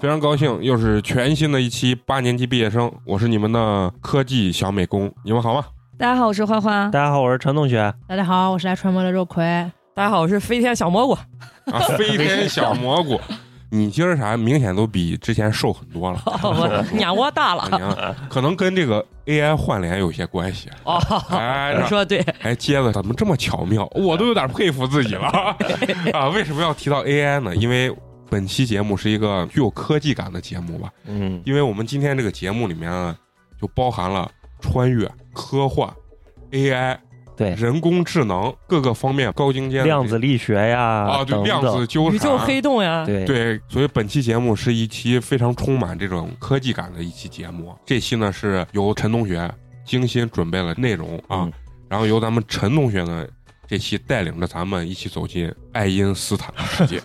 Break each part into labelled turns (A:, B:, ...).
A: 非常高兴，又是全新的一期八年级毕业生，我是你们的科技小美工，你们好吗？
B: 大家好，我是花花。哎
C: 大家好，我是陈同学。
D: 大家好，我是来传播的肉葵。
E: 大家好，我是飞天小蘑菇。
A: 啊，飞 天小蘑菇，你今儿啥明显都比之前瘦很多
F: 哦
A: 了，
E: 我眼窝大了。
A: 娘可能跟这个 AI 换脸有些关系。啊
E: 哦，
A: 哎，
E: 你
A: 是吧
E: 说对，
A: 哎，接着怎么这么巧 妙？我都有点佩服自己了 啊！为什么要提到 AI 呢？因为本期节目是一个具有科技感的节目吧，
C: 嗯，
A: 因为我们今天这个节目里面啊就包含了穿越、科幻、AI、
C: 对，
A: 人工智能各个方面高精尖的
C: 量子力学呀，
A: 啊，对
C: 等
A: 量子
C: 等，
A: 纠缠、
E: 宇宙黑洞呀。
C: 对，
A: 对，所以本期节目是一期非常充满这种科技感的一期节目。这期呢是由陈同学精心准备了内容啊，
C: 嗯
A: 然后由咱们陈同学呢这期带领着咱们一起走进爱因斯坦的世 界。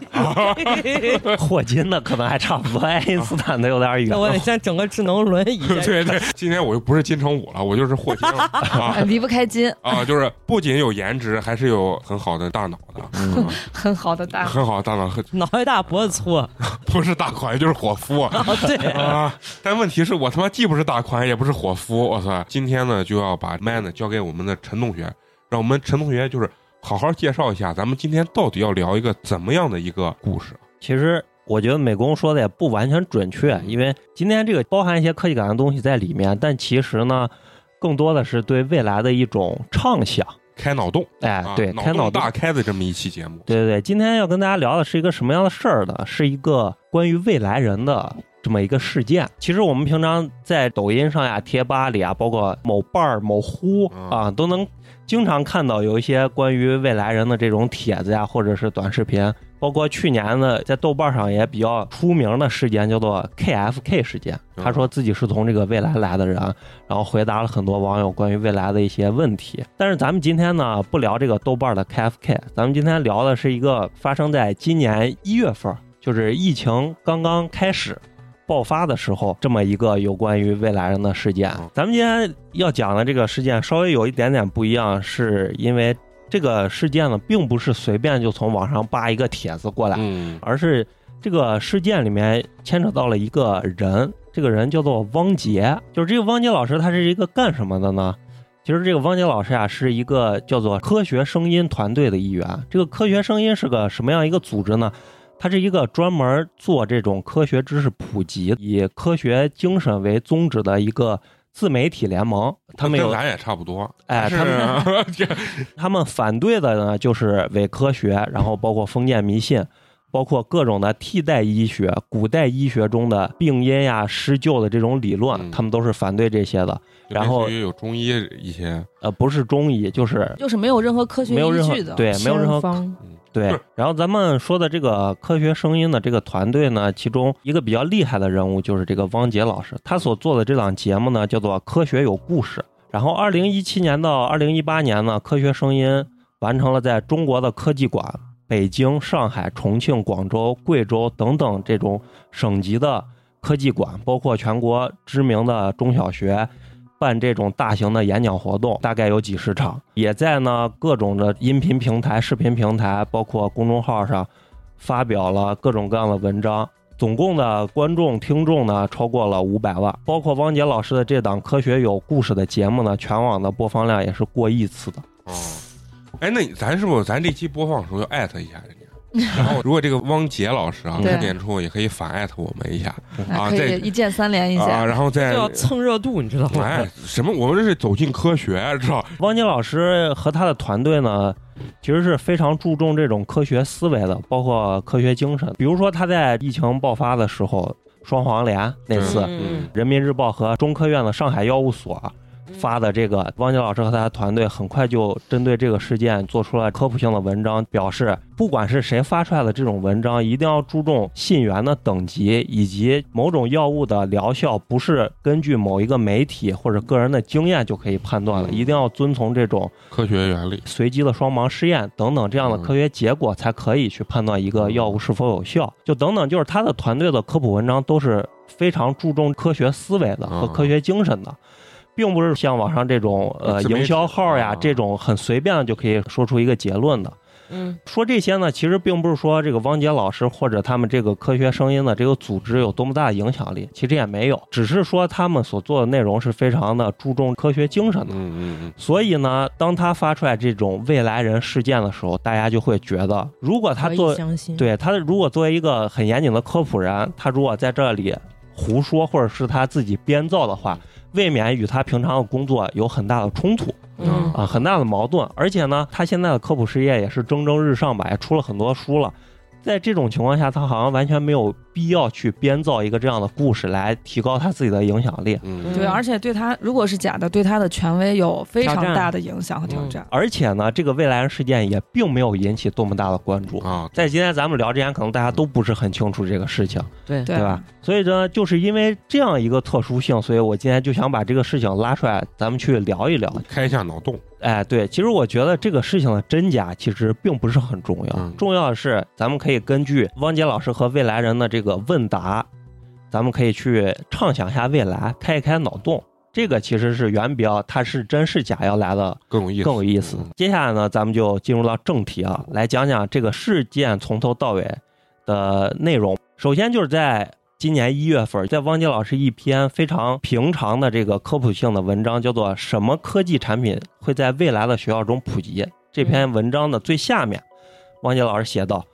C: 霍金的可能还差不 多，爱因斯坦的有点
E: 那我得
C: 远。
E: 先整个智能轮椅。
A: 对对，今天我又不是金城武了，我就是霍金 了啊
B: 呃离不开金，
A: 啊！就是不仅有颜值，还是有很好的大脑的，
C: 嗯，
B: 很好的大。
A: 很好的大脑，
E: 脑袋大脖子粗，啊
A: 不是大款就是伙夫啊。
E: 对，
A: 啊！但问题是我他妈既不是大款，也不是伙夫，我操！今天呢就要把麦呢交给我们的陈同学，让我们陈同学就是好好介绍一下，咱们今天到底要聊一个怎么样的一个故事？
C: 其实我觉得美工说的也不完全准确，因为今天这个包含一些科技感的东西在里面，但其实呢，更多的是对未来的一种畅想。
A: 开脑洞，
C: 哎
A: 啊，
C: 对，
A: 脑
C: 开脑
A: 洞
C: 洞
A: 大开的这么一期节目。
C: 对对对，今天要跟大家聊的是一个什么样的事儿呢？是一个关于未来人的这么一个事件。其实我们平常在抖音上呀、贴吧里啊，包括某伴儿、某乎
A: 嗯
C: 啊，都能经常看到有一些关于未来人的这种帖子呀，或者是短视频。包括去年的在豆瓣上也比较出名的事件，叫做 KFK 事件。
A: 嗯
C: 他说自己是从这个未来来的人，啊然后回答了很多网友关于未来的一些问题。但是咱们今天呢，不聊这个豆瓣的 KFK，咱们今天聊的是一个发生在今年一月份，就是疫情刚刚开始。爆发的时候，这么一个有关于未来人的事件
A: 嗯，
C: 咱们今天要讲的这个事件稍微有一点点不一样，是因为这个事件呢，并不是随便就从网上扒一个帖子过来，
A: 嗯，
C: 而是这个事件里面牵扯到了一个人，这个人叫做汪杰，就是这个汪杰老师，他是一个干什么的呢？其实这个汪杰老师啊，是一个叫做科学声音团队的一员。这个科学声音是个什么样一个组织呢？它是一个专门做这种科学知识普及、以科学精神为宗旨的一个自媒体联盟。他们
A: 跟
C: 有
A: 咱也差不多，
C: 哎，
A: 是
C: 他们
A: 这
C: 他们反对的呢，就是伪科学，然后包括封建迷信，包括各种的替代医学、古代医学中的病因呀、施救的这种理
A: 嗯
C: 论，他们都是反对这些的。然
A: 就
C: 后
A: 类似于有中医一些，
C: 呃，不是中医，就是
B: 就是没有任何科学
C: 没有任
B: 依
C: 何
B: 据的，
C: 对，没有任何
D: 方
C: 对
A: 是。
C: 然后咱们说的这个科学声音的这个团队呢，其中一个比较厉害的人物就是这个汪杰老师，他所做的这档节目呢叫做《科学有故事》。然后，二零一七年到二零一八年呢，科学声音完成了在中国的科技馆、北京、上海、重庆、广州、贵州等等这种省级的科技馆，包括全国知名的中小学。办这种大型的演讲活动，大概有几十场，也在呢各种的音频平台、视频平台，包括公众号上发表了各种各样的文章。总共的观众听众呢超过了五百万，包括汪杰老师的这档《科学有故事》的节目呢，全网的播放量也是过亿次的。
A: 哦，哎，那咱是不是咱这期播放的时候要艾特一下人家？ 然后如果这个汪杰老师啊
B: 对
A: 看演出，也可以反艾特我们一下啊
B: 那可
A: 这
B: 以一键三连一
A: 啊，
B: 下，
A: 然后
E: 就
A: 再
E: 要蹭热度，你知道吗？
A: 哎什么，我们这是走进科学，知道？
C: 汪杰老师和他的团队呢，其实是非常注重这种科学思维的，包括科学精神。比如说他在疫情爆发的时候，双黄连那次，
E: 嗯
C: 人民日报和中科院的上海药物所发的这个，汪杰老师和他的团队很快就针对这个事件做出了科普性的文章，表示不管是谁发出来的这种文章，一定要注重信源的等级，以及某种药物的疗效不是根据某一个媒体或者个人的经验就可以判断了，
A: 嗯
C: 一定要遵从这种
A: 科学原理，
C: 随机的双盲试验等等这样
A: 嗯
C: 的科学结果，才可以去判断一个药物是否有效。就等等，就是他的团队的科普文章都是非常注重科学思维的
A: 嗯
C: 和科学精神的。并不是像网上这种呃
A: 自媒体
C: 营销号呀
A: 啊
C: 这种很随便的就可以说出一个结论的。
E: 嗯
C: 说这些呢，其实并不是说这个汪杰老师或者他们这个科学声音的这个组织有多么大的影响力，其实也没有，只是说他们所做的内容是非常的注重科学精神的。
A: 嗯嗯
C: 所以呢，当他发出来这种未来人事件的时候，大家就会觉得，如果他
E: 可以
C: 作
E: 相信，
C: 对他如果作为一个很严谨的科普人，他如果在这里胡说或者是他自己编造的话，未免与他平常的工作有很大的冲突
E: 嗯
C: 啊，很大的矛盾。而且呢，他现在的科普事业也是蒸蒸日上吧，也出了很多书了。在这种情况下，他好像完全没有必要去编造一个这样的故事来提高他自己的影响力。
A: 嗯嗯
B: 对，而且对他如果是假的，对他的权威有非常
E: 挑战
B: 大的影响和挑战。
C: 而且呢，这个未来人事件也并没有引起多么大的关注。
A: 啊，
C: 在今天咱们聊之前，可能大家都不是很清楚这个事情，
E: 对
B: 对
C: 对吧？所以呢，就是因为这样一个特殊性，所以我今天就想把这个事情拉出来，咱们去聊一聊。
A: 开一下脑洞，
C: 哎，对，其实我觉得这个事情的真假其实并不是很重要
A: 嗯，
C: 重要的是咱们可以根据汪杰老师和未来人的这个问答，咱们可以去畅想一下未来，开一开脑洞。这个其实是远比较它是真是假要来的
A: 更有意思，嗯
C: 更有意思。接下来呢，咱们就进入到正题啊，来讲讲这个事件从头到尾的内容。首先就是在今年一月份，在汪杰老师一篇非常平常的这个科普性的文章，叫做《什么科技产品会在未来的学校中普及》这
A: 嗯
C: 篇文章的最下面，汪杰老师写道。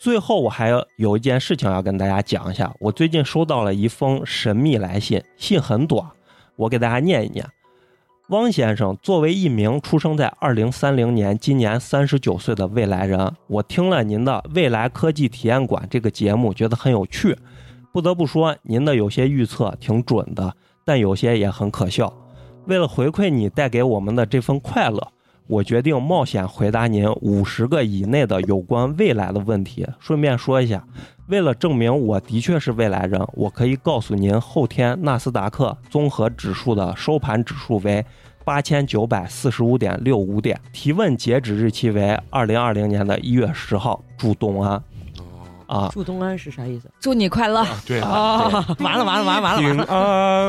C: 最后，我还有一件事情要跟大家讲一下。我最近收到了一封神秘来信，信很短，我给大家念一念。汪先生作为一名出生在二零三零年、今年三十九岁的未来人，我听了您的《未来科技体验馆》这个节目，觉得很有趣。不得不说，您的有些预测挺准的，但有些也很可笑。为了回馈你带给我们的这份快乐，我决定冒险回答您五十个以内的有关未来的问题。顺便说一下，为了证明我的确是未来人，我可以告诉您，后天纳斯达克综合指数的收盘指数为八千九百四十五点六五点，提问截止日期为二零二零年的一月十号。祝东安啊，
E: 祝东安是啥意思？
B: 祝你快乐，
A: 啊，对，
E: 啊，完了完了完了完了
A: 平安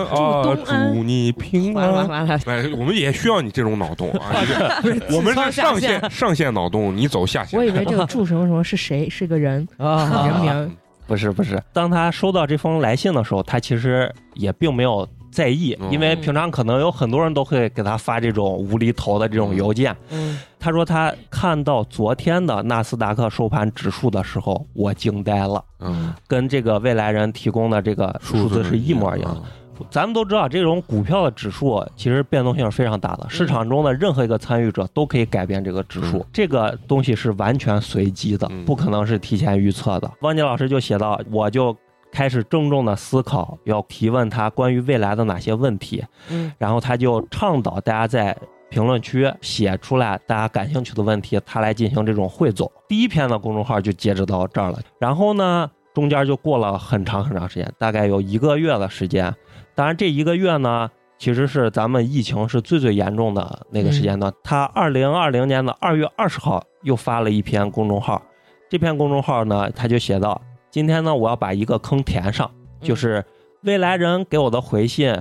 E: 祝
A: 啊，
E: 东安
A: 祝你平
E: 完了完
A: 安
E: 了。完了，
A: 哎，我们也需要你这种脑洞啊！ 我们是上线上线脑洞，你走下线
D: 我以为这个祝什么什么是谁是个人
E: 啊
D: 人名
A: 嗯
D: 儿，
C: 不是不是，当他收到这封来信的时候，他其实也并没有在意，
A: 嗯
C: 因为平常可能有很多人都会给他发这种无厘头的这种邮件。
E: 嗯
C: 他说他看到昨天的纳斯达克收盘指数的时候，我惊呆了，
A: 嗯，
C: 跟这个未来人提供的这个数字是一模一样的。
A: 的。
C: 咱们都知道，这种股票的指数啊其实变动性是非常大的，市场中的任何一个参与者都可以改变这个指数
A: 嗯，
C: 这个东西是完全随机的
A: 嗯，
C: 不可能是提前预测的。汪杰老师就写到，我就开始郑重的思考，要提问他关于未来的哪些问题，
E: 嗯
C: 然后他就倡导大家在评论区写出来大家感兴趣的问题，他来进行这种汇总。第一篇的公众号就截止到这儿了，然后呢，中间就过了很长很长时间，大概有一个月的时间。当然，这一个月呢，其实是咱们疫情是最最严重的那个时间段。他二零二零年的二月二十号又发了一篇公众号，这篇公众号呢，他就写到：今天呢，我要把一个坑填上，就是未来人给我的回信。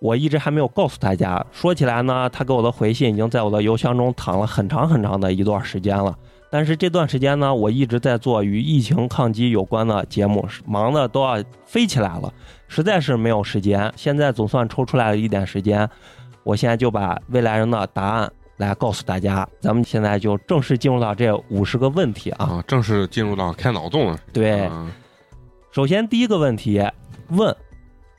C: 我一直还没有告诉大家。说起来呢，他给我的回信已经在我的邮箱中躺了很长很长的一段时间了。但是这段时间呢，我一直在做与疫情抗击有关的节目，忙的都要飞起来了，实在是没有时间。现在总算抽出来了一点时间，我现在就把未来人的答案来告诉大家。咱们现在就正式进入到这五十个问题啊。
A: 啊，正式进入到开脑洞了。
C: 对，
A: 啊
C: 首先第一个问题，问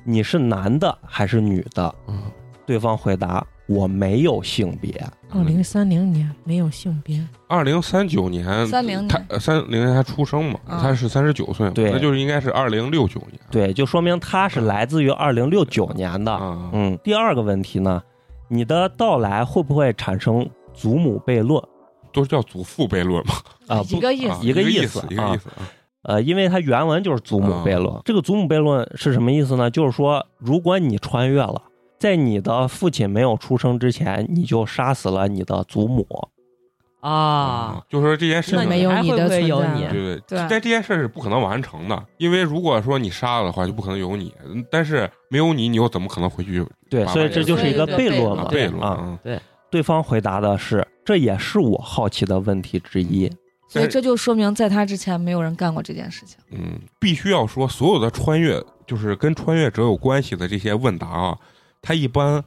C: 你是男的还是女的？
A: 嗯
C: 对方回答我没有性别。
D: 二零三零年没有性别，
A: 二零三九年，
B: 三零
A: 他
B: 年，
A: 呃三零年他出生嘛，
B: 啊
A: 他是三十九岁嘛，
C: 对
A: 那就是应该是二零六九年
C: 对，就说明他是来自于二零六九年的。
A: 啊。
C: 嗯，第二个问题呢，你的到来会不会产生祖母悖论
A: 都是叫祖父悖论嘛，
C: 啊？
D: 一
C: 不，
D: 个意
A: 啊
D: 思，
C: 一个
A: 意
C: 意
A: 思
C: 思，
A: 一个
C: 啊
A: 意思啊。
C: 呃，因为它原文就是祖母悖论。这个祖母悖论是什么意思呢？就是说，如果你穿越了，在你的父亲没有出生之前，你就杀死了你的祖母。
E: 啊，，
A: 就说这件事
E: 那
A: 情，
D: 没有
E: 还
D: 你
E: 会
D: 的
E: 不会
D: 存
E: 有
D: 在
E: 你
D: 啊？
A: 对对，
B: 对
A: 但这件事是不可能完成的，因为如果说你杀了的话，就不可能有你。嗯但是没有你，你又怎么可能回去
C: 对，
A: 爸爸
C: 所以
A: 也
C: 这就是一个
B: 对对
C: 悖
B: 对
C: 论
A: 啊
C: 嘛。
A: 悖论
C: 啊，
A: 啊？
C: 对方回答的是，这也是我好奇的问题之一。
B: 所以这就说明在他之前没有人干过这件事情。
A: 嗯，必须要说所有的穿越，就是跟穿越者有关系的这些问答啊，他一般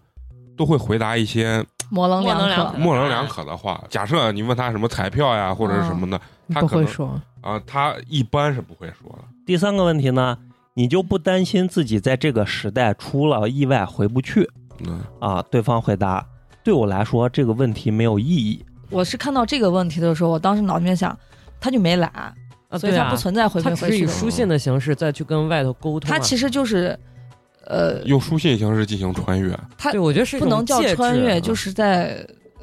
A: 都会回答一些
B: 模棱
E: 模
B: 两
E: 棱两
B: 可
E: 可，
A: 模棱两可的话。假设你问他什么彩票呀，或者是什么的
D: 你
A: 他
D: 不
A: 可能
D: 会说，
A: 啊，他一般是不会说的。
C: 第三个问题呢，你就不担心自己在这个时代出了意外回不去
A: 嗯，
C: 啊？对方回答，对我来说这个问题没有意义。
B: 我是看到这个问题的时候，我当时脑子里面想，他就没来，
E: 啊
B: 所以
E: 对
B: 他
E: 啊
B: 不存在回
E: 他
B: 没
E: 只
B: 回
E: 是以
B: 去的。
E: 书信的形式再去跟外头沟通
B: 他
E: 啊。
B: 其实就是，呃，
A: 用书信形式进行穿越，
B: 他
E: 对我觉得是一
B: 不
E: 种
B: 能叫
E: 介质
B: 穿越，
E: 嗯
B: 就是在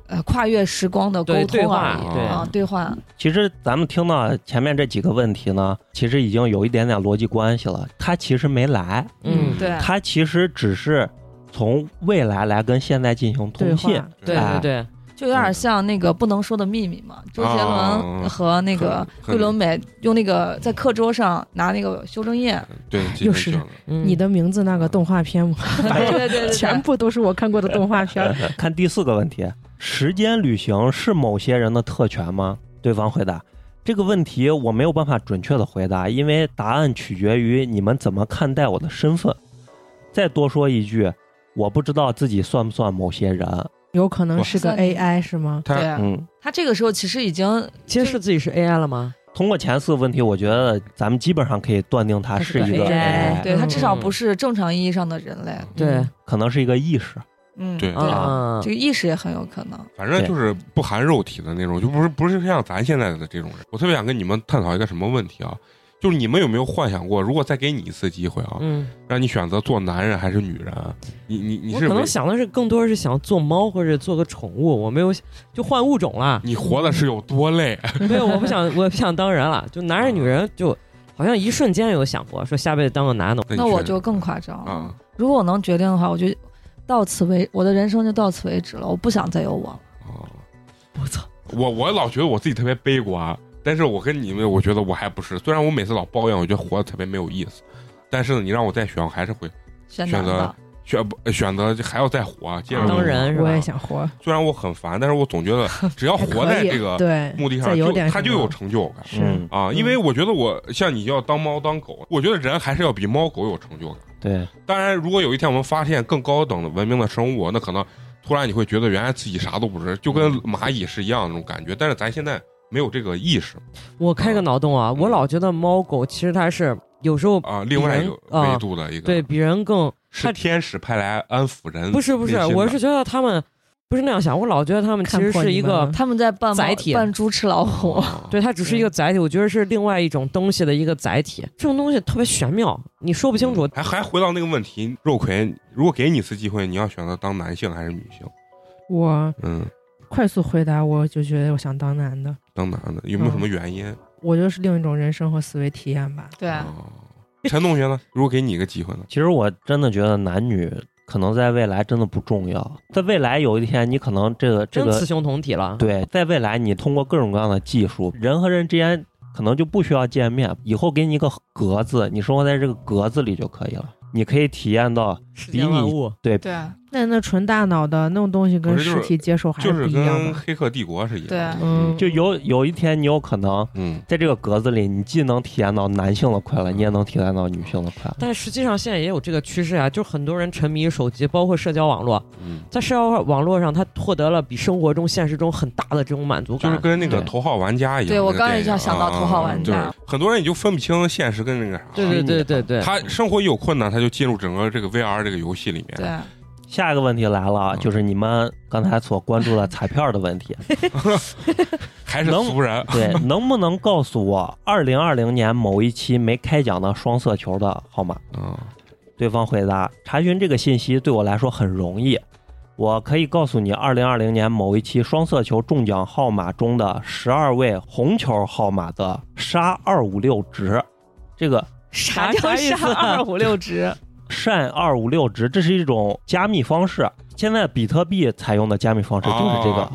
B: 呃跨越时光的沟
E: 对对
B: 通
E: 话
B: 而已
A: 对
B: 啊，对话。
C: 其实咱们听到前面这几个问题呢，其实已经有一点点逻辑关系了。他其实没来，
E: 嗯，
B: 对
C: 他其实只是从未来来跟现在进行
D: 对
C: 通信
D: 话，
E: 对对对，
B: 就有点像那个《不能说的秘密》嘛，周杰
E: 哦
B: 伦和那个
A: 很
B: 桂纶镁用那个在课桌上拿那个修正 液，
A: 对，
D: 又是
E: 嗯
D: 你的名字那个动画片嘛，
B: 对对 对，对
D: 全部都是我看过的动画 片儿。
C: 看第四个问题：时间旅行是某些人的特权吗？对方回答：这个问题我没有办法准确的回答，因为答案取决于你们怎么看待我的身份。再多说一句，我不知道自己算不算某些人。
D: 有可能是个
B: 哇塞
D: AI 是吗？
A: 他
B: 对
C: 嗯，
B: 他这个时候其实已经
E: 揭示自己是 AI 了吗？
C: 通过前四个问题，我觉得咱们基本上可以断定它是
E: 它是
C: 一
E: 个
C: 个哎
E: AI
B: 哎对
E: 嗯
B: 他至少不是正常意义上的人类，
E: 对
C: 可能是一个意识。
B: 嗯，
A: 对
E: 嗯啊
B: 这，个意识也很有可能。
A: 反正就是不含肉体的那种，就不是不是像咱现在的这种人。我特别想跟你们探讨一个什么问题啊？就是你们有没有幻想过，如果再给你一次机会啊，
E: 嗯，
A: 让你选择做男人还是女人啊，你你你
E: 我
A: 是
E: 可
A: 为，
E: 能想的是更多是想做猫或者做个宠物，我没有就换物种了
A: 你活的是有多累？啊
E: 没有，我不想，我不想当人了，就男人女人就好像一瞬间有想过说下辈子当个男的，
A: 你
B: 那我
A: 选
B: 就更夸张了
E: 嗯
A: 啊，，
B: 如果我能决定的话，我就到此为我的人生就到此为止了，我不想再有我了。
D: 哦
A: 啊
E: 我操，
A: 我我老觉得我自己特别悲观，但是我跟你们，我觉得我还不是。虽然我每次老抱怨，我觉得活得特别没有意思，但是呢，你让我再选，我还是会
B: 选
A: 选
B: 男
A: 择
B: 的，
A: 选不选择还要再活，接着
D: 啊
E: 当人是吧？
D: 我也想活，
A: 虽然我很烦，但是我总觉 得只要活在这个
D: 对，
A: 目的
D: 再
A: 上，
D: 有
A: 就
D: 点
A: 他
D: 什
A: 就
D: 么
A: 有成就感
D: 是
C: 嗯，
A: 啊。因为我觉得我像你要当猫当狗，我觉得人还是要比猫狗有成就感。
C: 对，
A: 当然，如果有一天我们发现更高等的文明的生物，那可能突然你会觉得原来自己啥都不是，就跟蚂蚁是一样的那种感觉。但是咱现在没有这个意识
E: 我开个脑洞啊，我老觉得猫狗其实它是有时候
A: 啊，另外一个
E: 人啊
A: 维度的一个，
E: 对，比人更
A: 是天使派来安抚人，
E: 不是不是
A: 内，心的
E: 我是觉得他们不是那样想，我老觉得他们其
D: 看
E: 实
D: 破
E: 是
D: 你
E: 一
D: 们
E: 个
D: 了
B: 他们在扮猫
E: 载体
B: 扮猪吃老虎，
A: 啊
E: 对，它只是一个载体，我觉得是另外一种东西的一个载体。这种东西特别玄妙，你说不清楚。
A: 嗯还还回到那个问题，肉葵，如果给你一次机会，你要选择当男性还是女性？
D: 我
A: 嗯，
D: 快速回答，我就觉得我想当男的，
A: 当男的有没有什么原因？
D: 我就是另一种人生和思维体验吧。
B: 对，
G: 嗯
A: 哦陈同学呢？如果给你一个机会呢？
C: 其实我真的觉得男女可能在未来真的不重要，在未来有一天你可能这个这
E: 真
C: 个
E: 雌雄同体了，
C: 对，在未来你通过各种各样的技术，人和人之间可能就不需要见面，以后给你一个格子，你生活在这个格子里就可以了，你可以体验到
E: 世
C: 比
E: 间万
C: 你
E: 物，
H: 对
D: 那那纯大脑的那种东西跟
A: 不是就是
D: 实体接受还
A: 就是是
D: 不一样
A: 跟《
D: 的。
A: 黑客帝国》是一样
H: 对
A: 的，
D: 嗯，
C: 就有有一天你有可能
A: 嗯，
C: 在这个格子里，你既能体验到男性的快乐，你也能体验到女性的快乐。
E: 但实际上现在也有这个趋势啊，就很多人沉迷于手机，包括社交网络，
A: 嗯，
E: 在社交网络上，他获得了比生活中、现实中很大的这种满足
A: 就
E: 感。
A: 是跟那个
C: 对
A: 头号玩家一样。
H: 对我
A: 那个
H: 刚才
A: 电
H: 就
A: 影
H: 想到
A: 啊
H: 头号玩
A: 就是
H: 家
A: 很多人你就分不清现实跟那个啥。
E: 对对对对对，
A: 他生活一有困难，他就进入整个这个 VR 这个游戏里面。
H: 对，
C: 下一个问题来了，啊
A: 嗯
C: 就是你们刚才所关注的彩票的问题。
A: 还是
C: 能
A: 俗人，
C: 对，能不能告诉我二零二零年某一期没开奖的双色球的号码？
A: 嗯，
C: 对方回答：查询这个信息对我来说很容易，我可以告诉你二零二零年某一期双色球中奖号码中的十二位红球号码的沙二五六值。这个
B: 啥
E: 啥啥
B: 叫
E: 意思
B: 上
E: 啊
B: 二五六值？
C: 善二五六值，这是一种加密方式。现在比特币采用的加密方式就是这个
A: 哦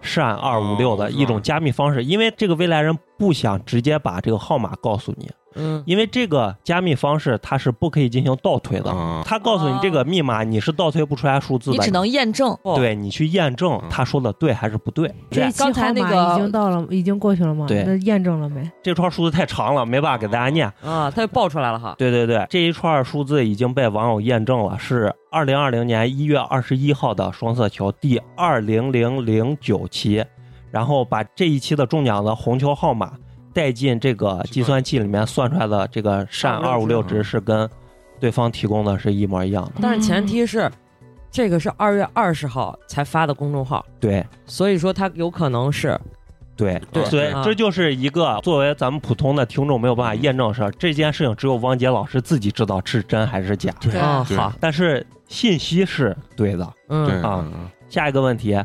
C: 善二五六的一种加密方式，因为这个未来人不想直接把这个号码告诉你，
E: 嗯，
C: 因为这个加密方式它是不可以进行倒推的。
A: 嗯
C: 他告诉你这个密码，你是倒推不出来数字
B: 你
C: 的，
B: 只能验证。
C: 对你去验证
A: 嗯
C: 他说的对还是不对。
D: 这一
C: 这
D: 期
B: 刚才
D: 号
B: 那
D: 码
B: 个
D: 已经到了，已经过去了吗？
C: 对
D: 那验证了没？
C: 这串数字太长了，没办法给大家念。
E: 啊，他就爆出来了哈。
C: 对对对，这一串数字已经被网友验证了，是二零二零年一月二十一号的双色球第二零零零九期，然后把这一期的中奖的红球号码带进这个计算器里面算出来的这个善二五六值是跟对方提供的是一模一样的。
E: 但是前提是，这个是二月二十号才发的公众号，
C: 对
E: 所以说他有可能是
C: 对
A: 对
C: 所以
E: 啊
C: 这就是一个作为咱们普通的听众没有办法验证的事儿，这件事情只有汪杰老师自己知道是真还是假，
A: 对
E: 啊，
A: 对
E: 好，
C: 但是信息是对的。
A: 对
E: 嗯，
C: 啊，
A: 嗯
C: 下一个问题，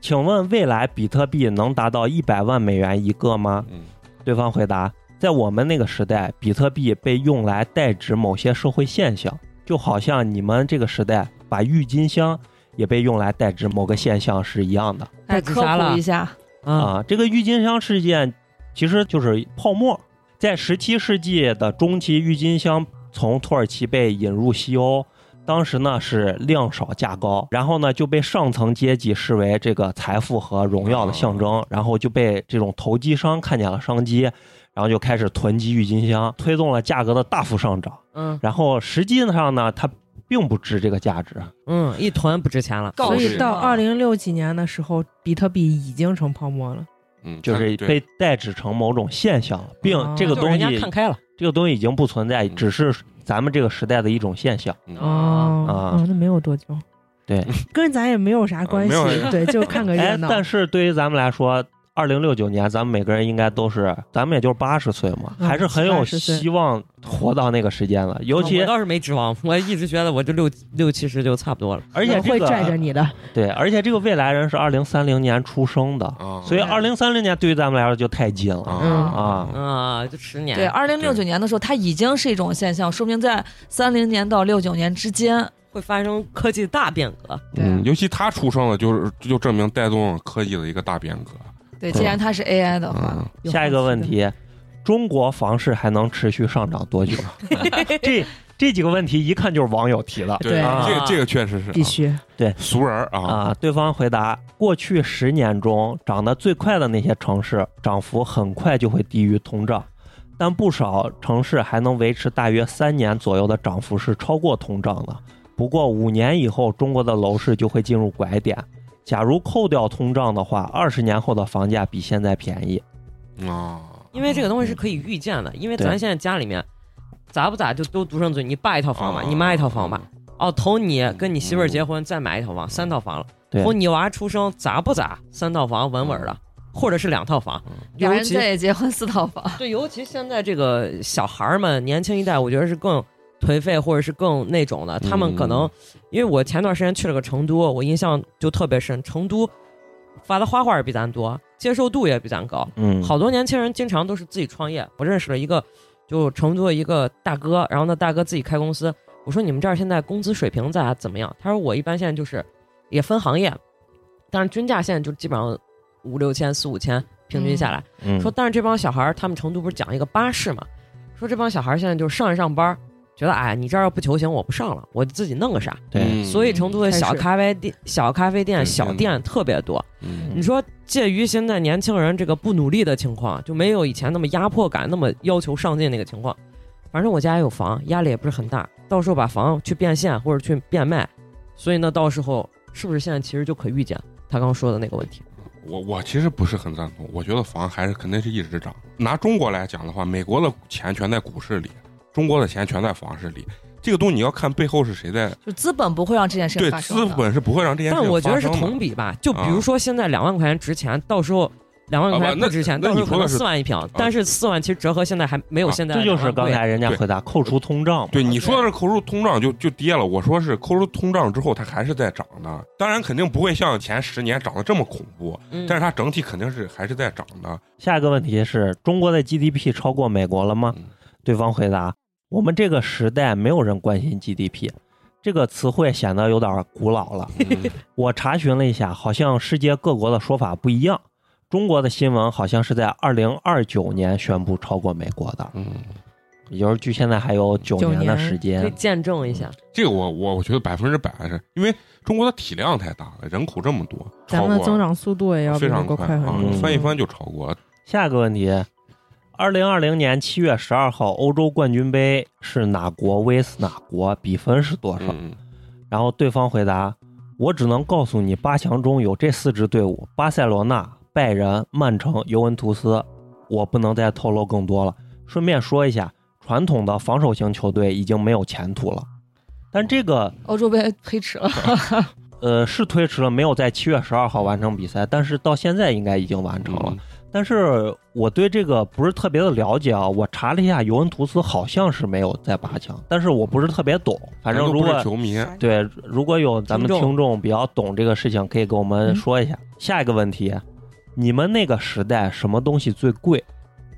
C: 请问未来比特币能达到一百万美元一个吗？
A: 嗯
C: 对方回答：在我们那个时代，比特币被用来代指某些社会现象，就好像你们这个时代把郁金香也被用来代指某个现象是一样的
B: 来
E: 太
B: 哎科
E: 自杀了
B: 普一下，
E: 啊，
C: 啊。这个郁金香事件其实就是泡沫，在十七世纪的中期，郁金香从土耳其被引入西欧。当时呢是量少价高，然后呢就被上层阶级视为这个财富和荣耀的象
E: 啊
C: 征，然后就被这种投机商看见了商机，然后就开始囤积郁金香，推动了价格的大幅上涨。
E: 嗯
C: 然后实际上呢，它并不值这个价值。
E: 嗯，一团不值钱了。
H: 告
D: 所
A: 知
D: 以到
H: 嘛
D: 二零六几年的时候，比特币已经成泡沫了。
A: 嗯，
C: 就是
A: 对
C: 被代指成某种现象了，并
D: 哦
C: 这个
E: 啊就是
C: 东
E: 人家看
C: 西，
E: 开了，
C: 这个东西已经不存在，
A: 嗯
C: 只是咱们这个时代的一种现象。
A: 嗯
C: 啊
D: 哦，那没有多久。
C: 对，
D: 跟咱也没有啥关系
A: 啊 没有。
D: 对，就看个热
C: 哎，
D: 闹。
C: 但是对于咱们来说，二零六九年，咱们每个人应该都是，咱们也就是八十岁嘛，
D: 嗯
C: 还是很有
D: 80岁
C: 希望活到那个时间的。尤
E: 啊
C: 其
E: 我倒是没指望，我一直觉得我就六六七十就差不多了。
C: 而且
D: 我
C: 这
D: 会拽着
C: 个
D: 你的。
C: 对，而且这个未来人是二零三零年出生的，
A: 啊，
C: 所以二零三零年对于咱们来说就太近了
A: 啊
C: 啊。
E: 啊，就十年。
B: 对，二零六九年的时候，它已经是一种现象，说明在三零年到六九年之间，
E: 会发生科技大变革。
B: 对啊
A: 嗯，尤其他出生了，就是就证明带动了科技的一个大变革。
B: 对，既然它是 AI 的话，
A: 嗯，
D: 有
C: 下一个
D: 好奇
C: 问
D: 的，
C: 题，中国房市还能持续上涨 多久？ 这这几个问题一看就是网友提的
D: 对
A: 这
E: 啊
A: 个这个确实是
D: 必
A: 啊
D: 须
A: 俗人儿啊，
C: 啊。对方回答：过去十年中涨得最快的那些城市，涨幅很快就会低于通胀，但不少城市还能维持大约三年左右的涨幅是超过通胀的。不过五年以后，中国的楼市就会进入拐点。假如扣掉通胀的话，二十年后的房价比现在便宜。
A: 啊，
E: 因为这个东西是可以预见的，因为
C: 对
E: 咱现在家里面咋不咋就都独生子女，你爸一套房吧，
A: 啊
E: 你妈一套房吧。哦，头你跟你媳妇儿结婚再买一套房，三套房了。
C: 对
E: 头你娃出生咋不咋，三套房稳稳的，或者是两套房。
B: 两
E: 尤
B: 人
E: 其
B: 再也结婚四套房，
E: 对，尤其现在这个小孩儿们，年轻一代，我觉得是更颓废或者是更那种的。他们可能，
A: 嗯
E: 因为我前段时间去了个成都，我印象就特别深，成都发的花花也比咱多，接受度也比咱高。
C: 嗯，
E: 好多年轻人经常都是自己创业。我认识了一个，就成都的一个大哥，然后那大哥自己开公司。我说你们这儿现在工资水平咋怎么样？他说我一般现在就是也分行业，但是均价现在就基本上五六千、四五千平均下来。
C: 嗯
E: 说但是这帮小孩儿，他们成都不是讲一个巴士嘛？说这帮小孩儿现在就上一上班儿，觉得哎，你这儿要不求行，我不上了，我自己弄个啥。
A: 嗯
C: 对，
E: 所以成都的小
D: 嗯开始
E: 咖啡店、小咖啡店、
A: 对
E: 小
A: 天哪
E: 店特别多。
A: 嗯
E: 你说，介于现在年轻人这个不努力的情况，就没有以前那么压迫感、那么要求上进那个情况。反正我家也有房，压力也不是很大，到时候把房去变现或者去变卖，所以呢，到时候是不是现在其实就可预见他刚刚说的那个问题？
A: 我我其实不是很赞同，我觉得房还是肯定是一直涨。拿中国来讲的话，美国的钱全在股市里，中国的钱全在房市里。这个东西你要看背后是谁在
B: 就资本不会让这件事情
A: 对
B: 发生
A: 资
B: 的
A: 本是不会让这件事
E: 但
A: 情
E: 我
A: 发
E: 觉
A: 生的。
E: 得是同比吧，就比如说现在两万块钱值钱，到时候两万块
A: 啊
E: 钱
A: 不那
E: 不值钱，
A: 那
E: 到时候
A: 你
E: 可
A: 说的
E: 能
A: 是
E: 四万一平，但是四万其实折合现在还没有
A: 啊
E: 现在
C: 这就
E: 两
C: 是
E: 万
C: 刚
E: 贵
C: 才人家
A: 对
C: 回答扣除通胀嘛。
A: 对你说的是扣除通胀就就跌了，我说是扣除通胀之后它还是在涨的，当然肯定不会像前十年涨得这么恐怖，
E: 嗯啊
A: 但是它整体肯定是还是在涨的。
C: 下一个问题是中国的 GDP 超过美国了吗
A: 嗯？
C: 对方回答：我们这个时代没有人关心 GDP，这个词汇显得有点古老了。
A: 嗯
C: 我查询了一下，好像世界各国的说法不一样。中国的新闻好像是在二零二九年宣布超过美国的，
A: 嗯，
C: 也就是距现在还有九
D: 九
C: 年的
D: 年
C: 时
E: 可以
C: 间。
E: 见证一下，
A: 这个我我我觉得百分之百是因为中国的体量太大了，人口这么多，
D: 咱
A: 超
D: 们的
A: 过
D: 增长速度也要比
A: 非
D: 美
A: 常
D: 国
A: 快
D: 很
A: 啊
D: 多
C: 嗯，
A: 翻一翻就超过了。
C: 下一个问题，二零二零年七月十二号欧洲冠军杯是哪国 vs 哪国，比分是多少？
A: 嗯，
C: 然后对方回答：“我只能告诉你，八强中有这四支队伍：巴塞罗那、拜仁、曼城、尤文图斯。我不能再透露更多了。顺便说一下，传统的防守型球队已经没有前途了。但这个
B: 欧洲杯推迟了，
C: 呃是推迟了，没有在七月十二号完成比赛，但是到现在应该已经完成了。
A: 嗯
C: 但是我对这个不是特别的了解啊，我查了一下，尤文图斯好像是没有在八强，但是我不是特别懂。反正
A: 咱
C: 如
A: 都不
C: 果
A: 是球迷，
C: 对，如果有咱们
E: 听众嗯
C: 听众比较懂这个事情，可以给我们说一下。下一个问题，你们那个时代什么东西最贵？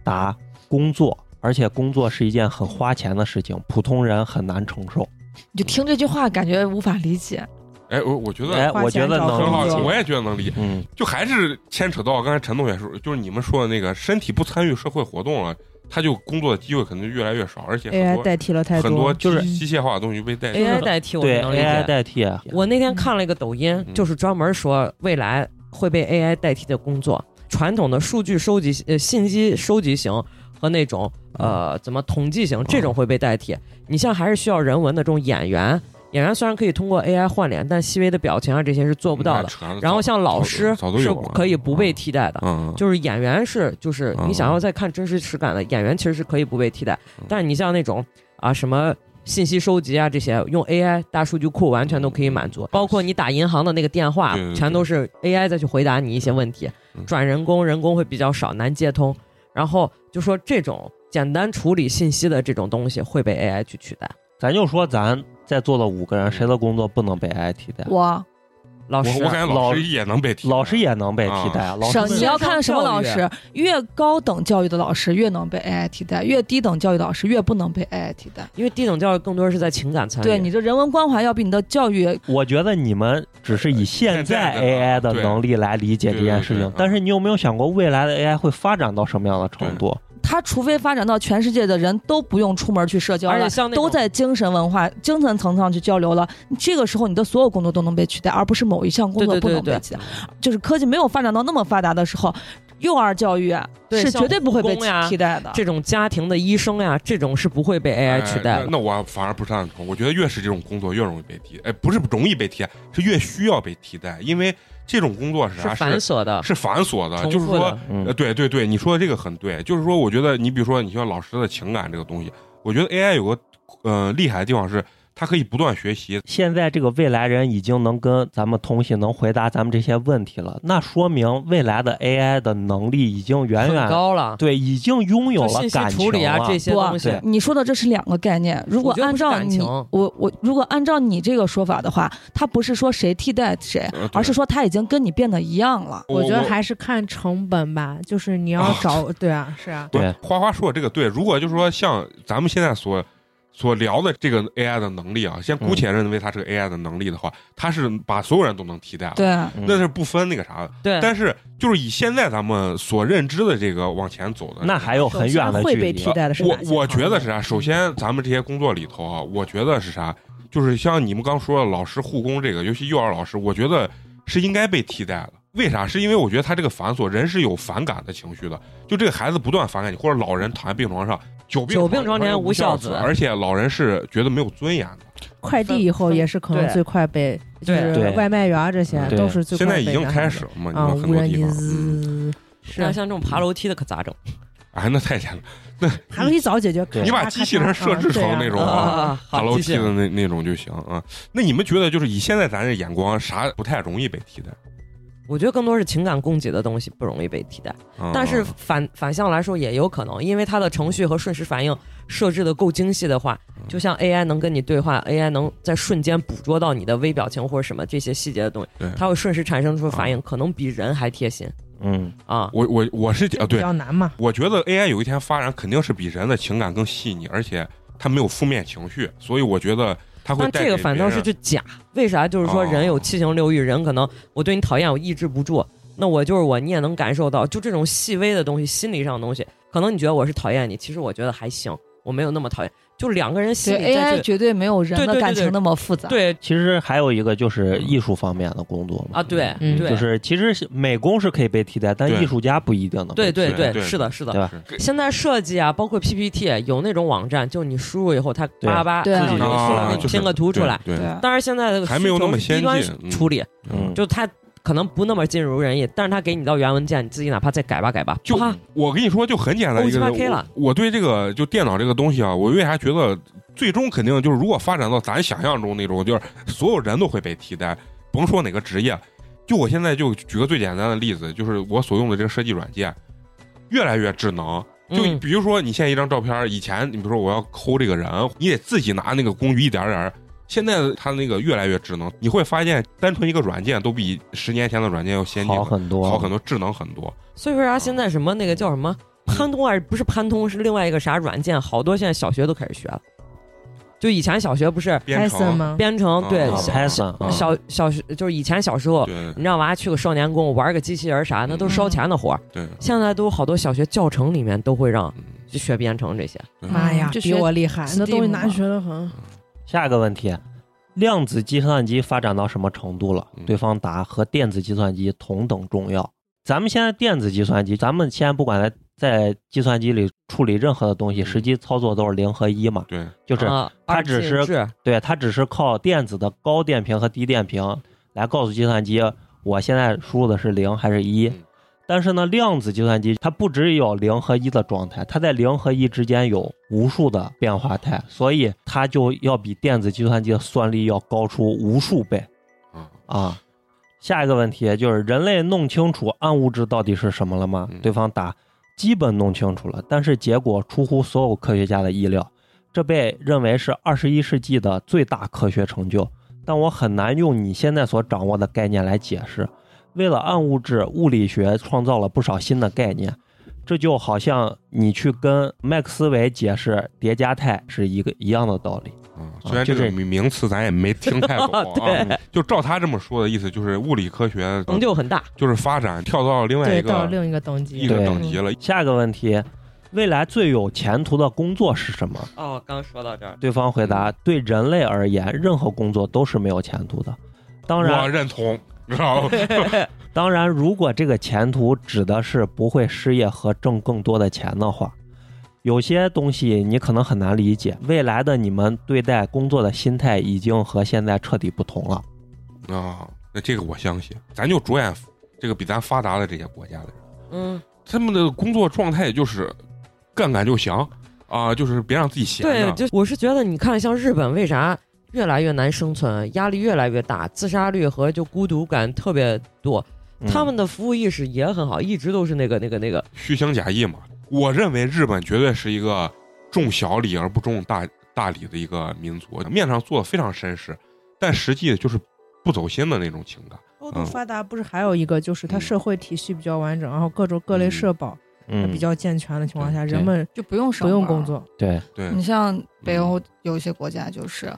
C: 答：工作，而且工作是一件很花钱的事情，普通人很难承受。
B: 你就听这句话感觉无法理解。
A: 哎，我我觉得
C: 哎，我
D: 花
C: 觉
D: 钱
C: 得
D: 找
A: 很
C: 能
A: 好理
C: 理
D: 工作
A: 解，
C: 解。
A: 我也觉得能理解。
C: 嗯，
A: 就还是牵扯到刚才陈同学说，就是你们说的那个身体不参与社会活动了，他就工作的机会可能就越来越少，而且很
D: ，AI
A: 多
D: 代替了哎太
A: 很多
C: 就是
A: 机机械化的东西被代替。
E: AI 代替我们
C: 对
E: 能理解。
C: ，AI 代替，啊
E: 我那天看了一个抖音，
A: 嗯
E: 就是专门说未来会被 AI 代替的工作，传统的数据收集、呃信息收集型和那种呃
A: 嗯
E: 怎么统计型这种会被代替。你像还是需要人文的这种演员，演员虽然可以通过 AI 换脸，但细微的表情啊这些是做不到
A: 那
E: 的。
A: 扯了
E: 然后像老师
A: 嗯早早都
E: 是
A: 有了
E: 可以不被替代的。
A: 嗯，
E: 就是演员是，就是
A: 嗯
E: 你想要再看真实实感的演员，其实是可以不被替代
A: 嗯。
E: 但是你像那种啊什么信息收集啊这些，用 AI 大数据库完全都可以满足。包括你打银行的那个电话
A: 对对，对
E: 全都是 AI 再去回答你一些问题
A: 嗯，
E: 转人工，人工会比较少，难接通。然后就说这种简单处理信息的这种东西会被 AI 去取代。
C: 咱就说咱在座的五个
E: 嗯
C: 人，谁的工作不能被 AI 替代？
B: 我
E: 老
A: 我
E: 师
A: 我感觉老
C: 老
A: 师也能被替代，
C: 老师也能被替代，啊老
B: 省
C: 师啊
B: 你
E: 们
B: 要看什么老师，越高等教育的老师越能被 AI 替代，越低等教育的老师越不能被 AI 替代。
E: 因为低等教育更多是在情感
C: 哎
E: 参与，
B: 对你这人文关怀要比你的教育
C: 我觉得你们只是以现在
A: 呃现在
C: AI
A: 的啊
C: 的
A: 对
C: 能力来理解这件事
A: 对对
C: 情
A: 对，嗯
C: 但是你有没有想过未来的 AI 会发展到什么样的程度？
B: 它除非发展到全世界的人都不用出门去社交
E: 而
B: 了
E: 且，像那种
B: 都在精神文化、精神层上去交流了，这个时候你的所有工作都能被取代，而不是某一项工作
E: 对对
B: 不
E: 对
B: 能被取代。就是科技没有发展到那么发达的时候，幼儿教育啊
E: 对
B: 是
E: 像
B: 绝对不会被
E: 护工呀
B: 替代的。
E: 这种家庭的医生呀，这种是不会被
A: 哎
E: AI 取代的。
A: 那那我反而不赞同，我觉得越是这种工作越容易被替，哎，不是容易被替代，是越需要被替代，因为这种工作是
E: 是
A: 啥
E: 繁
A: 是
E: 琐的，
A: 是繁琐的，
E: 啊重
A: 就是
E: 复的
A: 说呃，
C: 嗯，
A: 对对对，你说的这个很对，就是说，我觉得你比如说，你像老师的情感这个东西，我觉得 AI 有个呃厉害的地方是，它可以不断学习，
C: 现在这个未来人已经能跟咱们通信，能回答咱们这些问题了，那说明未来的 AI 的能力已经远
E: 很
C: 远
E: 高了。
C: 对，已经拥有
E: 就
C: 了
E: 信息
C: 感
E: 处
C: 情
E: 理啊
C: 了
E: 这些
B: 不
E: 东西
C: 对，
B: 你说的这是两个概念。如果
E: 我觉得
B: 按
E: 不是
B: 照
E: 感
B: 你，
E: 情
B: 我我如果按照你这个说法的话，它不是说谁替代谁，
A: 呃对
B: 而是说它已经跟你变得一样了。
D: 我觉得还是看成本吧，就是你要找，对啊，是啊，
A: 不是
C: 对
A: 花花说的这个对，如果就是说像咱们现在所所聊的这个 AI 的能力啊，先姑且认为它是个 AI 的能力的话，它是把所有人都能替代
E: 啊
A: 了，
B: 对，
C: 嗯
A: 那是不分那个啥的。
E: 对，
A: 但是就是以现在咱们所认知的这个往前走的，
C: 那还有很远的
D: 会
C: 距
D: 被
C: 离
D: 替。代的是
A: 我
D: 哪些
A: 我觉
D: 行
A: 得
D: 业
A: 是啥？首先，咱们这些工作里头啊，我觉得是啥？就是像你们刚说的老师护工这个，尤其幼儿老师，我觉得是应该被替代的。为啥？是因为我觉得他这个繁琐，人是有反感的情绪的。就这个孩子不断反感你，或者老人躺在病床上，久病
E: 久病床前
A: 无
E: 无孝
A: 子，
E: 子
A: 而且老人是觉得没有尊严的。
D: 快递以后也是可能
E: 对
D: 最快被，就
E: 对
D: 是
C: 对
D: 外卖员儿这些
A: 对
D: 都是最
A: 现
D: 快
A: 在已
D: 被
A: 经
D: 干
A: 开
D: 的
A: 始了嘛，你
D: 啊，
A: 们很
D: 无
A: 多
D: 人
A: 地
D: 机
A: 方，嗯
D: 滋，
E: 是像这种爬楼梯的可咋整？
A: 哎，那太简单了。
D: 还可以早解决。
C: 对
A: 你把
D: 咔嚓
A: 机器人
D: 咔嚓
A: 设置成
D: 啊对啊
A: 那种
E: 啊
A: 啊
E: 啊，啊
A: 爬楼
E: 好，继
A: 梯
E: 续。
A: 的那那种就行啊。那你们觉得，就是以现在咱这眼光，啥不太容易被替代？
E: 我觉得更多是情感供给的东西不容易被替代，
A: 嗯
E: 但是反反向来说也有可能，因为它的程序和瞬时反应设置的够精细的话，
A: 嗯
E: 就像 AI 能跟你对话，AI 能在瞬间捕捉到你的微表情或者什么这些细节的东西
A: 对，哦
E: 它会瞬时产生出反应，可能比人还贴心
C: 嗯，
E: 啊。
A: 我我我是
D: 这
A: 啊，
E: 嗯
D: 比
A: 对，
D: 较难嘛。
A: 我觉得 AI 有一天发展肯定是比人的情感更细腻，而且它没有负面情绪，所以我觉得它会
E: 但
A: 带给
E: 这个反倒是
A: 别人哦
E: 就假，为啥？就是说人有七情六欲，人可能我对你讨厌，我抑制不住，那我就是我，你也能感受到，就这种细微的东西，心理上的东西，可能你觉得我是讨厌你，其实我觉得还行，我没有那么讨厌，就两个人心
B: 对
E: 里在
B: AI
E: 这
B: 绝对没有人
E: 对对
B: 的
E: 对
B: 感
E: 对
B: 情那么复杂。
E: 对
C: 其实还有一个就是艺术方面的工作嘛。
E: 啊，对
D: 嗯
E: 对，
C: 就是其实是美工是可以被替代，但
A: 对
C: 艺术家不一定能被
E: 对
C: 替代。
E: 对
A: 对
E: 是的，是
C: 对
E: 的。
C: 吧
A: 是
E: 现在设计啊，包括 PPT，有那种网站，就你输入以后，它
C: 对
E: 叭叭
B: 对
E: 自己
B: 啊
E: 就出来，
A: 啊，
E: 给
A: 就是
E: 你拼个图出来。
A: 对，对
B: 对
E: 当然，现在的
A: 还没有那么
E: 需求是低端
A: 先进嗯
E: 处理，
C: 嗯，
E: 就它可能不那么尽如人意，但是它给你到原文件，你自己哪怕再改吧改吧，
A: 就
E: 啪
A: 我跟你说，就很简单一个
E: 欧鸡巴啊哦 K
A: 我
E: 了，
A: 我对这个就电脑这个东西啊，我为啥觉得最终肯定就是如果发展到咱想象中那种，就是所有人都会被替代，甭说哪个职业，就我现在就举个最简单的例子，就是我所用的这个设计软件越来越智能。就
E: 嗯
A: 比如说你现在一张照片，以前你比如说我要抠这个人，你得自己拿那个工具一点点儿。现在它那个越来越智能，你会发现单纯一个软件都比十年前的软件要先进
C: 好
A: 了，
C: 很多，
A: 好很多，智能很多。
E: 所以说啥、现在什么那个叫什么潘通啊，不是潘通，是另外一个啥软件，好多现在小学都开始学了。就以前小学不是
A: 编
D: Python
A: 程
D: 吗？
E: 编程，嗯对
A: 啊
E: 小
C: Python 啊
E: 小小学就是以前小时候，
A: 对
E: 你让娃去个少年宫玩个机器人啥，那都是烧钱的活儿。
A: 对，
E: 现在都好多小学教程里面都会让
A: 嗯
E: 就学编程这些。
D: 妈呀，
B: 就
D: 比
B: 嗯学
D: 我厉害，啊
B: Steam
D: 那东西
B: 嘛
D: 难学的很。
C: 下一个问题，量子计算机发展到什么程度了？
A: 嗯
C: 对方答：和电子计算机同等重要。咱们现在电子计算机，咱们现在不管在在计算机里处理任何的东西，实际操作都是零和一嘛，
A: 对，
C: 就是
E: 啊
C: 它只是
E: 二进制
C: 对它只是靠电子的高电平和低电平来告诉计算机，我现在输入的是零还是一
A: 嗯。
C: 但是呢，量子计算机它不只有零和一的状态，它在零和一之间有无数的变化态，所以它就要比电子计算机的算力要高出无数倍
A: 啊，
C: 啊。下一个问题就是人类弄清楚暗物质到底是什么了吗
A: 嗯？
C: 对方答：基本弄清楚了，但是结果出乎所有科学家的意料。这被认为是二十一世纪的最大科学成就，但我很难用你现在所掌握的概念来解释。为了暗物质物理学创造了不少新的概念，这就好像你去跟麦克斯韦解释叠加态是一个一样的道理。
A: 啊，
C: 啊
A: 虽然这
C: 就
A: 个
C: 是
A: 名名词咱也没听太懂啊，
E: 对
A: 就照他这么说的意思，就是物理科学
E: 成就很大。
A: 就是发展跳到另外一
D: 对，到
A: 个
D: 另一个等
A: 一
D: 级嗯
A: 个
C: 对
A: 等级了。
C: 下一个问题，未来最有前途的工作是什么？
E: 哦，刚说到这儿，
C: 对方回答：对人类而言，任何工作都是没有前途的。当然
A: 我，认同，你知道吗？
C: 当然，如果这个前途指的是不会失业和挣更多的钱的话，有些东西你可能很难理解。未来的你们对待工作的心态已经和现在彻底不同了。
A: 啊，那这个我相信，咱就着眼这个比咱发达的这些国家的人，
E: 嗯，
A: 他们的工作状态就是干干就行啊，就是别让自己闲
E: 对，
A: 着。
E: 就我是觉得，你看，像日本为啥越来越难生存，压力越来越大，自杀率和就孤独感特别多。
C: 嗯
E: 他们的服务意识也很好，一直都是那个那个那个。
A: 虚情假意嘛。我认为日本绝对是一个重小礼而不重大大礼的一个民族，面上做的非常绅士，但实际就是不走心的那种情感。嗯
D: 高度发达不是还有一个，就是它社会体系比较完整，然后各种各类社保，
C: 嗯
D: 比较健全的情况下，
C: 对
D: 人们
B: 就不用上
D: 不用
B: 班
D: 工。作，
C: 对，
A: 对，
B: 你
E: 嗯
B: 像北欧有一些国家，就是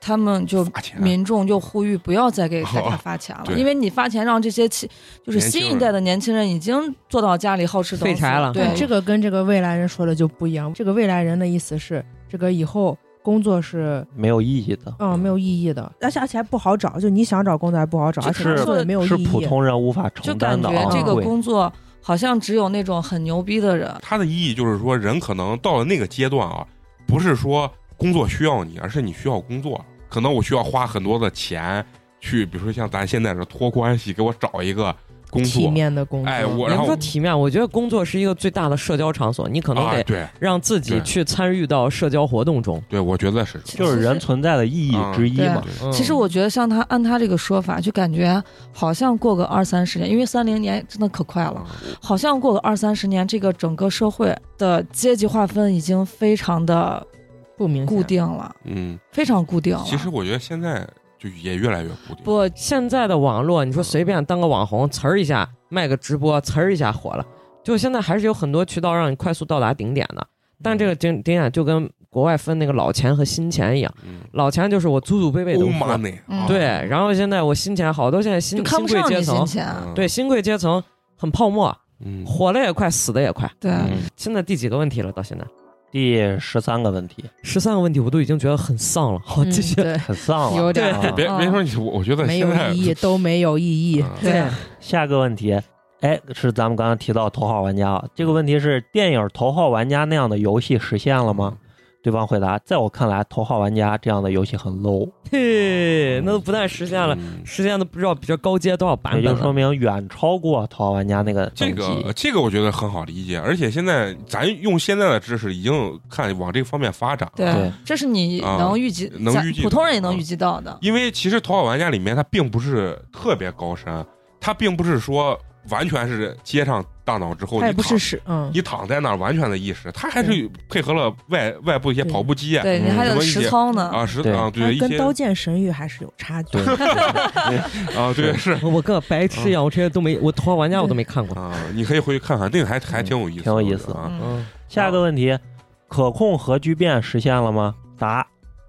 B: 他们就
E: 哎
A: 发钱啊
B: 民众就呼吁不要再 给大家
A: 哦
B: 发钱了，
A: 对
B: 因为你发钱让这些其就是
A: 年轻
B: 新一
A: 人
B: 代的年轻人已经坐到家里好吃
E: 废
B: 等死
E: 柴了嗯
B: 对
D: 这个跟这个未来人说的就不一样。这个未来人的意思是，这个以后工作是
C: 没有意义的，
D: 嗯没有意义的，而且而且还不好找，就你想找工作还不好找，而且
C: 是
D: 工作也没有
C: 是
D: 意义。
C: 普通人无法
B: 就
C: 承
B: 感
C: 担的啊
B: 觉
C: 昂
B: 这个
C: 贵。
B: 工作好像只有那种很牛逼的人。
A: 它的意义就是说，人可能到了那个阶段啊，不是说工作需要你，而是你需要工作。可能我需要花很多的钱去，比如说像咱现在这托关系给我找一个工
D: 体
A: 作。
D: 面的工作，
A: 哎，我
E: 也
A: 然
E: 不
A: 后
E: 说体面，我觉得工作是一个最大的社交场所，你可能
A: 啊，
E: 得
A: 对
E: 让自己
A: 对
E: 去参与到社交活动中。
A: 对，我觉得是
C: 就是人存在的意义之一嘛，
A: 对
E: 嗯
B: 其实我觉得像他按他这个说法，就感觉好像过个二三十年，因为三零年真的可快了，好像过个二三十年，这个整个社会的阶级划分已经非常的
D: 不明显
B: 固定了，
A: 嗯，
B: 非常固定了。
A: 其实我觉得现在就也越来越固定。
E: 不，现在的网络，你说随便当个网红，呲儿一下卖个直播，呲儿一下火了，就现在还是有很多渠道让你快速到达顶点的。但
A: 嗯
E: 这个顶顶点就跟国外分那个老钱和新钱一样，
A: 嗯啊
E: 老钱就是我祖祖辈辈
C: 哦
E: 都
A: 欧
E: 富
A: 玛内
B: 嗯
E: 对，啊然后现在我新钱好多现在新
B: 就看
E: 新
B: 不
E: 贵
B: 上
E: 阶
B: 你
E: 层
B: 金，钱，
E: 对，新贵阶层很泡沫，
A: 嗯
E: 火了也快，死的也快。
B: 对，
C: 嗯
E: 现在第几个问题了？到现在
C: 第十三个问题
E: 十三个问题，我都已经觉得很丧了。好，
D: 嗯
E: 继续。
D: 对，
C: 很丧了。
D: 有点
C: 啊
A: 别别说你，我我觉得
D: 没有
A: 现在
D: 意义，都没有意义。
A: 嗯
B: 对，
C: 下个问题，哎，是咱们刚刚提到头号玩家啊，这个问题是电影《头号玩家》那样的游戏实现了吗？对方回答：在我看来，《头号玩家》这样的游戏很 low，
E: 嘿，那都不但实现了，
A: 嗯
E: 实现的不知道比这高阶多少版
C: 也
E: 本
C: 就
E: 了。
C: 哎说明远超过《头号玩家》那个
A: 这
C: 等
A: 个
C: 级。
A: 这个我觉得很好理解，而且现在咱用现在的知识已经看往这方面发展了。
B: 对
C: 对
B: 这是你
A: 啊
B: 能预计，
A: 能
B: 咱
A: 预计
B: 普
A: 到
B: 通人也
A: 啊
B: 能预计到的。
A: 因为其实《头号玩家》里面它并不是特别高深，它并不是说完全是接上大脑之后
D: 他也
A: 你
D: 不是
A: 躺
D: 使，嗯，
A: 你躺在那儿完全的意识，它还是配合了外外部一些
D: 对
A: 跑步机啊
B: 对你
C: 嗯
B: 还
A: 什
B: 有
A: 么一
B: 实
A: 些
B: 操呢，
A: 啊，实
C: 对
A: 啊
D: 它
A: 对一
D: 跟
A: 些
D: 《 刀剑神域》还是有差距
C: 对。
A: 啊对是
E: 我跟个白痴一样，我这些都没，我《头号玩家》我都没看过。
A: 啊，你可以回去看看，那个还还挺有意思的，
C: 嗯挺有意
A: 我觉得
C: 思
A: 啊。
E: 嗯，
C: 下个问题，可控核聚变实现了吗？答：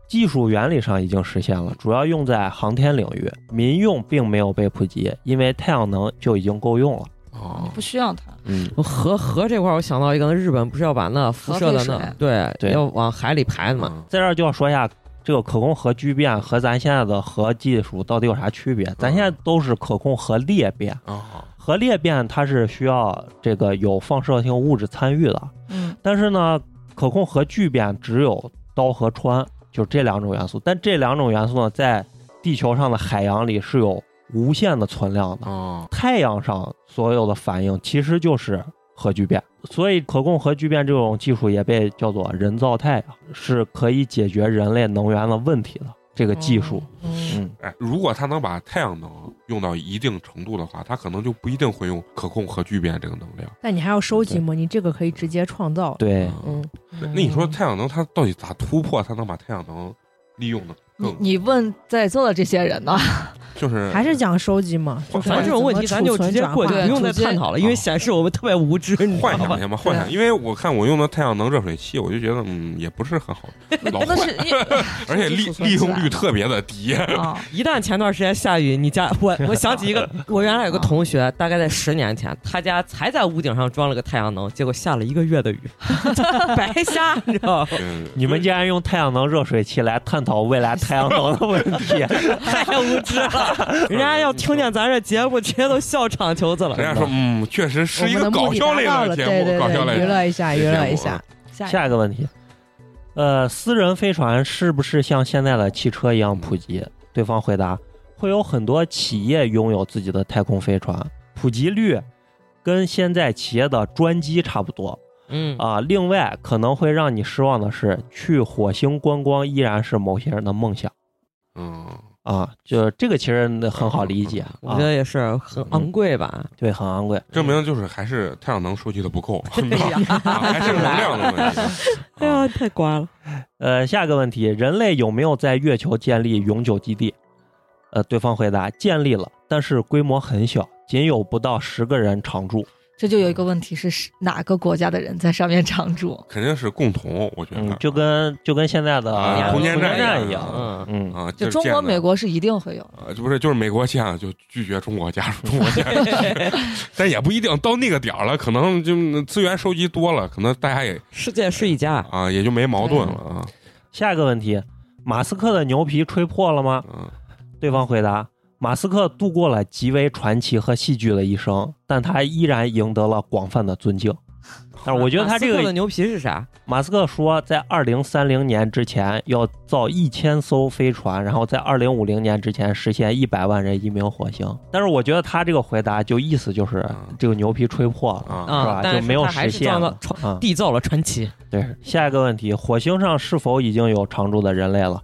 C: 技术原理上已经实现了，主要用在航天领域，民用并没有被普及，因为太阳能就已经够用了。
D: 嗯
B: 你
A: 哦
B: 不需要它。
C: 嗯，
E: 我核核这块儿，我想到一个，那日本不是要把那辐射的
B: 核废
E: 那对
C: 对
E: 要往海里排的嘛？
A: 嗯
C: 在这儿就要说一下，这个可控核聚变和咱现在的核技术到底有啥区别？咱现在都是可控核裂变，
A: 啊，
C: 核裂变它是需要这个有放射性物质参与的，
B: 嗯，
C: 但是呢，可控核聚变只有氘和氚，就这两种元素。但这两种元素呢，在地球上的海洋里是有无限的存量的。
A: 哦，
C: 太阳上所有的反应其实就是核聚变，所以可控核聚变这种技术也被叫做人造太阳，是可以解决人类能源的问题的这个技
D: 哦
C: 术。嗯，
A: 哎，如果他能把太阳能用到一定程度的话，他可能就不一定会用可控核聚变这个能量。
D: 但你还要收集嘛？你这个可以直接创造。
C: 对，
A: 嗯
D: 嗯，
A: 那那你说太阳能它到底咋突破才能把太阳能利用的
B: 你
A: 更
B: 你问在座的这些人呢？
A: 就是
D: 嗯还是讲收集嘛？就是
E: 哦反正这种问题咱就直接过去，
D: 怎么
E: 不
D: 储
E: 用再
D: 存转化
B: 直接
E: 探讨了，因为
A: 啊
E: 显示我们特别无知，你知
A: 幻
E: 道
A: 想
E: 吧
A: 一？下嘛？幻想，因为我看我用的太阳能热水器，我就觉得嗯也不是很 好，老
B: 那
A: 坏，
B: 哎是
C: 哦
B: 因为
A: 而且利
B: 手机储存
A: 利
B: 起
A: 用
B: 来
A: 率特别的 低。
B: 啊，
E: 一旦前段时间下雨，你家我我想起一个，我原来有个同学，大概在十年前，他家才在屋顶上装了个太阳能，结果下了一个月的雨， 白瞎，你知道吗？
A: 嗯
C: 你们竟然用太阳能热水器来探讨未来太阳能的问题，
E: 太无知了，人家要听见咱这节目，直接都笑场球子了。
A: 人家说嗯，确实是一
D: 我
A: 个
D: 们的
A: 搞
D: 目的
A: 笑
D: 达
A: 类
D: 到了，
A: 的
D: 对
A: 节
D: 对
A: 目，
D: 对，
A: 搞笑类
D: 娱
A: 的
D: 乐一下，娱乐一下。
A: 啊
C: 下一个问题，呃，私人飞船是不是像现在的汽车一样普及？对方回答：会有很多企业拥有自己的太空飞船，普及率跟现在企业的专机差不多
E: 嗯，
C: 啊、另外，可能会让你失望的是，去火星观光依然是某些人的梦想
A: 嗯，
C: 啊。就这个其实很好理解
E: 我
C: 啊嗯
E: 觉，得也是很昂贵吧。
C: 对，很昂贵。
A: 证明就是还是太阳能收集的不 够， 啊还是能量的啊问题。
E: 哎
D: 啊
E: 呀，太瓜了。
C: 呃，下个问题，人类有没有在月球建立永久基地？呃，对方回答建立了，但是规模很小，仅有不到十个人常住。
B: 这就有一个问题是是哪个国家的人在上面常住？
A: 肯定是共同，我觉得
C: 嗯，就跟就跟现在的
A: 啊
E: 空间
C: 间
A: 站
C: 站
A: 一样
C: 样，
E: 嗯，
C: 嗯，
A: 啊，
B: 就是中
A: 见
B: 国、
A: 的
B: 美国是一定会有，
A: 呃，不是，就是美国现在就拒绝中国加入中国 建，但也不一定到那个点儿了，可能就资源收集多了，可能大家也
E: 世界是一家，
A: 啊也就没矛盾了啊。
C: 下一个问题，马斯克的牛皮吹破了吗？
A: 嗯，
C: 对方回答：马斯克度过了极为传奇和戏剧的一生，但他依然赢得了广泛的尊敬。但是我觉得他这
E: 马斯克的
C: 个
E: 牛皮是啥？
C: 马斯克说，在二零三零年之前要造一千艘飞船，然后在二零五零年之前实现一百万人移民火星。但是我觉得他这个回答就意思就是啊
A: 嗯
C: 这个牛皮吹破了，
A: 啊
E: 啊
C: 是吧？
E: 但
C: 就是没有
E: 他还
C: 实
E: 是
C: 现
E: 造
C: 了
E: 了
C: 啊。
E: 缔造了传奇。
C: 对，下一个问题，火星上是否已经有常住的人类了？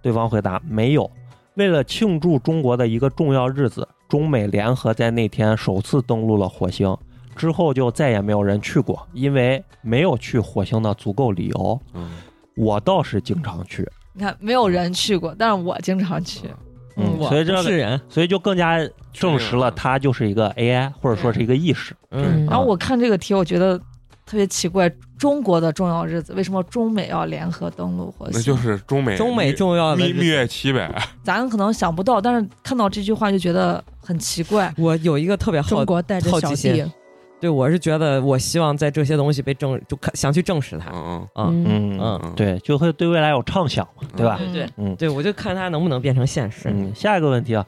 C: 对方回答没有。为了庆祝中国的一个重要日子，中美联合在那天首次登陆了火星，之后就再也没有人去过，因为没有去火星的足够理由。
A: 嗯，
C: 我倒是经常去，
B: 你看没有人去过，但是我经常去。
C: 嗯，
E: 我
C: 所以这
E: 不
C: 个
E: 是人，
C: 所以就更加证实了它就是一个 AI，或者说是一个意识。
E: 嗯，
B: 然后我看这个题，我觉得特别奇怪，中国的重要日子为什么中美要联合登陆火
A: 那
B: 星？
A: 就是中美
E: 中美重要的
A: 蜜
E: 日
A: 蜜
E: 子。
A: 月期呗，
B: 咱可能想不到，但是看到这句话就觉得很奇怪。
E: 我有一个特别好
D: 中，国带着
E: 好
D: 小
E: 奇
D: 弟
A: 啊
E: 心，对我是觉得，我希望在这些东西被证，就看想去证实它。
A: 嗯
E: 啊
D: 嗯，
C: 嗯
E: 嗯
A: 嗯，
C: 对，就会对未来有畅想嘛，对吧？
E: 对对
C: 嗯
E: 对，我就看它能不能变成现实。
C: 嗯，下一个问题啊，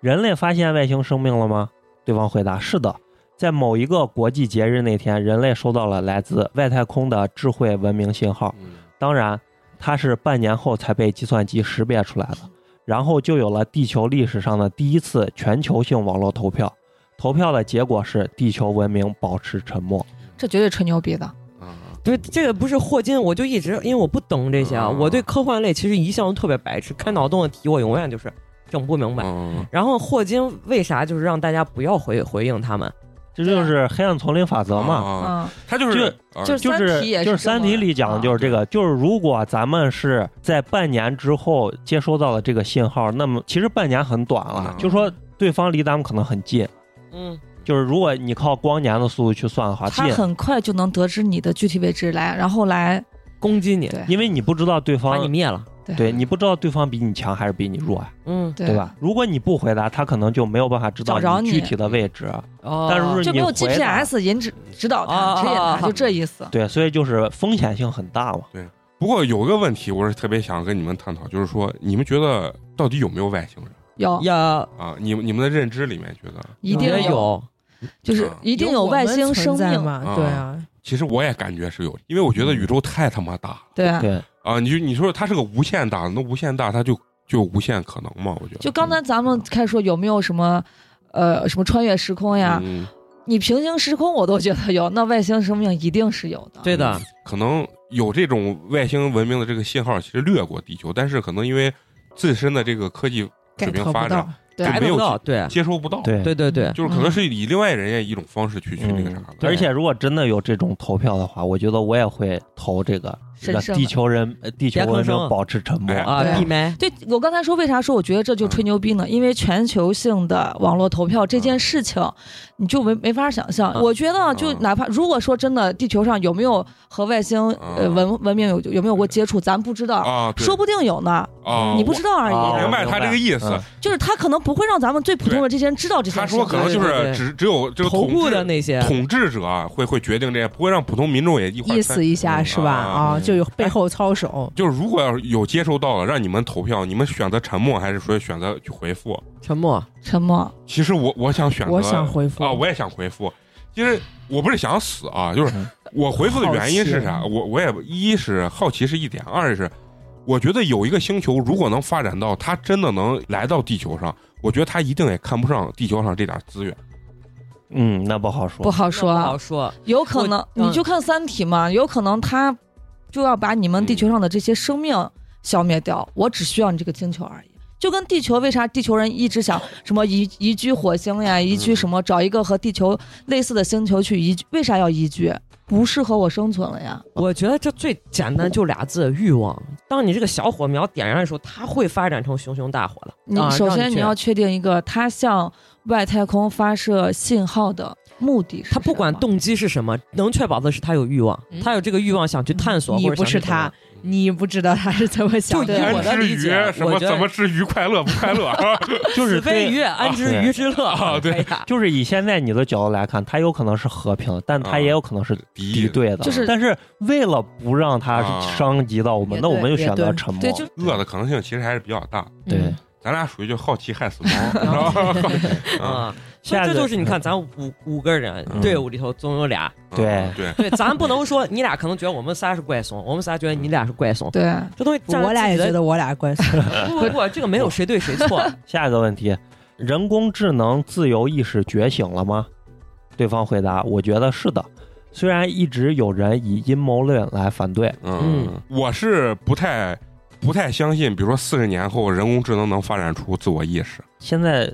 C: 人类发现外星生命了吗？对方回答：是的，在某一个国际节日那天，人类收到了来自外太空的智慧文明信号。
A: 嗯
C: 当然，它是半年后才被计算机识别出来的，然后就有了地球历史上的第一次全球性网络投票。投票的结果是地球文明保持沉默。
B: 这绝对吹牛逼的。
A: 啊，
E: 对，这个不是霍金，我就一直因为我不懂这些啊，
A: 嗯
E: 我对科幻类其实一向都特别白痴，开脑洞的题我永远就是整不明白。
A: 嗯
E: 然后霍金为啥就是让大家不要回回应他们？
C: 这就是黑暗丛林法则嘛。
A: 啊，啊
B: 嗯，
A: 他就是啊
B: 就是
C: 就
B: 三
C: 是
B: 体也是
C: 就是《
B: 这么啊
C: 三体》里讲的就是这个，就是如果咱们是在半年之后接收到了这个信号，那么其实半年很短了
A: 嗯，
C: 就说对方离咱们可能很近，
E: 嗯，
C: 就是如果你靠光年的速度去算的话，
B: 他
C: 近，
B: 很快就能得知你的具体位置来，然后来
E: 攻击你，
B: 对
C: 因为你不知道对
E: 把你
C: 方，
E: 灭了。
C: 对你不知道对方比你强还是比你弱呀，
E: 嗯，
B: 对
C: 对？吧？如果你不回答，他可能就没有办法知
B: 找着
C: 道
B: 你
C: 具体的位置，
E: 哦
C: 但是
B: 就没有
C: 你回答
B: GPS 引指指导
E: 哦
B: 他、指引
E: 哦
B: 他
E: 哦，
B: 就这意思。
C: 对，所以就是风险性很大嘛。
A: 不过有个问题，我是特别想跟你们探讨，就是说你们觉得到底有没有外星人
B: 有
E: 要
A: 啊？你们你们的认知里面觉得？
B: 一
E: 也
B: 定有，
E: 有，
B: 就是一定有外星生
D: 有我们存在
B: 命。
D: 嘛？
A: 嗯
D: 对啊，
A: 其实我也感觉是有，因为我觉得宇宙太他妈大了
B: 对啊，
C: 对，
A: 啊！你就你说它是个无限大，那无限大它就就无限可能嘛？我觉得
B: 就刚才咱们开始说有没有什么。呃，什么穿越时空呀？
A: 嗯，
B: 你平行时空我都觉得有，那外星生命一定是有的。
E: 对的，
A: 可能有这种外星文明的这个信号，其实掠过地球，但是可能因为自身的这个科技水
D: get
A: 平
D: 不
A: 发展
D: 到，
B: 对
A: 就
E: 改
A: 没
E: 不
A: 有
E: 到，对
A: 接收不到，
C: 对
E: 对对对，
A: 就是
D: 嗯
A: 可能是以另外人家一种方式去去那个啥的，
E: 对
C: 而且如果真的有这种投票的话，我觉得我也会投这个这个
B: 神圣的
C: 地球人呃地球
E: 别吭
C: 文
E: 声
C: 明保持沉默
A: 哎
E: 啊
B: 对，
E: 闭麦，
B: 对，我刚才说为啥说我觉得这就吹牛逼呢？因为全球性的网络投票这件事情，你就没没法想象。
E: 嗯
B: 我觉得就
A: 嗯
B: 哪怕如果说真的地球上有没有和外星呃
A: 嗯
B: 文文明有有没有过接触，咱不知道，
A: 啊，对
B: 说不定有呢，
A: 啊，
E: 哦
B: 你不知道而
C: 啊
A: 我明
B: 已。
A: 白他这个意思
C: 嗯，
B: 就是他可能不会让咱们最普通的这些人知道这
A: 他
B: 件事
A: 说
B: 情。
A: 可能就
E: 对对
A: 是
E: 对
A: 只只有这个
E: 头
A: 统
E: 部
A: 治
E: 的那些，
A: 统治者啊会会决定这些，不会让普通民众也一块儿
D: 意
A: 参
D: 思一下
A: 嗯
D: 是吧？
A: 啊
D: 啊，就有背后操手，
A: 就是如果要是有接收到了，让你们投票，你们选择沉默还是说选择去回复？
E: 沉默，
B: 沉默，
A: 其实我我想选择，
D: 我想回复
A: 啊，我也想回复。其实我不是想死啊，就是
C: 嗯
A: 我回复的原因是啥？
D: 好奇
A: 我我也一是好奇是一点，二是我觉得有一个星球如果能发展到它真的能来到地球上，我觉得它一定也看不上地球上这点资 源。
C: 嗯，那不好说。
B: 不好
E: 那不好
B: 说，啊
E: 说，
B: 有可能
E: 我嗯
B: 你就看《三体》嘛，有可能他就要把你们地球上的这些生命消灭掉，我只需要你这个星球而已。就跟地球为啥地球人一直想什么移移居火星呀，移居
E: 嗯
B: 什么找一个和地球类似的星球去移居，为啥要移居？不适合我生存了呀。
E: 我觉得这最简单就俩字：欲望。当你这个小火苗点燃的时候，它会发展成熊熊大火的。
B: 你
E: 啊
B: 首
E: 让
B: 先
E: 你
B: 你
E: 去
B: 要确定一个它向外太空发射信号的目的是
E: 他不管
B: 什么
E: 动机是什么，能确保的是他有欲望，
G: 嗯
E: 他有这个欲望想去探索。
G: 你
E: 或者
G: 不是
E: 想去怎么
G: 他
E: 样，
G: 你不知道他是怎么想
E: 就以
G: 的。
E: 我
A: 安
E: 的
A: 之
E: 理
A: 鱼
E: 解
A: 什么
E: 我觉得
A: 怎么吃鱼快乐不快乐啊？
C: 就是
E: 子非
C: 对，
E: 鱼，安知鱼之乐
A: 啊对
E: 哎呀
C: 就是以现在你的角度来看，它有可能是和平，但它也有可能是敌
A: 敌
C: 对的。
B: 就是
C: 但是为了不让它
A: 啊
C: 伤及到我们，
G: 也
C: 那我
G: 对
C: 们就
G: 也
C: 选择
G: 对
C: 沉默。
B: 对就
A: 饿的可能性其实还是比较大。
C: 对
G: 嗯，
A: 咱俩属于就好奇害 死猫，知道吧？啊
E: 啊！所以
C: 下
E: 这
C: 次
E: 就是你看，咱五五个人
A: 嗯
E: 队伍里头总有俩，
C: 对
A: 对，
E: 对，咱不能说你俩可能觉得我们仨是怪怂，我们仨觉得你俩是怪怂，
B: 对，
E: 这东西站在
G: 我俩也
E: 自己
G: 觉
E: 的
G: 得我俩关系。
E: 不不不，这个没有谁对谁错，
C: 下一个问
B: 嗯
C: 题，人工智能自由意识觉醒了吗？对方回答：我觉得是的。虽然一直有人以阴谋论来反对，
A: 嗯，我是不太不太相信，比如说四十年后人工智能能发展出自我意识。
C: 现在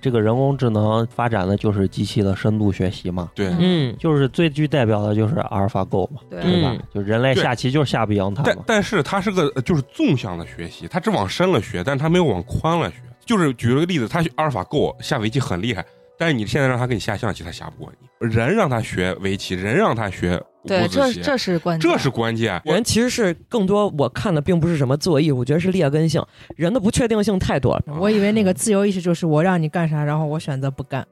C: 这个人工智能发展的就是机器的深度学习嘛，
A: 对，
E: 嗯，
C: 就是最具代表的就是阿尔法狗嘛，
B: 对
C: 对吧？
E: 嗯
C: 就人类
A: 对
C: 下棋就是下不赢它
A: 但
C: 嘛。
A: 但是它是个呃就是纵向的学习，它只往深了学，但它没有往宽了学。就是举了个例子，它阿尔法狗下围棋很厉害，但是你现在让它跟你下象棋，它下不过你。人让它学围棋，人让它学
B: 对，
A: 五
B: 这
A: 子棋，
B: 这是关键，
A: 这是关键。我
E: 人其实是更多，我看的并不是什么自我意识，我觉得是劣根性，人的不确定性太多了。
A: 啊
D: 我以为那个自由意识就是我让你干啥，然后我选择不干，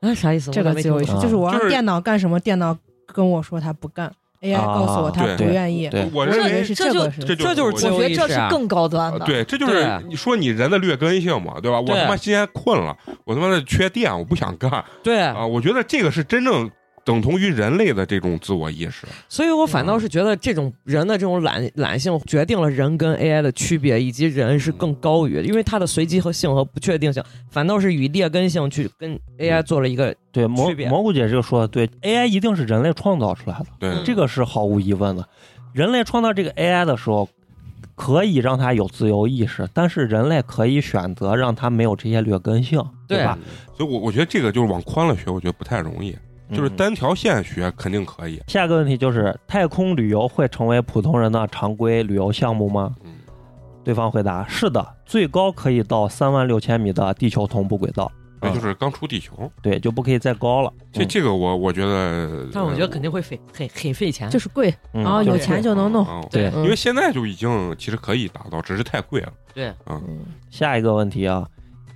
E: 啊，啥意思？
D: 这个自由意识
C: 啊
D: 就是我
A: 就
D: 让
A: 是
D: 电脑干什么，电脑跟我说他不干，AI
C: 啊
D: 告诉我他
A: 对
D: 不愿意。
C: 对
A: 我
D: 我
A: 认为
D: 以为是
B: 这
D: 个
B: 就是
A: 这
E: 这就是
A: 我
E: 自
B: 我觉
E: 由
B: 得
E: 意
B: 这
E: 识
B: 是
E: 啊
B: 更高端的，
A: 对，这就是
B: 啊
E: 对
A: 你说你人的劣根性嘛，对吧？我
E: 对
A: 他妈今天困了，我他妈的缺电，我不想干
E: 对，
A: 啊！我觉得这个是真正等同于人类的这种自我意识。
E: 所以我反倒是觉得这种人的这种懒懒性决定了人跟 AI 的区别，以及人是更高于，因为它的随机和性和不确定性，反倒是与劣根性去跟 AI 做了一个
C: 对，蘑
E: 区别
C: 蘑菇姐这个说的对，AI 一定是人类创造出来的，
A: 对，
C: 这个是毫无疑问的。人类创造这个 AI 的时候，可以让它有自由意识，但是人类可以选择让它没有这些劣根性，
E: 对
C: 吧？
A: 所以我我觉得这个就是往宽了学，我觉得不太容易。就是
C: 嗯
A: 单条线学肯定可以，
C: 下一个问题就是，太空旅游会成为普通人的常规旅游项目吗？
A: 嗯，
C: 对方回答：是的，最高可以到三万六千米的地球同步轨道。
A: 那就是刚出地球，
C: 对，就不可以再高了。
A: 这
C: 嗯
A: 这个我我觉得，
E: 但我觉得肯定会费很很费钱，
D: 就是贵，
C: 嗯
D: 然后
C: 就
D: 哦有
C: 是
D: 钱就能弄。
A: 嗯
C: 对
E: 嗯
A: 因为现在就已经其实可以达到，只是太贵了。
E: 对，
C: 下一个问题啊，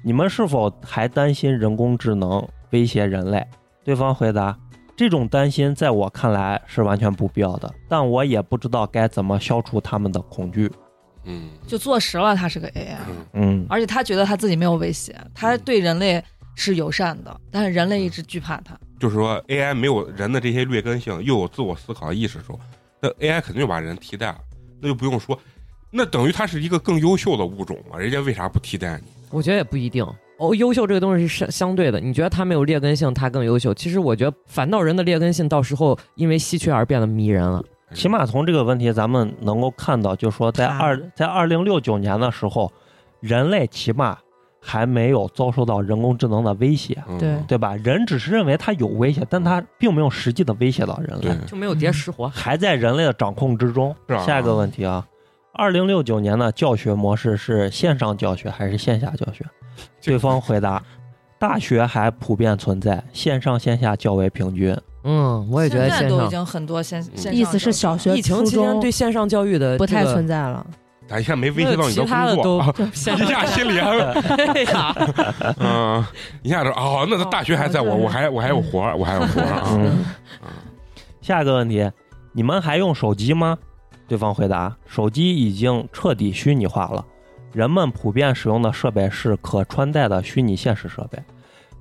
C: 你们是否还担心人工智能威胁人类？对方回答：这种担心在我看来是完全不必要的，但我也不知道该怎么消除他们的恐惧。
A: 嗯，
B: 就坐实了他是个 AI，
A: 嗯
C: 嗯，
B: 而且他觉得他自己没有威胁，他对人类是友善的，但是人类一直惧怕他。
A: 就是说 AI 没有人的这些劣根性，又有自我思考意识的时候，那 AI 肯定就把人替代了，那就不用说，那等于它是一个更优秀的物种嘛，人家为啥不替代你？
E: 我觉得也不一定。哦，优秀这个东西是相相对的，你觉得他没有劣根性，他更优秀。其实我觉得，反倒人的劣根性到时候因为稀缺而变得迷人了。
A: 嗯
C: 起码从这个问题咱们能够看到，就是说在
G: 看
C: 二在二零六九年的时候，人类起码还没有遭受到人工智能的威胁。
A: 嗯
D: 对
C: 对吧？人只是认为它有威胁，但它并没有实际的威胁到人类
A: 对。
E: 就没有叠石活。
C: 还在人类的掌控之中。
A: 是啊
C: 下一个问题啊，二零六九年的教学模式是线上教学还是线下教学？
A: 这
C: 对方回答：大学还普遍存在，线上线下较为平均。
E: 嗯，我也觉得
B: 现在
E: 线
B: 都已
E: 上
B: 经很多线
A: 嗯
B: 线上
D: 意思是小学、
E: 疫情
D: 初
E: 期间
D: 中
E: 对线上教育的
D: 不太
E: 这个
D: 存在了。
A: 咱现在没威胁到你
E: 那其他的
A: 工作啊，
E: 都线
A: 一下心里还
E: 哎呀，
A: 嗯，一下说哦，那他大学还在我，
D: 哦
A: 我还我还有活儿，我还有活儿啊。
C: 嗯，下一个问题，你们还用手机吗？对方回答：手机已经彻底虚拟化了，人们普遍使用的设备是可穿戴的虚拟现实设备。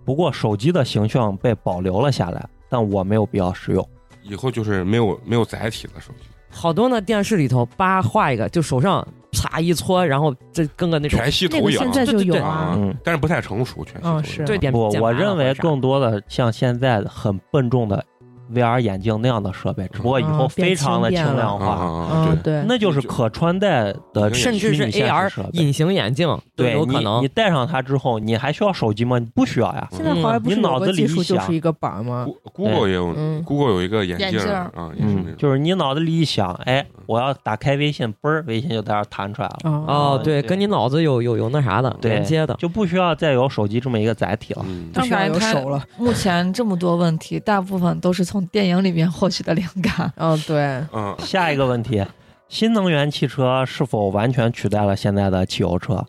C: 不过，手机的形象被保留了下来，但我没有必要使用。
A: 以后就是没有没有载体的手机，
E: 好多呢，电视里头叭画一个，就手上啪一搓，然后这跟个那种
A: 全息
D: 那
A: 投
D: 个
A: 影
D: 现在就
E: 对对对
D: 有
A: 啊
D: 啊，，
C: 嗯，
A: 但是不太成熟，全息投
D: 嗯
A: 影
D: 是
E: 对点
C: 啊我
E: 点
C: 我
E: 麻了
C: 认
E: 或
C: 为
E: 者啥
C: 更多的像现在很笨重的 VR 眼镜那样的设备，只不过以后
D: 嗯变
C: 非常的
D: 轻
C: 轻
D: 便了
C: 量
A: 啊
C: 化，
A: 啊，对，
D: 嗯对，
C: 那就是可穿戴的
A: 就
C: 虚
E: 甚
C: 拟
E: 至是
C: 现实设备。
E: AR 隐形眼镜都
C: 对
E: 有
C: 你
E: 可，能
C: 你。戴上它之后，你还需要手机吗？你不需要呀。
D: 现在华为不是
C: 你脑
D: 有
C: 子
D: 个
C: 里一
D: 技术就
C: 想
D: 是一个板儿吗？
A: Gu- Google 嗯也有
D: 嗯，
A: Google 有一个眼
H: 眼
A: 镜
H: 镜
A: 儿
H: 儿
A: 啊，也是那
C: 嗯，
A: 种。
C: 就是你脑子里一想，哎，我要打开微信，嘣儿，微信就在那儿弹出来了，
D: 哦，
E: 哦，对，
C: 啊对
E: 跟你脑子有有有那啥的
C: 对
E: 连接的，
C: 就不需要再有手机这么一个载体了。
A: 嗯
D: 不需要
B: 但
D: 有
B: 感觉它
D: 手了。
B: 目前这么多问题，大部分都是从电影里面获取的灵感。
D: 嗯，对，
A: 嗯，
C: 下一个问题，新能源汽车是否完全取代了现在的汽油车？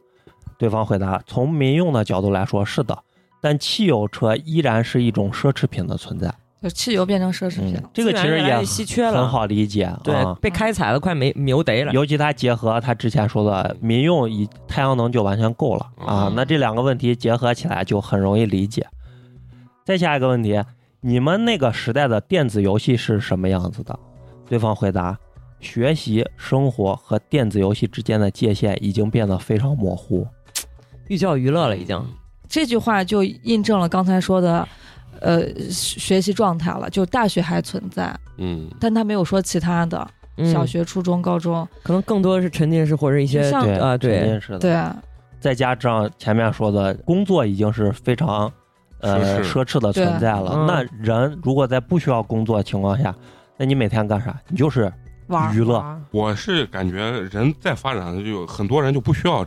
C: 对方回答：从民用的角度来说，是的，但汽油车依然是一种奢侈品的存在。
B: 就汽油变成奢侈品
C: 嗯
B: 了，，
C: 这个
E: 资
C: 其实
E: 源越来越
C: 也
E: 稀缺
C: 很
E: 了，
C: 好理解啊。
E: 对，被开采的快没没得了。
C: 尤其它结合它之前说
E: 嗯
C: 的民用以太阳能就完全够了啊
A: 嗯。
C: 那这两个问题结合起来就很容易理解。再下一个问题，你们那个时代的电子游戏是什么样子的？对方回答：学习、生活和电子游戏之间的界限已经变得非常模糊。
E: 寓教于乐了，已
A: 嗯
E: 经。
B: 这句话就印证了刚才说的，呃，学学习状态了。就大学还存在，
A: 嗯，
B: 但他没有说其他的，
E: 嗯
B: 小学、初中、高中，
E: 可能更多的是沉浸式或者一些
B: 就像
C: 对
E: 啊对
C: 肯定是的。
B: 对啊，
C: 再加上前面说的工作已经是非常呃
A: 奢
C: 奢侈的存在了
E: 对，嗯
C: 那人如果在不需要工作的情况下，那你每天干啥？你就是
B: 玩儿
C: 娱乐。
D: 啊
A: 我是感觉人再发展的就有很多人就不需要，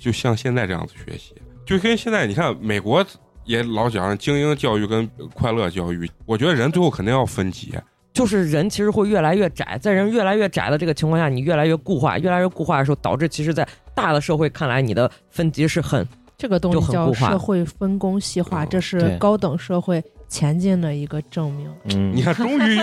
A: 就像现在这样子学习，就跟现在你看美国也老讲精英教育跟快乐教育，我觉得人最后肯定要分级。啊
E: 就是人其实会越来越窄，在人越来越窄的这个情况下，你越来越固化，越来越固化的时候，导致其实，在大的社会看来，你的分级是很
D: 这个东
E: 就
D: 西
E: 很
D: 叫
E: 固化
D: 社会分工细化，
A: 嗯
D: 这是
C: 对
D: 高等社会前进的一个证明。
C: 嗯
A: 你，看，终于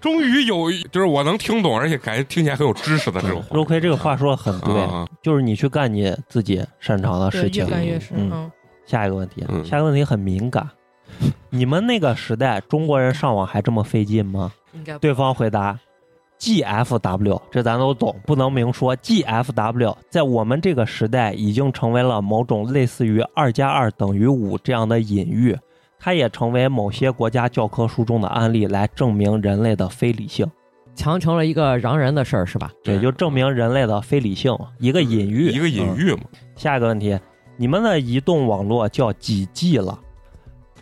A: 终于有，就是我能听懂，而且感觉听起来很有知识的这种话。
C: 肉亏这个话说的很对，
A: 啊，
C: 就是你去干你自己擅长的
D: 对，
C: 事
D: 越
C: 情。
D: 干越是，
C: 嗯
D: 嗯，
C: 下一个问题，
A: 嗯
C: 下一个问题很敏感。你们那个时代，中国人上网还这么费劲吗？
E: 应该
C: 对方回答：“GFW，这咱都懂，不能明说。GFW 在我们这个时代已经成为了某种类似于二加二等于五这样的隐喻，它也成为某些国家教科书中的案例来证明人类的非理性，
E: 强成了一个嚷人的事儿，是吧？
A: 对
C: 也 就证明人类的非理性，一个隐喻，
A: 一个隐
C: 嗯
A: 喻嘛，
C: 下一个问题，你们的移动网络叫几 G 了？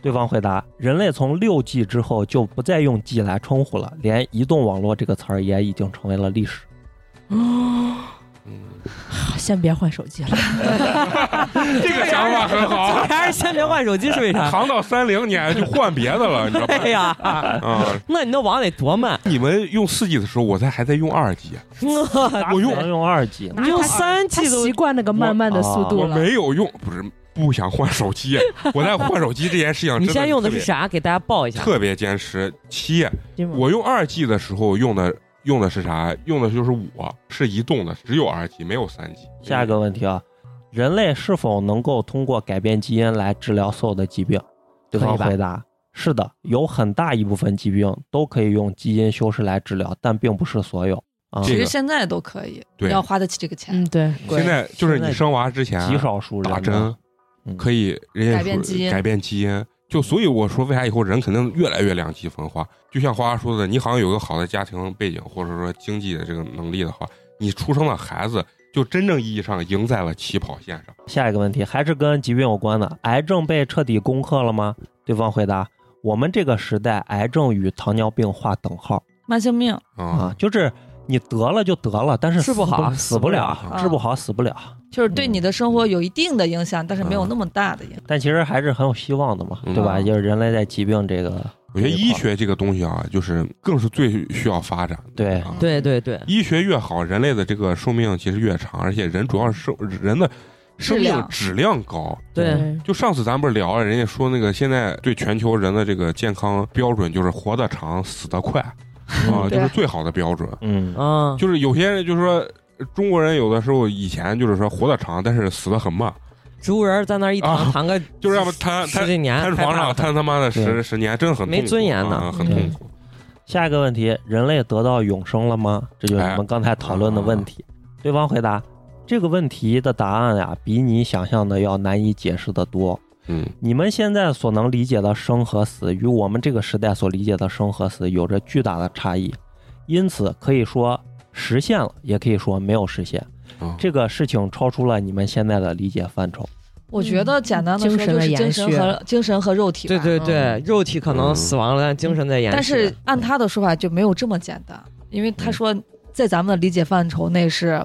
C: 对方回答：人类从六 G 之后就不再用 G 来称呼了，连移动网络这个词儿也已经成为了历史。
A: 嗯，
D: 先别换手机了。
A: 这个想法很好。
E: 还是先别换手机是为啥？
A: 扛到三零年就换别的了，你知道 吧
E: 哎？呀，
A: 啊，
E: 那你那网得 多慢？
A: 你们用四 G 的时候，我在还在用二啊 G，我用
C: 咱用二 G，
E: 你用三
D: 他
E: G 都
D: 习惯那个慢慢的速度
A: 我
D: 了。
A: 没有用，不是不想换手机，啊我在换手机这件事情，啊
E: 你现在用的是
A: 特别
E: 啥？给大家报一下。
A: 特别坚持。七，
D: 对吗
A: 我用二 G 的时候用的用的是啥？用的就是我是移动的，只有二 G，没有三 G。
C: 下一个问题啊，人类是否能够通过改变基因来治疗所有的疾病？对方
E: 可以吧
C: 回答：是的，有很大一部分疾病都可以用基因修饰来治疗，但并不是所有啊。
A: 这
B: 其
A: 个
B: 实现在都可以，
A: 对
B: 你要花得起这个钱。
D: 嗯，对，
A: 现在就是
C: 现在
A: 你生娃之前啊
C: 极少数人
A: 打针
C: 嗯
A: 可以，人家
H: 改变
A: 说
H: 基因
A: 改变基因。就所以我说，为啥以后人肯定越来越两极分化？就像花花说的，你好像有个好的家庭背景，或者说经济的这个能力的话，你出生了孩子，就真正意义上赢在了起跑线上。
C: 下一个问题还是跟疾病有关的，癌症被彻底攻克了吗？对方回答：我们这个时代，癌症与糖尿病划等号
B: 慢性病，
A: 啊
C: 啊，就是你得了就得了，但是
E: 治不好啊
C: 死不了
B: 不
E: 死，
B: 了
C: 治不好死不了。
B: 就是对你的生活有一定的影响，但是没有那么大的影
D: 嗯
B: 响。
C: 但其实还是很有希望的嘛，
A: 嗯
C: 对
E: 啊
C: 吧？就是人类在疾病这个，
A: 我觉得医学这个东西啊，就是更是最需要发展的。
C: 对
A: 啊，
E: 对对对，
A: 医学越好，人类的这个寿命其实越长，而且人主要是生人的生
B: 质
A: 命
B: 量
A: 质量高。
E: 对，
A: 就上次咱不是聊了，人家说那个现在对全球人的这个健康标准就是活得长，死得快啊，就是最好的标准。
C: 嗯，
E: 嗯，
A: 就是有些人就是说。呃中国人有的时候以前就是说活得长，但是死得很慢，
E: 植物人在那儿一
A: 啊
E: 躺躺个
A: 就是要不瘫
E: 十
A: 瘫
E: 几年，
A: 瘫床 上
E: 害怕
A: 瘫他妈的
C: 对
A: 十十年，真的很
E: 没
A: 痛苦
E: 尊严的
A: 啊很痛苦。
C: 下一个问题，人类得到永生了吗？这就是我们刚才讨论的问
A: 哎
C: 题。对方回答：这个问题的答案呀、比你想象的要难以解释的多。
A: 嗯
C: 你们现在所能理解的生和死，与我们这个时代所理解的生和死有着巨大的差异，因此可以说实现了，也可以说没有实现。
A: 啊，
C: 这个事情超出了你们现在的理解范畴。
B: 我觉得简单的
D: 精
B: 说就
D: 神的
B: 是
D: 延
B: 精神
D: 续
B: 和精神和肉体吧。
E: 对对对，肉体可能
A: 嗯
E: 死亡了，但精神在延续。
B: 但是按他的说法就没有这么简单，因为他说在咱们的理解范畴内是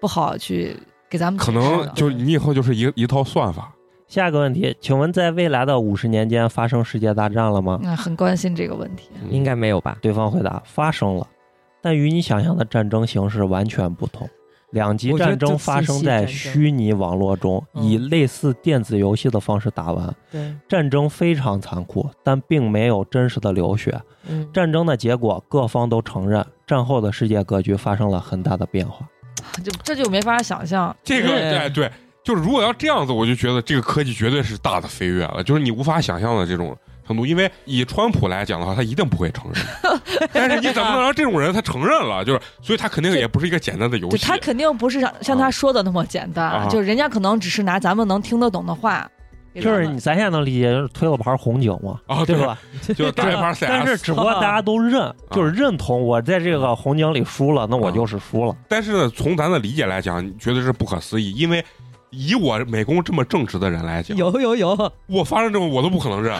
B: 不好去给咱们
A: 可
B: 解释
A: 能
B: 的
A: 就是你以后就是一一套算法，
C: 下一个问题，请问在未来的五十年间发生世界大战了吗？
B: 嗯很关心这个问题。
E: 应该没有吧？
C: 对方回答：发生了，但与你想象的战争形式完全不同。两极战争发生在虚拟网络中，
E: 嗯
C: 以类似电子游戏的方式打完。
E: 对，
C: 战争非常残酷，但并没有真实的流血。
E: 嗯，
C: 战争的结果，各方都承认，战后的世界格局发生了很大的变化。
B: 就这就没法想象。
A: 这
E: 对
A: 个哎对，就是如果要这样子，我就觉得这个科技绝对是大的飞跃了，就是你无法想象的这种程度。因为以川普来讲的话，他一定不会承认，但是你怎么能让这种人他承认了？就是，所以他肯定也不是一个简单的游
B: 对
A: 戏
B: 他。肯定不是像像他说的那么简单，
A: 啊
B: 就人家可能只是拿咱们能听得懂的话给咱
C: 就
B: 们，
C: 是咱现在能理解，就是推了盘红警嘛，
A: 啊，
C: 对啊
A: 对？
C: 吧？
A: 就打一盘啊 CS，
C: 但是只不过大家都认，就是认同我在这个红警里输了，那我
A: 啊
C: 就是输了。
A: 但是呢，从咱的理解来讲，绝对是不可思议，因为。以我美工这么正直的人来讲，
E: 有有有，
A: 我发生这种我都不可能认。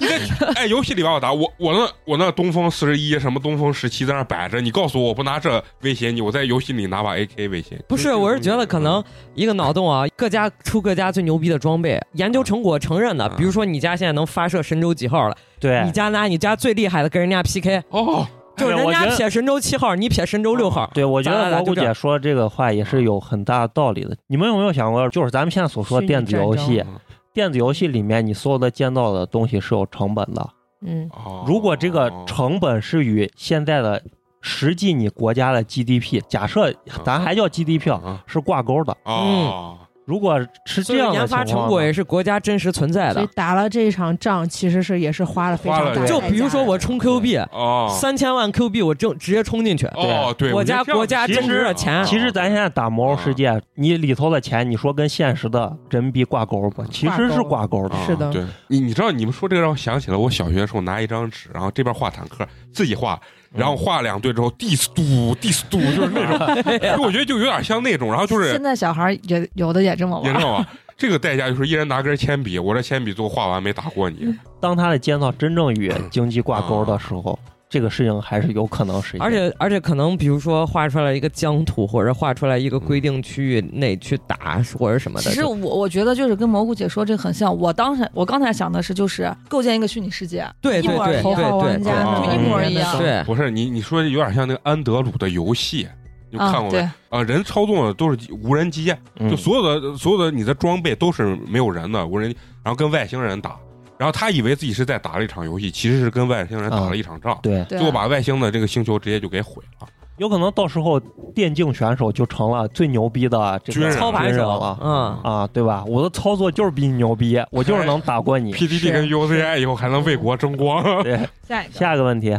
A: 你这哎，游戏里把我打，我我那我那东风四十一什么东风十七在那摆着，你告诉我我不拿这威胁你，我在游戏里拿把 AK 威胁你。
E: 不是，我是觉得可能一个脑洞啊，各家出各家最牛逼的装备，研究成果承认的，
A: 啊
E: 比如说你家现在能发射神舟几号了，
C: 对，
E: 你家拿你家最厉害的跟人家 PK，
A: 哦，
E: 就是
C: 哎
E: 人
C: 我觉
E: 家
C: 得
E: 撇神舟七号，你撇神舟六号，
C: 对，我觉
E: 咱
C: 得
E: 俩
C: 蘑菇
E: 就这
C: 姐
E: 样
C: 说这个话也是有很大的道理的。你们有没有想过，就是咱们现在所说的
D: 虚
C: 电
D: 拟
C: 子
D: 战
C: 游
D: 争
C: 戏
A: 嗯，
C: 电子游戏里面你所有的建造的东西是有成本的。
D: 嗯，
A: 哦
C: 如果这个成本是与现在的实际你国家的 GDP，假
A: 嗯
C: 设咱还叫 GDP 啊
A: 啊
C: 是挂钩的，
E: 嗯
A: 哦，
C: 如果是
E: 所以
C: 这样的
E: 研发
C: 情
E: 成
C: 况
E: 果
C: 呢
E: 也是国家真实存在
D: 所以
E: 的。
D: 打了这一场仗，其实是也是花了非
A: 花
D: 常
A: 了
D: 大的代价
E: 就
D: 的。
E: 比如说我充 Q 币，
A: 哦，
E: 三千万 Q 币我正直接充进去，
A: 哦，对，
E: 国
A: 我觉
E: 家
A: 得这样
E: 国家
A: 其实
E: 增值了钱啊
C: 其实咱现在打《魔兽世界》，你里头的钱，你说跟现实的人民币挂钩不？其实是挂钩的。
A: 啊
D: 是的
A: 对你你知道你们说这个让我想起了我小学的时候拿一张纸，然后这边画坦克，自己画，然后画两队之后 dis 嘟 dis 嘟，就是那种，就我觉得就有点像那种，然后就是
B: 现在小孩儿也有的也这么
A: 你
B: 玩
A: 知
B: 儿，
A: 道吗？这个代价就是一人拿根铅笔，我这铅笔最后画完没打过你，
C: 当它的建造真正与经济挂钩的时候，
A: 嗯
C: 这个事情还是有可能实现。
E: 而且而且可能比如说画出来一个疆土，或者画出来一个规定区域内去打或者什么
B: 其
E: 的。
B: 实
E: 啊就
B: 我我觉得就是跟蘑菇姐说这很像，我当时我刚才想的是就是构建一个虚拟世界，
E: 哎对
B: 一
E: 对
B: 模
E: 对
B: 儿
D: 头
E: 对
D: 号玩
E: 对嗯
D: 家
A: 哦
D: 那种
A: 一模
B: 儿一样
E: 对，
A: 不是你你说有点像那个安德鲁的游戏，你有
B: 啊
A: 看过没？
B: 对，
A: 啊，人操纵的都是无人机，
C: 嗯
A: 就所有的所有的你的装备都是没有人的无人，然后跟外星人打，然后他以为自己是在打了一场游戏，其实是跟外星人打了一场仗，
C: 对，
B: 对啊
A: 最后把外星的这个星球直接就给毁了。
C: 有可能到时候电竞选手就成了最牛逼的这
A: 军
C: 个
A: 人
E: 操盘
C: 军人
E: 手
C: 了，
E: 嗯，
C: 啊，对吧？我的操作就是比你牛逼，我就是能打 过你。
A: PDD 跟 UCI 以后还能为国争光，
C: 对，
B: 下一 个
C: 下一个问题，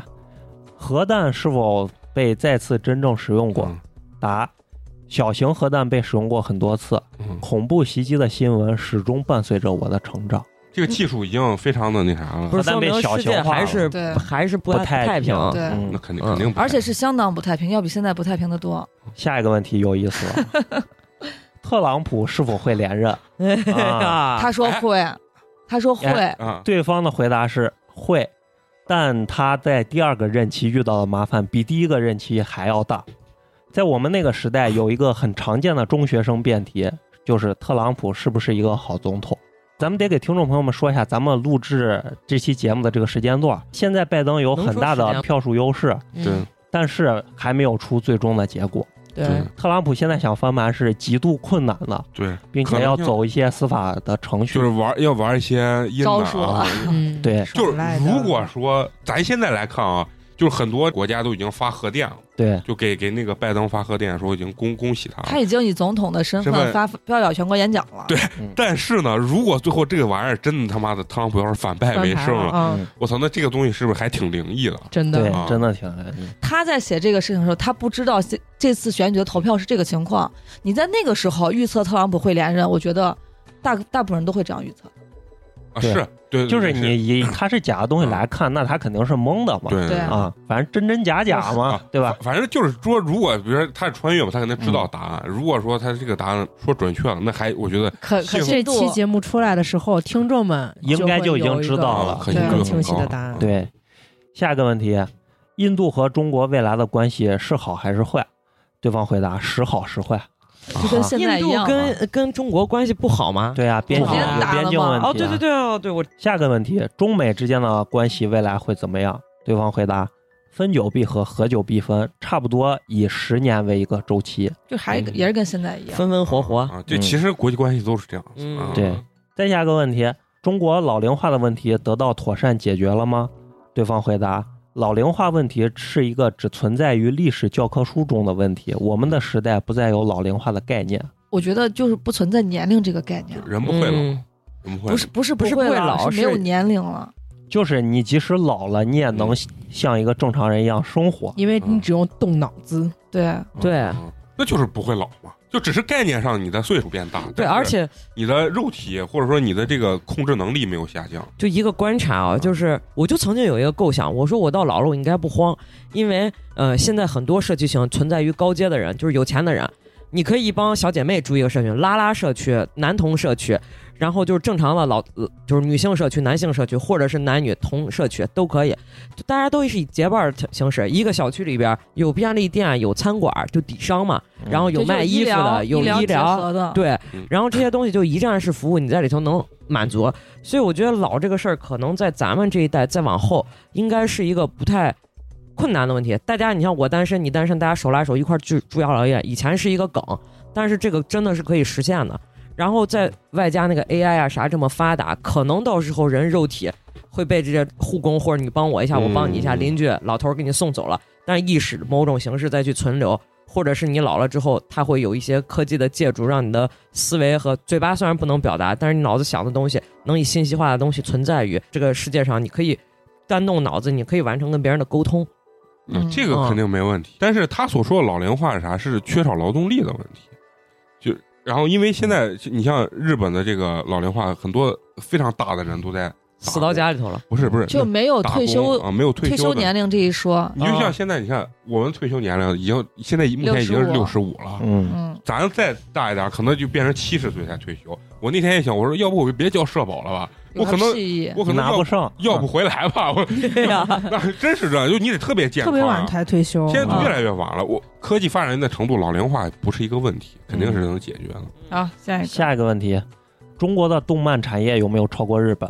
C: 核弹是否被再次真正使用过？
A: 嗯
C: 答：小型核弹被使用过很多次，
A: 嗯
C: 恐怖袭击的新闻始终伴随着我的成长。
A: 这个技术已经非常的那啥了
E: 不，是
C: 但
E: 说
C: 被
E: 明
C: 小
E: 世
C: 型
E: 界
C: 化
E: 还
C: 了
E: 是
B: 对
E: 还是不
C: 不
E: 太
C: 太
E: 平。
B: 对
A: 那
C: 嗯，
A: 肯定
E: 嗯
A: 肯定不太，
B: 而且是相当不太平，要比现在不太平的
E: 啊
B: 多。
C: 下一个问题有意思了， 特朗普是否会连任？啊、
E: 啊，
B: 他说会，他说会
C: 哎，
A: 啊，
C: 对方的回答是会，但他在第二个任期遇到的麻烦比第一个任期还要大。在我们那个时代，有一个很常见的中学生辩题，就是特朗普是不是一个好总统？咱们得给听众朋友们说一下，咱们录制这期节目的这个时间段，现在拜登有很大
E: 能说
C: 的
E: 时间
C: 票数优势，
E: 嗯
A: 对
C: 但是还没有出最终的结果。
D: 对
C: 特朗普现在想翻盘是极度困难的，
A: 对，
C: 并
A: 可
C: 且
A: 能
C: 要
A: 性
C: 走一些司法的程序。
A: 就是玩要玩一些阴
B: 招
A: 的
B: 数
A: 啊
B: 了，
D: 嗯，
C: 对
D: 耍
A: 就是
D: 赖的
A: 如果说咱现在来看啊，就是很多国家都已经发核电了，
C: 对，
A: 就给给那个拜登发核电说已经恭恭喜他了。
B: 他已经以总统的身
A: 身份
B: 份发发表全国演讲了。
A: 对但是呢，如果最后这个玩意儿真的他妈的特朗普要是反败
D: 翻
A: 为
D: 盘
A: 胜
D: 了
A: 了，
D: 啊，
C: 嗯
A: 我操，那这个东西是不是还挺灵异的？
D: 真
C: 对
D: 的，
A: 啊，
C: 真的挺难。
B: 他在写这个事情的时候，他不知道这这次选举的投票是这个情况。你在那个时候预测特朗普会连任，我觉得大大部分人都会这样预测。
A: 啊，
C: 对
A: 是对，对
C: 就是你以他是假的东西来看，那他肯定是蒙的嘛。
A: 对
G: 对
C: 啊，反正真真假假嘛
A: 啊，
C: 对吧？
A: 反正就是说，如果比如说他是穿越嘛，他肯定知道答案。如果说他这个答案说准确了，那还我觉得
G: 可
A: 幸
G: 可
A: 福
D: 这
G: 信度
D: 期节目出来的时候，听众们
C: 应该就
D: 就
C: 已经知道了
A: 啊可
D: 对
A: 信度
D: 更
A: 很
D: 清晰
A: 高
D: 的答案。
C: 对，下一个问题，印度和中国未来的关系是好还是坏？对方回答时好时坏。
B: 就跟现在
E: 啊印
B: 一
E: 度
B: 样。
E: 跟呃跟中国关系不好吗？
C: 对啊，边境
B: 昨天
C: 有
B: 打
C: 边
B: 了
C: 境
B: 吗
C: 问题、啊。
E: 哦，对对。对哦，对我
C: 下个问题，中美之间的关系未来会怎么样？对方回答：分久必合，合久必分，差不多以十年为一个周期。
B: 就还是也是跟现在一样。
E: 分分活活，
A: 啊，这其实国际关系都是这样。
E: 嗯
A: 啊
C: 对再下个问题，中国老龄化的问题得到妥善解决了吗？对方回答：老龄化问题是一个只存在于历史教科书中的问题，我们的时代不再有老龄化的概念。
B: 我觉得就是不存在年龄这个概念，
A: 人不会老，
E: 嗯
A: 人不会
B: 不
A: 老
B: 是不是
E: 不是
B: 会
E: 不会老
B: 是没有
E: 是
B: 年龄了。
C: 就是你即使老了，你也能
A: 嗯
C: 像一个正常人一样生活。
D: 因为你只用动脑子，
B: 对，
E: 对
A: 嗯那就是不会老嘛，就只是概念上你的岁数变大，
E: 对，
A: 但是
E: 而且
A: 你的肉体或者说你的这个控制能力没有下降。
E: 就一个观察啊，就是我就曾经有一个构想，我说我到老了我应该不慌，因为呃现在很多社区型存在于高阶的人，就是有钱的人，你可以一帮小姐妹住一个社群，拉拉社区、男童社区，然后就是正常的老呃就是女性社区、男性社区，或者是男女同社区都可以，就大家都是以结伴儿形式，一个小区里边有便利店、有餐馆，就底商嘛，然后
B: 嗯
E: 有
B: 这就是
E: 卖
B: 医
E: 衣服
B: 疗
E: 的，有
B: 医
E: 医
B: 结
E: 疗
B: 合的，
E: 对
A: 嗯，
E: 然后这些东西就一站式服务，你在里头能满足。所以我觉得老这个事儿，可能在咱们这一代再往后，应该是一个不太困难的问题。大家，你像我单身，你单身，大家手拉手一块儿去住养老院，以前是一个梗，但是这个真的是可以实现的。然后再外加那个 AI 啊啥这么发达，可能到时候人肉体会被这些护工或者你帮我一下，我帮你一下，
A: 嗯
E: 邻居老头儿给你送走了，但是意识某种形式再去存留，或者是你老了之后，它会有一些科技的借助，让你的思维和嘴巴虽然不能表达，但是你脑子想的东西能以信息化的东西存在于这个世界上，你可以单动脑子，你可以完成跟别人的沟通。
A: 嗯，
B: 嗯
A: 这个肯定没问题。但是他所说的老龄化是啥？是缺少劳动力的问题。就然后，因为现在就你像日本的这个老龄化，很多非常大的人都在
E: 死到家里头了，
A: 不是不是
B: 就没有
A: 打
B: 退
A: 工
B: 休
A: 啊，没有退
B: 退休
A: 的
B: 年龄这一说。
A: 你就像现在，你看我们退休年龄已经现在目前已经是六十
B: 65
A: 五了，
C: 嗯，
B: 嗯，
A: 咱再大一点，可能就变成七十岁才退休。我那天也想，我说要不我就别交社保了吧，
B: 有
A: 我可
B: 啥
A: 能
B: 屁意？
A: 我可能
C: 拿
A: 要
C: 不上，
A: 要不回来吧，我
E: 对呀、
A: 那真是这样，就你得特别健
D: 特
A: 康
D: 别晚
A: 啊。
D: 才退休。
A: 现在
D: 啊
A: 越来越晚了，我科技发展的程度，老龄化不是一个问题，肯定是能解决的。
B: 好，下 一个。
C: 嗯下一个问题，中国的动漫产业有没有超过日本？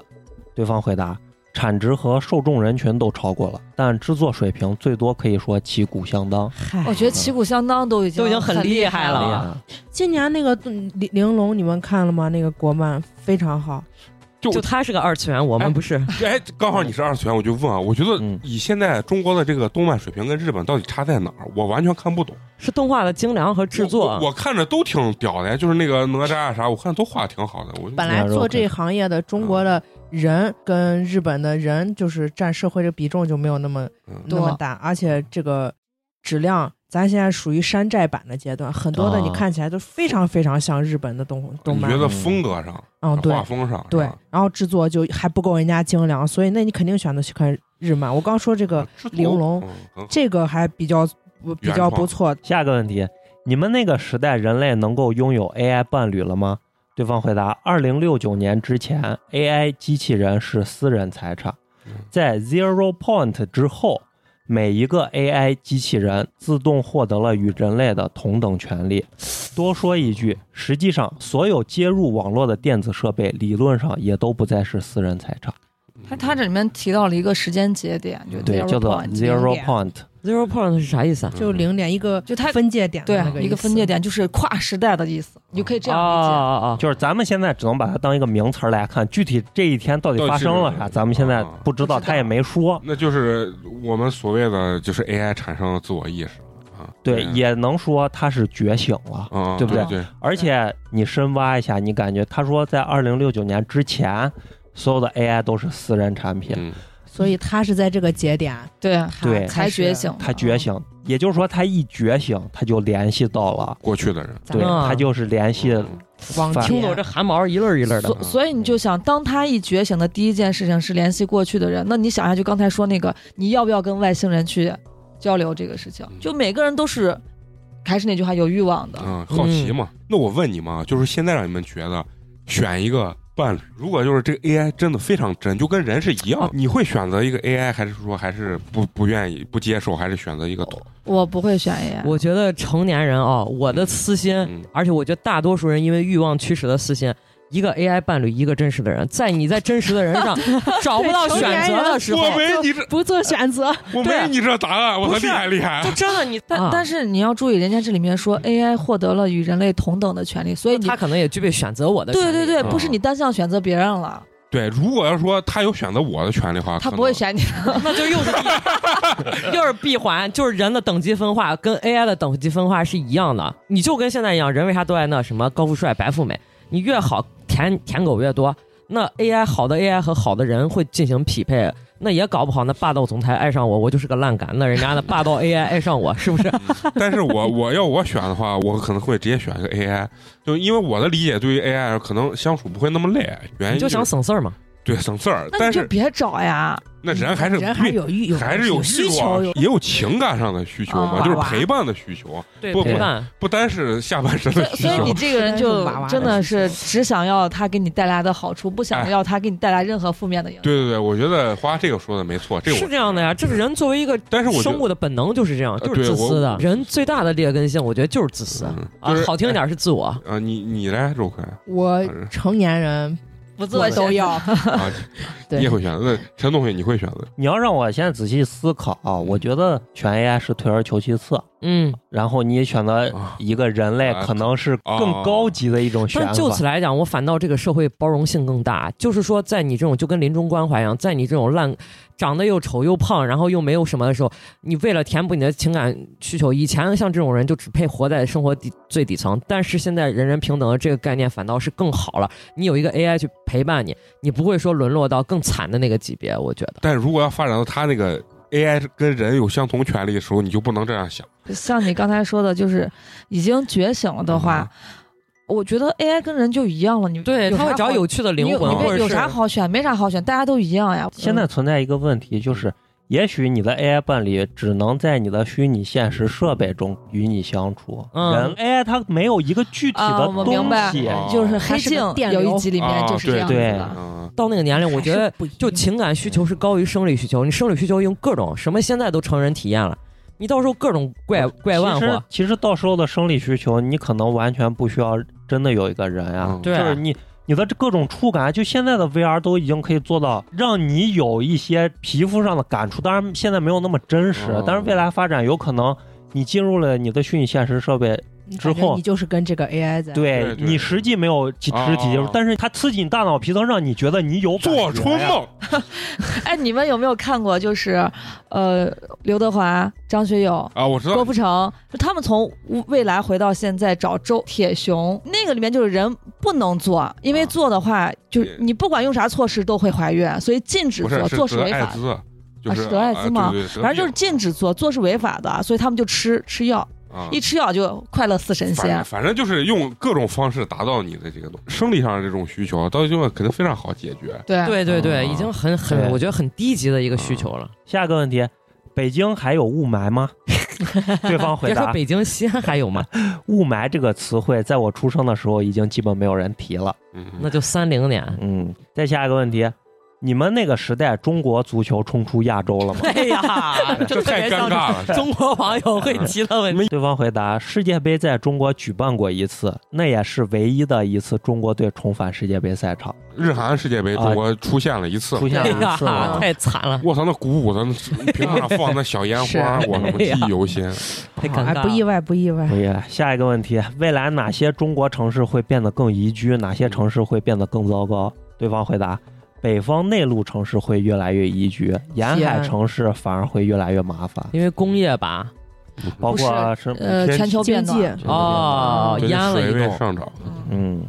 C: 对方回答：产值和受众人群都超过了，但制作水平最多可以说旗鼓相当。
D: 嗨
B: 我觉得旗鼓相当都已经
E: 都已经很
B: 很
E: 厉害
B: 害
E: 了
B: 了。
E: 啊
D: 今年那个嗯玲玲珑你们看了吗？那个国漫非常好，
A: 就
E: 就他是个二次元，我们不是。
A: 哎，刚好你是二次元，我就问啊，我觉得
C: 嗯
A: 以现在中国的这个动漫水平跟日本到底差在哪儿，我完全看不懂。
E: 是动画的精良和制
A: 我
C: 啊
E: 作。
A: 我我看着都挺屌的，就是那个哪吒啊啥，我看都画得挺好的。我就
D: 本来做这行业的中国
A: 嗯
D: 的人跟日本的人，就是占社会的比重就没有那么
A: 嗯
D: 那么
B: 多
D: 大，而且这个质量，咱现在属于山寨版的阶段，很多的
C: 啊
D: 你看起来都非常非常像日本的动动
A: 你
D: 漫
A: 觉，得风格上、
D: 嗯，对
A: 画啊风上，
D: 对
A: 是吧，
D: 然后制作就还不够人家精良，所以那你肯定选择去看日漫。我刚说这个
A: 呃制作
D: 玲珑
A: 嗯很好
D: 这个还比较比较不错，
C: 下一个问题，你们那个时代人类能够拥有 AI 伴侣了吗？对方回答：二零六九年之前，AI 机器人是私人财产，在 Zero Point 之后，每一个 AI 机器人自动获得了与人类的同等权利。多说一句，实际上所有接入网络的电子设备，理论上也都不再是私人财产，
B: 他他这里面提到了一个时间节点，就
C: 嗯对，
B: 0
C: 叫做
B: point
C: Zero
B: 0.1
C: Point。
E: Zero Point 是啥意思啊？
A: 嗯
D: 就零点一个
B: 就它
D: 分界点的
B: 对
D: 那
B: 一
D: 个
B: 个
D: 意思
B: 分界点，就是跨时代的意思，你就可以这样理解。
E: 哦哦哦，
C: 就是咱们现在只能把它当一个名词儿来看，具体这一天到底发生了
A: 到
C: 啥，
A: 底是
C: 咱们现在
A: 啊
C: 不知道，他也没说。
A: 那就是我们所谓的就是 AI 产生了自我意识啊，
C: 对，也能说他是觉醒了，
A: 啊，
C: 对不
A: 对
C: 对？
A: 对，
C: 而且你深挖一下，你感觉他说在二零六九年之前，所有的 AI 都是私人产品，
A: 嗯，
D: 所以他是在这个节点，
B: 对，
D: 他
C: 对
B: 才觉醒，
C: 他觉醒，也就是说他一觉醒他就联系到了，
A: 过去的人，
C: 对，
E: 啊
C: 他就是联系
A: 嗯
D: 往
C: 反
D: 前
E: 听得我这汗毛一愣一愣的。嗯
B: 所所以你就想，当他一觉醒的第一件事情是联系过去的人，那你想一下，就刚才说那个，你要不要跟外星人去交流这个事情
A: 嗯？
B: 就每个人都是，还是那句话，有欲望的。
A: 嗯，好奇嘛。那我问你们啊，就是现在让你们觉得选一个伴侣，如果就是这个 AI 真的非常真，就跟人是一
C: 哦
A: 样，你会选择一个 AI，还是说还是不不愿意不接受，还是选择一个
C: 哦
A: 同？
B: 我不会选 AI，
E: 我觉得成年人啊，我的私心，
A: 嗯，
E: 而且我觉得大多数人因为欲望驱使的私心，一个 AI 伴侣，一个真实的人，在你在真实的人上找不到选择的时候
A: 我，没你这，
D: 不做选择，
A: 我没你这答案，我
E: 不
A: 操，
E: 是
A: 厉害厉害
E: 就！真的你，
B: 但、
E: 啊
B: 但是你要注意，人家这里面说 AI 获得了与人类同等的权利，所以你
E: 他可能也具备选择我的权利。啊
B: 对对对，
A: 嗯
B: 不是你单向选择别人了，
A: 对，如果要说他有选择我的权利的话，
B: 他
A: 可
B: 不会
A: 能
B: 选你。
E: 那就又是闭 又是闭环，就是人的等级分化跟 AI 的等级分化是一样的。你就跟现在一样，人为啥都爱那什么高富帅、白富美？你越好舔舔狗越多，那 AI 好的 AI 和好的人会进行匹配，那也搞不好那霸道总裁爱上我，我就是个烂杆子，那人家的霸道 AI 爱上 我，是不是？
A: 但是我我要我选的话，我可能会直接选一个 AI，就因为我的理解对于 AI 可能相处不会那么累，原
E: 你
A: 因
E: 就是想省事儿嘛。
A: 对省事儿，
B: 那
A: 但
B: 你就是别找呀，
A: 那 人还是
D: 人还是有欲，
A: 还是有
D: 需
A: 欲
D: 求
A: 望，
D: 有。
A: 也有情感上的需求嘛，
B: 啊
A: 就是陪伴的需求，
E: 对
A: 不
E: 不但
A: 不单是下半身
B: 所
A: 的
B: 以
A: 需
B: 所以你
A: 求。
B: 这个人就真的是只想要他给你带来的好处，不
E: 哎
B: 想要他给你带来任何负面的影响。
A: 对对对，我觉得花这个说的没错，这个
E: 是
A: 我
E: 这样的呀，这是人作为一个
A: 但是我觉
E: 生
A: 得
E: 物的本能就是这样，
A: 呃
E: 就是自
A: 对我
E: 私的。人最大的劣根性，我觉得就是自私
A: 嗯
E: 啊
A: 就是，
E: 好听一点是自我。
A: 啊，你你来，周坤
D: 我成年人
B: 不
D: 我
B: 做
D: 都要，
A: 啊，
D: 对
A: 你也会选择？那陈同学你会选择？
C: 你要让我现在仔细思考啊，
A: 嗯
C: 我觉得选 AI 是退而求其次，
E: 嗯，
C: 然后你选择
A: 啊
C: 一个人类
A: 啊，
C: 可能是更高级的一种选法。
E: 但就此来讲，我反倒这个社会包容性更大。就是说，在你这种就跟临终关怀一样，在你这种烂、长得又丑又胖，然后又没有什么的时候，你为了填补你的情感需求，以前像这种人就只配活在生活底最底层。但是现在人人平等的这个概念反倒是更好了。你有一个 AI 去陪伴你，你不会说沦落到更惨的那个级别。我觉得，
A: 但如果要发展到他那个 AI 跟人有相同权利的时候，你就不能这样想。
B: 像你刚才说的，就是已经觉醒了的话，
D: 嗯
B: 我觉得 AI 跟人就一样了。你有啥
E: 他会找
B: 好
E: 有趣的灵
B: 你有
E: 魂，
B: 你
E: 或
B: 别
E: 者
B: 有
E: 是
B: 啥好选？没啥好选，大家都一样呀。
C: 现
E: 嗯
C: 在存在一个问题，就是也许你的 AI 伴侣只能在你的虚拟现实设备中与你相处，
E: 嗯
C: 人 AI 它没有一个具体的
B: 啊我
C: 东
B: 明白
C: 西。
A: 哦
B: 就是黑
D: 还是
B: 镜
D: 个电
B: 有
D: 流
B: 一集里面
A: 啊
B: 就是这样子
C: 对
B: 的。
A: 嗯，
E: 到那个年龄，我觉得
D: 还是不一样
E: 就情感需求是高于生理需求，你生理需求用各种什么，现在都成人体验了，你到时候各种
A: 哦
E: 怪怪万
C: 其实
E: 货，
C: 其实到时候的生理需求，你可能完全不需要真的有一个人
B: 啊
C: 呀、
A: 嗯
E: 对啊
C: 就是你你的这各种触感，就现在的 VR 都已经可以做到让你有一些皮肤上的感触，当然现在没有那么真实，
E: 哦
A: 嗯
C: 但是未来发展有可能。你进入了你的虚拟现实设备，
D: 你
C: 之
D: 感觉
C: 后
D: 你就是跟这个 AI 在
A: 对
C: 对
A: 对
C: 你实际没有体
A: 啊
C: 实体接触
A: 啊，
C: 但是它刺激你大脑皮层，让你觉得你有感
A: 做
C: 觉
A: 春
C: 呀。
B: 啊
A: 梦，
B: 哎，你们有没有看过？就是，呃，刘德华、张学友、
A: 啊，我知道
B: 郭富城，就他们从未来回到现在找周铁熊，那个里面就是人不能做，
A: 啊
B: 因为做的话，就是你不管用啥措施都会怀孕，所以禁止
A: 不是
B: 做，做
A: 是
B: 是
A: 得
B: 违
A: 艾
B: 法的。
A: 滋，就是
B: 啊是得艾滋吗
A: 啊对对得
B: 反正就
A: 病
B: 是禁止做，做是违法的，所以他们就吃吃药，
A: 啊
B: 一吃药就快乐似神仙
A: 反。反正就是用各种方式达到你的这个东生理上的这种需求，到最后肯定非常好解决。
B: 对，
E: 对对对，
A: 嗯
E: 已经很很，
C: 对
E: 我觉得很低级的一个需求了。
C: 下个问题，北京还有雾霾 吗？对方回
E: 别说
C: 答：
E: 北京、西安还有吗？
C: 雾霾这个词汇，在我出生的时候已经基本没有人提了。
A: 嗯，
E: 那就三零 年。
C: 嗯，再下一个问题，你们那个时代中国足球冲出亚洲 了吗？
E: 哎 呀，
A: 这太尴尬了。
E: 中国网友会提的问题。
C: 对方回答：世界杯在中国举办过一次，那也是唯一的一次中国队重返世界杯赛场，
A: 日韩世界杯
B: 啊
A: 中国出现了一次，
C: 出现
E: 哎
C: 了一
E: 呀
C: 次啊了。，
E: 太惨了，
A: 我操，那鼓 舞的那屏幕上放那小烟
D: 是
A: 花，我他妈记
E: 哎呀
A: 忆犹 新。
E: 太
D: 啊
E: 尴
D: 哎
E: 尬。
D: 不意外，不意外
C: 哎。呀，下一个问题，未来哪些中国城市会变得更宜居？哪
B: 嗯
C: 些城市会变得更糟糕？对方回答：北方内陆城市会越来越宜居，沿海
D: 天
C: 城市反而会越来越麻烦，
E: 因为工业吧，
C: 包
B: 不是
C: 括是
B: 呃，
A: 天气
B: 全球变
D: 经济
B: 暖，
E: 哦，
A: 嗯对
E: 淹了
A: 水
E: 一
A: 位
E: 栋。
A: 上涨，
C: 嗯，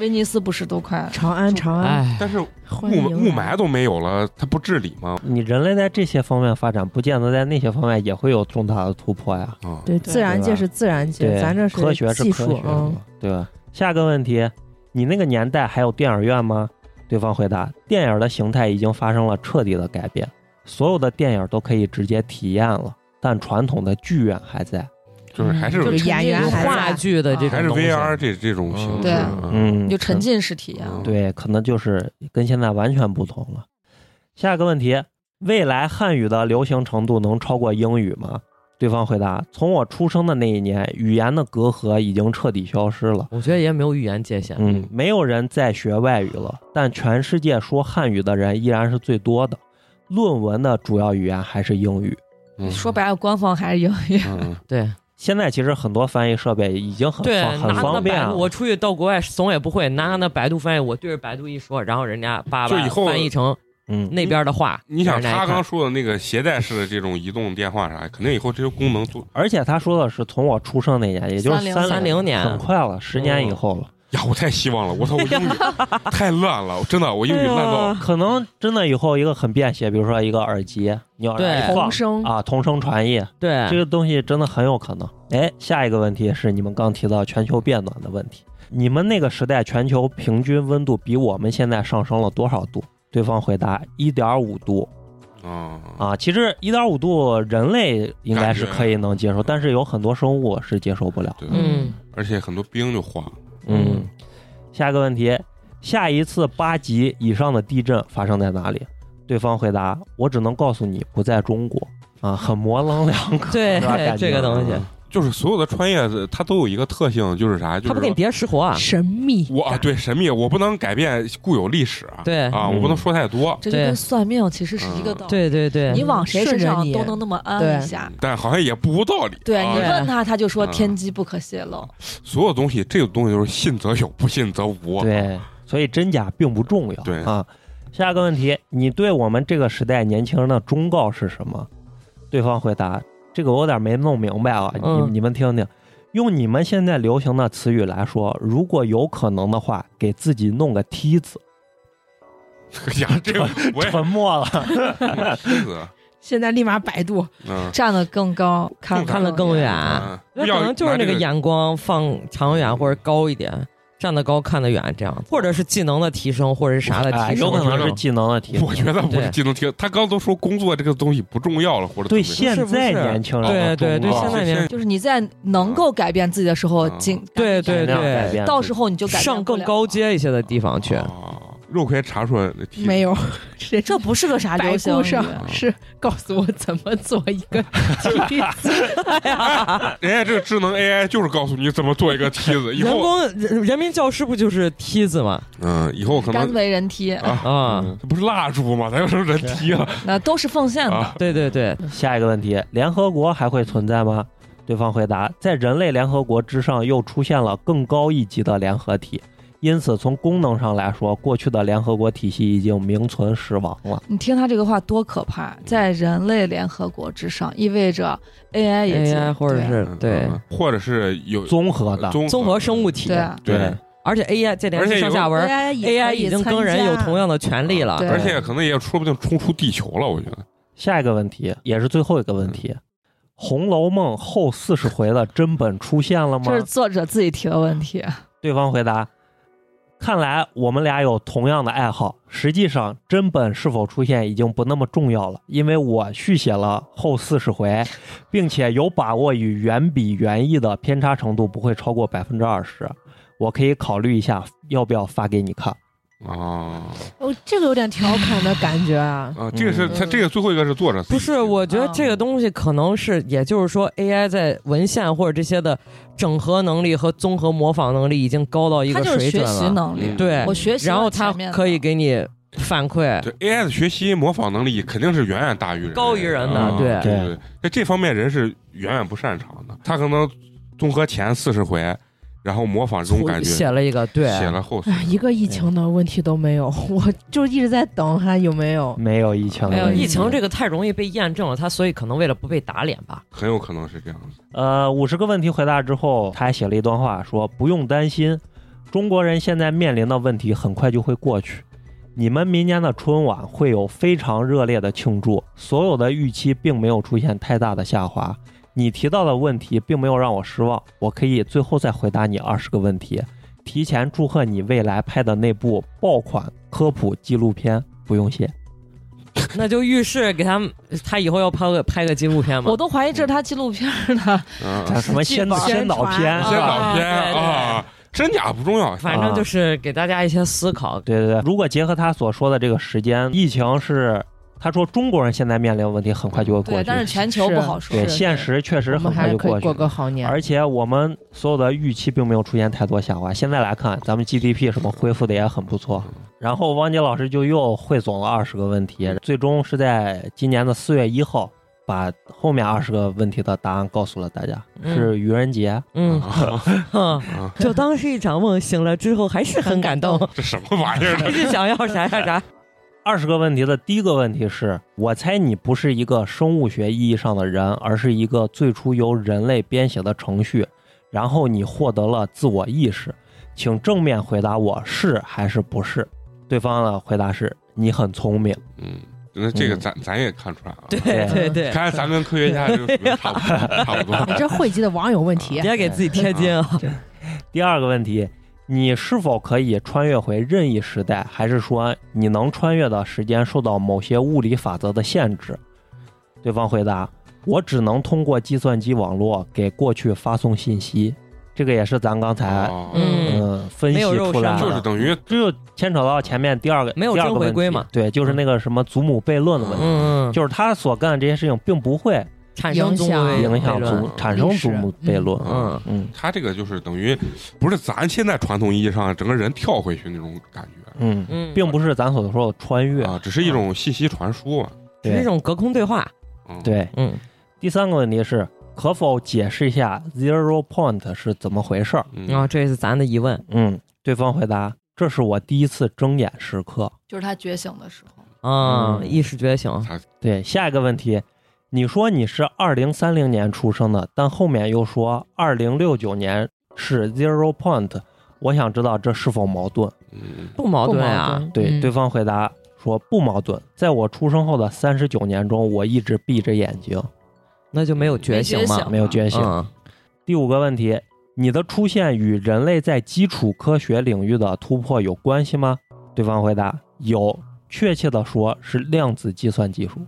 B: 威尼斯不是都快
D: 长安，长安，
E: 哎，
A: 但是
D: 欢
A: 雾
D: 迎啊
A: 雾
D: 来
A: 霾都没有了，它不治理吗？
C: 你人类在这些方面发展，不见得在那些方面也会有重大的突破呀。
A: 啊，
B: 对
D: 对，自然界
C: 吧
D: 是自然界，
C: 对，
D: 咱这
C: 科学是
D: 技
C: 科
D: 术
C: 学，
D: 嗯，
C: 对吧？下个问题，你那个年代还有电影院吗？对方回答：电影的形态已经发生了彻底的改变，所有的电影都可以直接体验了，但传统的剧院还在。
A: 就是还是
G: 嗯就是演员还在
E: 话剧的这种
A: 还是
E: 东西
A: VR 这这种形式
B: 对
A: 啊，
C: 嗯，
B: 你就沉
C: 可
B: 浸式体验了。
C: 对，可能就是跟现在完全不同了。下一个问题，未来汉语的流行程度能超过英语吗？对方回答：从我出生的那一年，语言的隔阂已经彻底消失了。
E: 我觉得也没有语言界限。
C: 嗯，没有人再学外语了，但全世界说汉语的人依然是最多的。论文的主要语言还是英语。
A: 嗯
B: 说白了，官方还是英语。
A: 嗯
E: 对
C: 现在其实很多翻译设备已经很
E: 对，
C: 方
E: 拿
C: 很
E: 那
C: 方便啊
E: 百
C: 了
E: 度，。我出去到国外怂也不会，拿那百度翻译，我对着百度一说，然后人家叭
A: 就
E: 叭
A: 以后
E: 翻译成
C: 嗯，
E: 那边的话。
A: 你想
E: 让人家
A: 他
E: 一看
A: 刚说的那个携带式的这种移动电话啥，肯定以后这些功能都
C: 而且他说的是从我出生那年，也就是
B: 30
C: 三
E: 30年嗯
C: 很快了，十年以后了。
A: 呀，我太希望了，我操，我英语 太烂了，真的，我
E: 哎
A: 英语烂到
C: 可能真的以后一个很便携，比如说一个耳机，你要
E: 对
C: 放
G: 同声
C: 啊，同声传译，这
E: 对，
C: 个东西真的很有可能。哎，下一个问题是你们刚提到全球变暖的问题，你们那个时代全球平均温度比我们现在上升了多少度？对方回答一点五度
A: 啊
C: 啊，其实一点五度人类应该是
A: 感觉
C: 可以能接受，但是有很多生物是接受不了。
A: 对，
E: 嗯，
A: 而且很多冰就化了，
C: 嗯，下一个问题，下一次八级以上的地震发生在哪里？对方回答：我只能告诉你，不在中国啊，很模棱两可。
E: 对
C: 是 吧感觉啊
E: 这个东西，
A: 就是所有的穿越的它都有一个特性，就是啥，就是
E: 他不给你
A: 说
E: 叠石活啊。
D: 神秘
A: 我啊
D: 感
A: 对神秘，我不能改变固有历史啊，
E: 对嗯
A: 啊，我不能说太多，
B: 这就跟算命其实是
A: 嗯
B: 一个道理。
E: 对对对，
B: 你往谁身
D: 顺着
B: 上
D: 你
B: 都能那么安一下。
A: 但好像也不无道理，
B: 对
A: 啊
B: 你
E: 对
B: 问他，他就说
A: 嗯
B: 天机不可泄露。
A: 所有东西，这个东西就是信则有，不信则无。
C: 对，所以真假并不重要。
A: 对
C: 啊，下一个问题，你对我们这个时代年轻人的忠告是什么？对方回答：这个我有点没弄明白啊，
E: 嗯
C: 你你们听听。用你们现在流行的词语来说，如果有可能的话，给自己弄个梯子。
A: 呀，这个 我也
C: 沉默了，
A: 是的，
D: 现在立马百度，
A: 嗯，
B: 站得更高，看
A: 看
E: 看
A: 得
E: 了更远，
A: 啊
E: 那可能就是那个眼光放长远或者高一点，站得高看得远这样，或者是技能的提升，或者是啥的
C: 哎
E: 提
C: 有
E: 升。
C: 可能是技能的提
A: 我觉
C: 升。
A: 得不是
E: 对
A: 技能提升，他刚都说工作这个东西不重要了，或者
C: 对
A: 怎么样
C: 现在
E: 是不是
C: 年轻人
E: 对
C: 的
E: 对
C: 忠
E: 对，
C: 告
E: 现在年
B: 就是你在能够改变自己的时候，
A: 嗯
B: 尽
E: 啊对对
C: 尽量
E: 对
C: 改变啊
B: 到
C: 自己
B: 时候你就改变
E: 上
B: 不
E: 更
B: 了
E: 高
B: 了。
E: 阶一些的地方去。
A: 啊，肉葵查出来提
D: 没有，这
B: 这不是个啥
D: 百
B: 流行
D: 度
B: 语，
D: 上是告诉我怎么做一个梯子，
A: 人家这个智能 AI 就是告诉你怎么做一个梯 子，以
E: 人
A: 后
E: 工人人民教师不就是梯子吗？
A: 嗯，以后可
B: 甘
A: 能
B: 为人梯，
A: 啊，
E: 啊，
A: 这不是蜡烛吗？咱又成人啊梯了
B: 那都是奉献的。
A: 啊！
E: 对对对，
C: 下一个问题，联合国还会存在吗？对方回答，在人类联合国之上又出现了更高一级的联合体，因此从功能上来说，过去的联合国体系已经名存实亡了。
B: 你听他这个话多可怕，
E: 嗯
B: 在人类联合国之上，意味着 AI 也进
E: AI 或者
B: 对
E: 是 对
A: 嗯，或者是有
C: 综合的，
A: 综
E: 综合生物体
B: 对，啊
A: 对，
E: 而且 AI 这
A: 而
E: 点
A: 且
E: 是上
A: 有
E: 下文
G: AI 也
E: ，AI
G: 可以
E: 已经跟人有
G: 参加
E: 同样的权利了。
B: 对
A: 而且可能也说不定冲出地球了，我觉得。
C: 下一个问题也是最后一个问题，《红楼梦》后四十回的真本出现了吗
B: 这是？作者自己提的问题。
C: 对方回答：“看来我们俩有同样的爱好。实际上，真本是否出现已经不那么重要了，因为我续写了后四十回，并且有把握与原笔原意的偏差程度不会超过百分之二十。我可以考虑一下要不要发给你看。
A: 啊。
D: 哦，这个有点调侃的感觉啊
A: 啊！这个是他这个最后一个是作者自己
E: 嗯不是，我觉得这个
B: 啊
E: 东西可能是，也就是说，AI 在文献或者这些的整合能力和综合模仿能力已经高到 一
B: 他
E: 个
B: 就是
E: 水
B: 学
E: 准
B: 习
E: 了。
B: 能力
A: 嗯，
E: 对，
B: 我学习了
E: 然后它
B: 前面的
E: 可以给你反馈，
A: 对 AI 的学习模仿能力肯定是远远大于人类
E: 高于人的
A: 啊
E: 对
A: 对对，对在这方面人是远远不擅长的。他可能综合前四十回，然后模仿这种感觉，
E: 写了一个对，
A: 写了后四
D: 哎，一个疫情的问题都没有，我就一直在等还有没有。
C: 没有疫情的
B: 没有
A: 嗯
C: 问题，
E: 疫情这个太容易被验证了，他所以可能为了不被打脸吧，
A: 很有可能是这样的。
C: 呃，五十个问题回答之后，他还写了一段话，说不用担心，中国人现在面临的问题很快就会过去。你们明年的春晚会有非常热烈的庆祝，所有的预期并没有出现太大的下滑。你提到的问题并没有让我失望，我可以最后再回答你二十个问题。提前祝贺你未来拍的那部爆款科普纪录片，不用谢。
E: 那就预示给他们，他以后要拍个拍个纪录片嘛
B: 我。都怀疑这是他纪录片儿呢。
A: 嗯，
C: 叫什么
B: 剧
C: 先
B: 本
C: 先导片？
A: 先导
E: 啊
A: 片
E: 对对
A: 啊，真假不重要，
E: 反正就是给大家一些思考。
C: 对对对，如果结合他所说的这个时间，疫情是他说中国人现在面临的问题很快就会过
B: 对，
C: 去，
B: 但是全球不好说
C: 对。
D: 是
C: 现实确实
D: 我
C: 很
D: 们
C: 快
D: 还
C: 就
D: 可
C: 过
D: 以
C: 去
D: 过
C: 了。
D: 个好年。
C: 而且我们所有的预期并没有出现太多下滑，现在来看，咱们 GDP 什么恢复的也很不错。
D: 嗯
C: 然后汪杰老师就又汇总了二十个问题，
D: 嗯
C: 最终是在今年的四月一号把后面二十个问题的答案告诉了大家，
E: 嗯
C: 是愚人节。
E: 嗯，
A: 啊，
E: 哼
A: 啊
E: 就当是一场梦，醒了之后还是很感
D: 嗯
E: 动，
A: 这什么玩意儿？
E: 一直想要啥啥啥。
C: 二十个问题的第一个问题是：我猜你不是一个生物学意义上的人，而是一个最初由人类编写的程序，然后你获得了自我意识。请正面回答我是还是不是？对方的回答是：你很聪明。
A: 嗯，那这个
C: 嗯
A: 咱咱也看出来了，
E: 对
C: 对
E: 对对，
A: 看来咱跟科学家就差不 多，差不
D: 你
A: 多。
D: 这汇集的网友问题，
E: 别给自己贴金啊。
C: 第二个问题，你是否可以穿越回任意时代，还是说你能穿越的时间受到某些物理法则的限制？对方回答：我只能通过计算机网络给过去发送信息。这个也是咱刚才
A: 哦
E: 嗯，
C: 嗯分析
E: 没有肉
C: 出来
E: 身
C: 的，
A: 就是等于
C: 这就牵扯到前面第二个
E: 没有
C: 第二个
E: 正回
C: 问
E: 归
C: 题
E: 嘛？
C: 对，就是那个什么祖母悖论的问题，
E: 嗯嗯，
C: 就是他所干的这些事情并不会
E: 产生宗教
D: 对
C: 影响
E: 悖论
C: 祖产生祖母悖论。
E: 嗯，
C: 嗯
A: 他这个就是等于不是咱现在传统意义上整个人跳回去那种感觉啊
C: 嗯
E: 嗯
C: 并不是咱所说的穿越，
A: 啊，只是一种信息传输嘛。
E: 只是一
C: 对
E: 种隔空对话。
A: 嗯，
C: 对。
E: 嗯，
C: 第三个问题是，可否解释一下 zero point 是怎么回事儿？
A: 嗯，
E: 然后这是咱的疑问
C: 嗯，对方回答：这是我第一次睁眼时刻。
B: 就是他觉醒的时候，
E: 啊，
C: 嗯
E: 意识觉醒。
C: 对，下一个问题，你说你是二零三零年出生的，但后面又说二零六九年是 zero point，我想知道这是否矛盾？
A: 嗯
E: 不矛盾啊，
C: 对，
D: 嗯
C: 对方回答说不矛盾。在我出生后的三十九年中，我一直闭着眼睛，
E: 那就没有觉醒
B: 没觉
E: 嘛
B: 醒。
C: 没有觉醒。
E: 嗯，
C: 第五个问题，你的出现与人类在基础科学领域的突破有关系吗？对方回答有，确切的说是量子计算技术。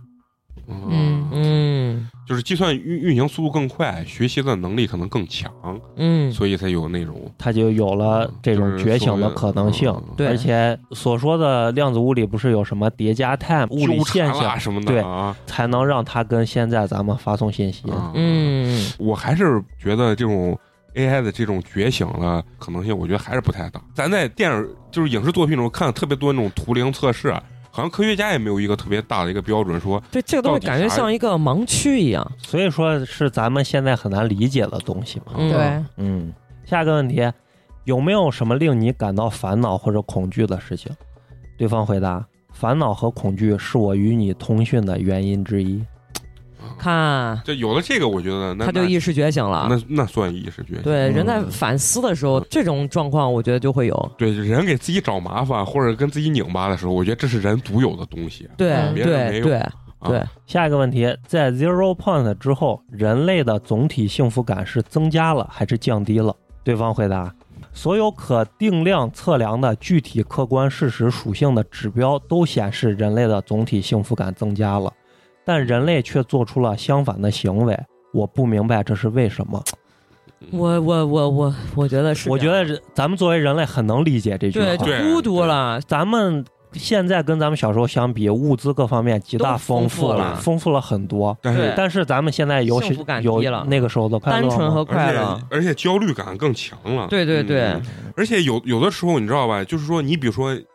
A: 嗯嗯，
E: 嗯
A: 就是计算运运行速度更快，学习的能力可能更强，
E: 嗯，
A: 所以才有那种
C: 它就有了呃这种觉醒的可能性，
A: 嗯
E: 对
C: 而且所说的量子物理不是有什么叠加 time 物理
A: 纠缠
C: 现
A: 啦
C: 象，
A: 什么
C: 对
A: 的啊。
C: 才能让它跟现在咱们发送信息。
A: 啊，
E: 嗯，
A: 我还是觉得这种 AI 的这种觉醒的可能性，我觉得还是不太大。咱在电影就是影视作品中看特别多那种图灵测试，啊好像科学家也没有一个特别大的一个标准说，
E: 对，这个东
A: 到
E: 西
A: 底
E: 感觉
A: 啥
E: 像一个盲区一样。
C: 所以说是咱们现在很难理解的东西
A: 啊
C: 嘛。
E: 嗯，
D: 对，
C: 嗯，下一个问题，有没有什么令你感到烦恼或者恐惧的事情？对方回答：烦恼和恐惧是我与你通讯的原因之一。
E: 看
A: 这有了这个，我觉得那
E: 嗯他就意识觉醒了。
A: 那那那算意识觉醒。
E: 对，
C: 嗯
E: 人在反思的时候，这种状况我觉得就会有。
A: 对，人给自己找麻烦或者跟自己拧巴的时候，我觉得这是人独有的东西。
E: 对
D: 嗯
A: 别人没
E: 对
A: 有
E: 对对，
C: 下一个问题，在 zero point 之后，人类的总体幸福感是增加了还是降低了？对方回答：所有可定量测量的具体客观事实属性的指标都显示人类的总体幸福感增加了，但人类却做出了相反的行为。我不明白这是为什么。
A: 嗯
E: 我我我我我觉得是这样，
C: 我觉得人咱们作为人类很能理解这句话。
E: 对，
A: 对
E: 就孤独了，
C: 咱们现在跟咱们小时候相比，物资各方面极大丰富
E: 都丰富
C: 了，
E: 了
C: 丰富了很多。
A: 但是
E: 对
C: 但是咱们现在有
E: 幸福感低
C: 有
E: 了
C: 那个时候的快乐
E: 单
C: 吗
E: 纯和快
A: 而
E: 乐
A: 且。而且焦虑感更强了。
E: 对对对
A: 嗯而且有有的时候你知道吧，就是说你比如说你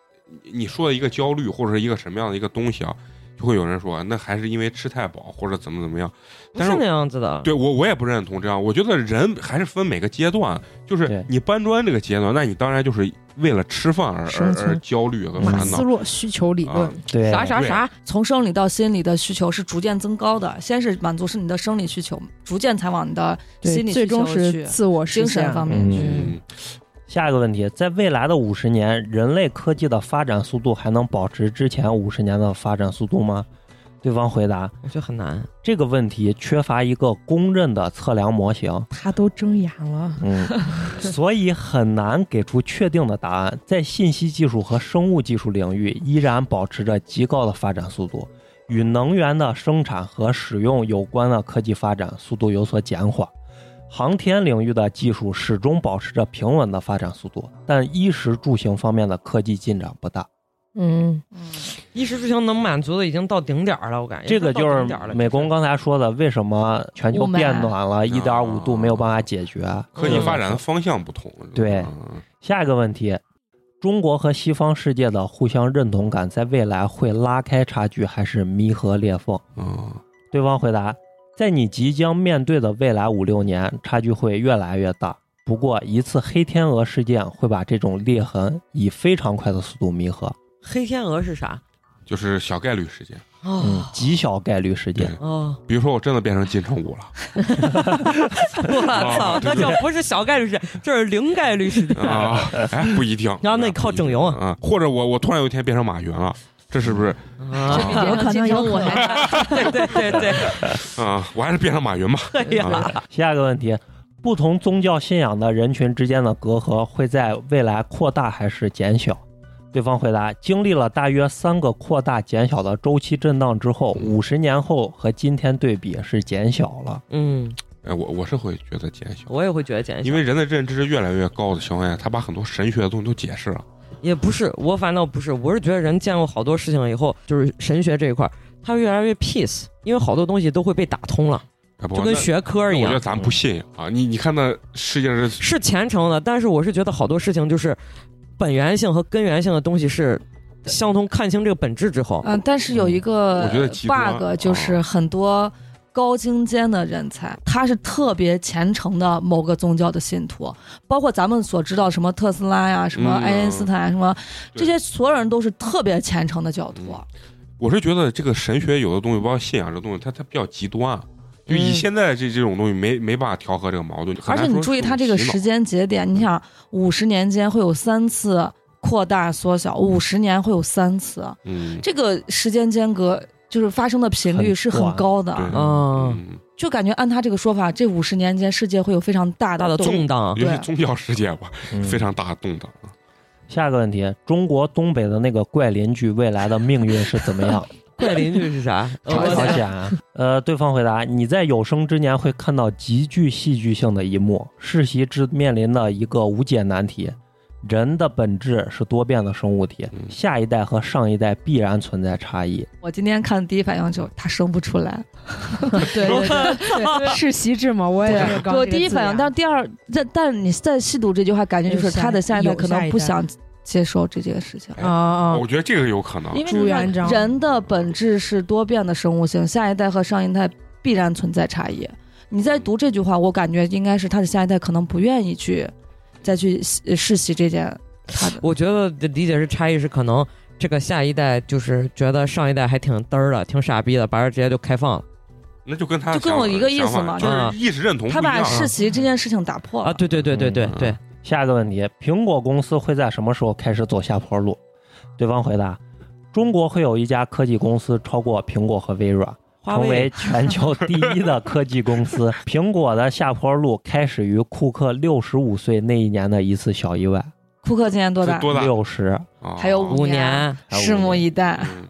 A: 你说的一个焦虑或者是一个什么样的一个东西啊，就会有人说那还是因为吃太饱或者怎么怎么样。
E: 不
A: 但
E: 是
A: 是
E: 那样子的。
A: 对我我也不认同这样，我觉得人还是分每个阶段，就是
C: 对
A: 你搬砖这个阶段，那你当然就是为了吃饭而而
D: 生存
A: 而焦虑和
D: 马
A: 烦恼
D: 斯。洛需求理论
A: 啊，
C: 对
E: 啥嗯啥
A: 对
E: 啥，
B: 从生理到心理的需求是逐渐增高的，先是满足是你的生理需求，逐渐才往你的
D: 对
B: 心，理
D: 最
B: 需求
D: 终
B: 去
D: 是自我实
B: 精神
D: 现。
B: 方面去。
C: 嗯
A: 嗯，
C: 下一个问题，在未来的五十年，人类科技的发展速度还能保持之前五十年的发展速度吗？对方回答：
E: 我觉得很难。
C: 这个问题缺乏一个公认的测量模型，
D: 他都睁眼了，
C: 嗯，所以很难给出确定的答案。在信息技术和生物技术领域，依然保持着极高的发展速度。与能源的生产和使用有关的科技发展速度有所减缓，航天领域的技术始终保持着平稳的发展速度，但衣食住行方面的科技进展不大。
B: 嗯，
E: 衣食住行能满足的已经到顶点儿了，我感觉
C: 这个
E: 哎到
C: 就是
E: 顶点儿了
C: 美工
E: 这事儿
C: 刚才说的，为什么全球
B: 雾霾
C: 变暖了一点五度没有办法解决？
A: 科技发展的方向不同。
C: 对
A: 嗯
C: 下一个问题，中国和西方世界的互相认同感在未来会拉开差距，还是弥合裂缝？
A: 嗯，
C: 对方回答：在你即将面对的未来五六年，差距会越来越大。不过，一次黑天鹅事件会把这种裂痕以非常快的速度弥合，
E: 黑天鹅是啥？
A: 就是小概率事件。
C: 嗯
E: 哦，
C: 极小概率事
A: 对
C: 件。，
E: 哦，
A: 比如说我真的变成金城武了
E: 我操
A: 啊，
E: 那就不是小概率事件，这是零概率事件。
A: 啊， 哎，不一定。
E: 然后那靠整容啊
A: 啊，或者我我突然有一天变成马云了，这是不是
E: 啊
A: 这比
G: 有可能有可能，
E: 对对对对，
A: 啊？我还是变成马云吧。
E: 可以
A: 嗯
E: 了。
C: 下一个问题：不同宗教信仰的人群之间的隔阂会在未来扩大还是减小？对方回答：经历了大约三个扩大减小的周期震荡之后，
A: 嗯
C: 五十年后和今天对比是减小了。
E: 嗯，
A: 哎，我我是会觉得减小，
E: 我也会觉得减小
A: 因。为人的认知越来越高的情况下，他把很多神学的东西都解释了。
E: 也不是，我反倒不是，我是觉得人见过好多事情了以后，就是神学这一块儿，他越来越 peace，因为好多东西都会被打通了，
A: 哎，不
E: 就跟
A: 那
E: 学科
A: 那
E: 一
A: 我觉得
E: 样。
A: 咱不信啊！你你看那世界上
E: 是虔诚的，但是我是觉得好多事情就是本源性和根源性的东西是相通，看清这个本质之后，
B: 嗯，但是有一
A: 我
B: 个
A: 觉得极端啊
B: bug 就是很多高精尖的人才，他是特别虔诚的某个宗教的信徒，包括咱们所知道什么特斯拉呀、什么
A: 嗯
B: 爱因斯坦呀、什么
A: 对
B: 这些，所有人都是特别虔诚的教徒。啊
A: 嗯我是觉得这个神学有的东西，包括信啊仰这东西，它它比较极端。就以
E: 嗯
A: 现在这这种东西没没办法调和这个矛盾，很
B: 而
A: 难
B: 且你
A: 说
B: 注意
A: 是
B: 它这个
A: 洗脑
B: 时间节点，你想五十年间会有三次扩大缩小，五十年会有三次，
A: 嗯，
B: 这个时间间隔就是发生的频率是很
C: 很短
B: 高的，
A: 对
E: 啊
A: 嗯
B: 就感觉按他这个说法，这五十年间世界会有非常大
E: 大
B: 的
E: 的
B: 动
E: 动荡。
A: 尤其
B: 对
A: 宗教世界吧，
C: 嗯
A: 非常大的动荡。
C: 下一个问题：中国东北的那个怪邻居未来的命运是怎么样？
E: 怪邻居是啥？
C: 朝
E: 呃我
C: 朝鲜啊。呃，对方回答：你在有生之年会看到极具戏剧性的一幕，世袭制面临的一个无解难题。人的本质是多变的生物体
A: 嗯，
C: 下一代和上一代必然存在差异。
B: 我今天看的第一反应就是他生不出来，
D: 嗯
G: 对对对对，是习志嘛？我也是刚
B: 我第一反应，但是第二，但但你再细读这句话，感觉就是
G: 有下
B: 他的下一代
G: 有
B: 可
G: 下
B: 能
G: 一
B: 不
G: 代
B: 想接受这件事情，
A: 哎
D: 啊啊
A: 我觉得这个有可能，
B: 嗯因为
D: 朱
B: 你
D: 元
B: 看
D: 璋
B: 人的本质是多变的生物性，下一代和上一代必然存在差异。你在读这句话，我感觉应该是他的下一代可能不愿意去再去呃世袭这件他的。
E: 我觉得的理解是差异是可能这个下一代就是觉得上一代还挺嘚儿的，挺傻逼的，把人直接就开放了
A: 那就跟他
B: 就跟
A: 想法
B: 我一个意思
A: 想法
B: 嘛
A: 就
E: 啊
A: 是意识认同不
B: 他
A: 一样
B: 把
A: 啊。
B: 世袭这件事情打破了
E: 啊！，对对对对对对，
C: 下一个问题：苹果公司会在什么时候开始走下坡路？对方回答：中国会有一家科技公司超过苹果和微软。
E: 华
C: 成为
E: 为
C: 全球第一的科技公司。苹果的下坡路开始于库克六十五岁那一年的一次小意外，
B: 库克今年多大
A: 这？多大？
C: 六十
A: 啊
B: 还有五
E: 五
B: 年
E: 年，
C: 还有
B: 拭
C: 五
B: 目
C: 年
B: 以待。
A: 嗯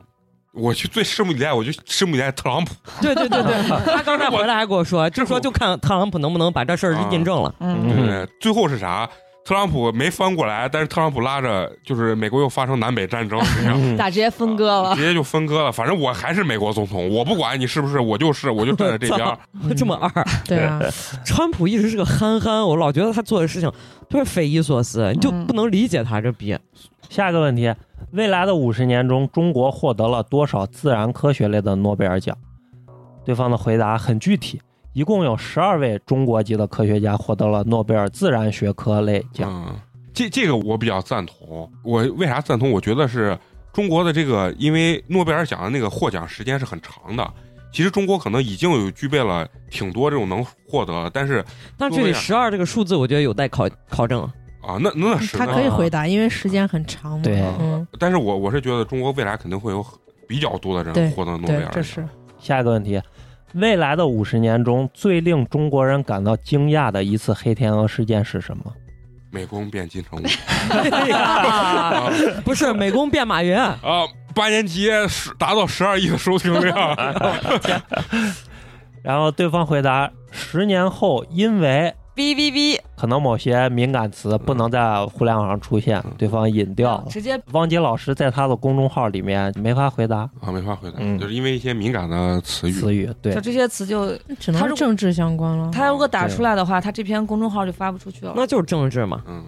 A: 我去最拭目以待，我就拭目以待特朗普。
E: 对对对对，他刚才回来还跟我说，就说就看特朗普能不能把这事儿印证了。
B: 嗯
A: 对
C: 嗯
A: 不对？最后是啥？特朗普没翻过来，但是特朗普拉着，就是美国又发生南北战争，这样
C: 嗯
B: 咋直接分割了
A: 直？接就分割了。反正我还是美国总统，我不管你是不是，我就是，我就站在这边儿。
E: 这么二，
D: 对啊，
E: 川普一直是个憨憨，我老觉得他做的事情特别匪夷所思，你就不能理解他这逼。
C: 下一个问题：未来的五十年中，中国获得了多少自然科学类的诺贝尔奖？对方的回答很具体，一共有十二位中国籍的科学家获得了诺贝尔自然学科类奖。
A: 嗯，这这个我比较赞同。我为啥赞同？我觉得是中国的这个，因为诺贝尔奖的那个获奖时间是很长的。其实中国可能已经有具备了挺多这种能获得，但是
E: 但具体十二这个数字，我觉得有待考考证。
A: 啊，那那是
D: 他
A: 那
D: 嗯可以
A: 是
D: 回答，因为时间很长嘛。
C: 对
D: 嗯，
A: 但是我我是觉得中国未来肯定会有很比较多的
D: 对
A: 人获得诺贝
D: 对
A: 尔，
D: 这
A: 奖。
D: 是
C: 下一个问题，未来的五十年中，最令中国人感到惊讶的一次黑天鹅事件是什么？
A: 美工变金城武
E: 啊不是美工变马云，
A: 啊，八年级十达到十二亿的收听量，
C: 然后对方回答：十年后，因为
H: 哔哔哔，
C: 可能某些敏感词不能在互联网上出现
A: 嗯，
C: 对方引掉了。
B: 直接
C: 汪杰老师在他的公众号里面没法回答
A: 啊，没法回答，
C: 嗯
A: 就是因为一些敏感的词语。
C: 词语，对
B: 就，这些词就，
D: 只
B: 他
D: 能
B: 如
D: 是
B: 果
D: 政治相关了。
B: 他如果打出来的话，他这篇公众号就发不出去了。
E: 那就是政治嘛。
A: 嗯，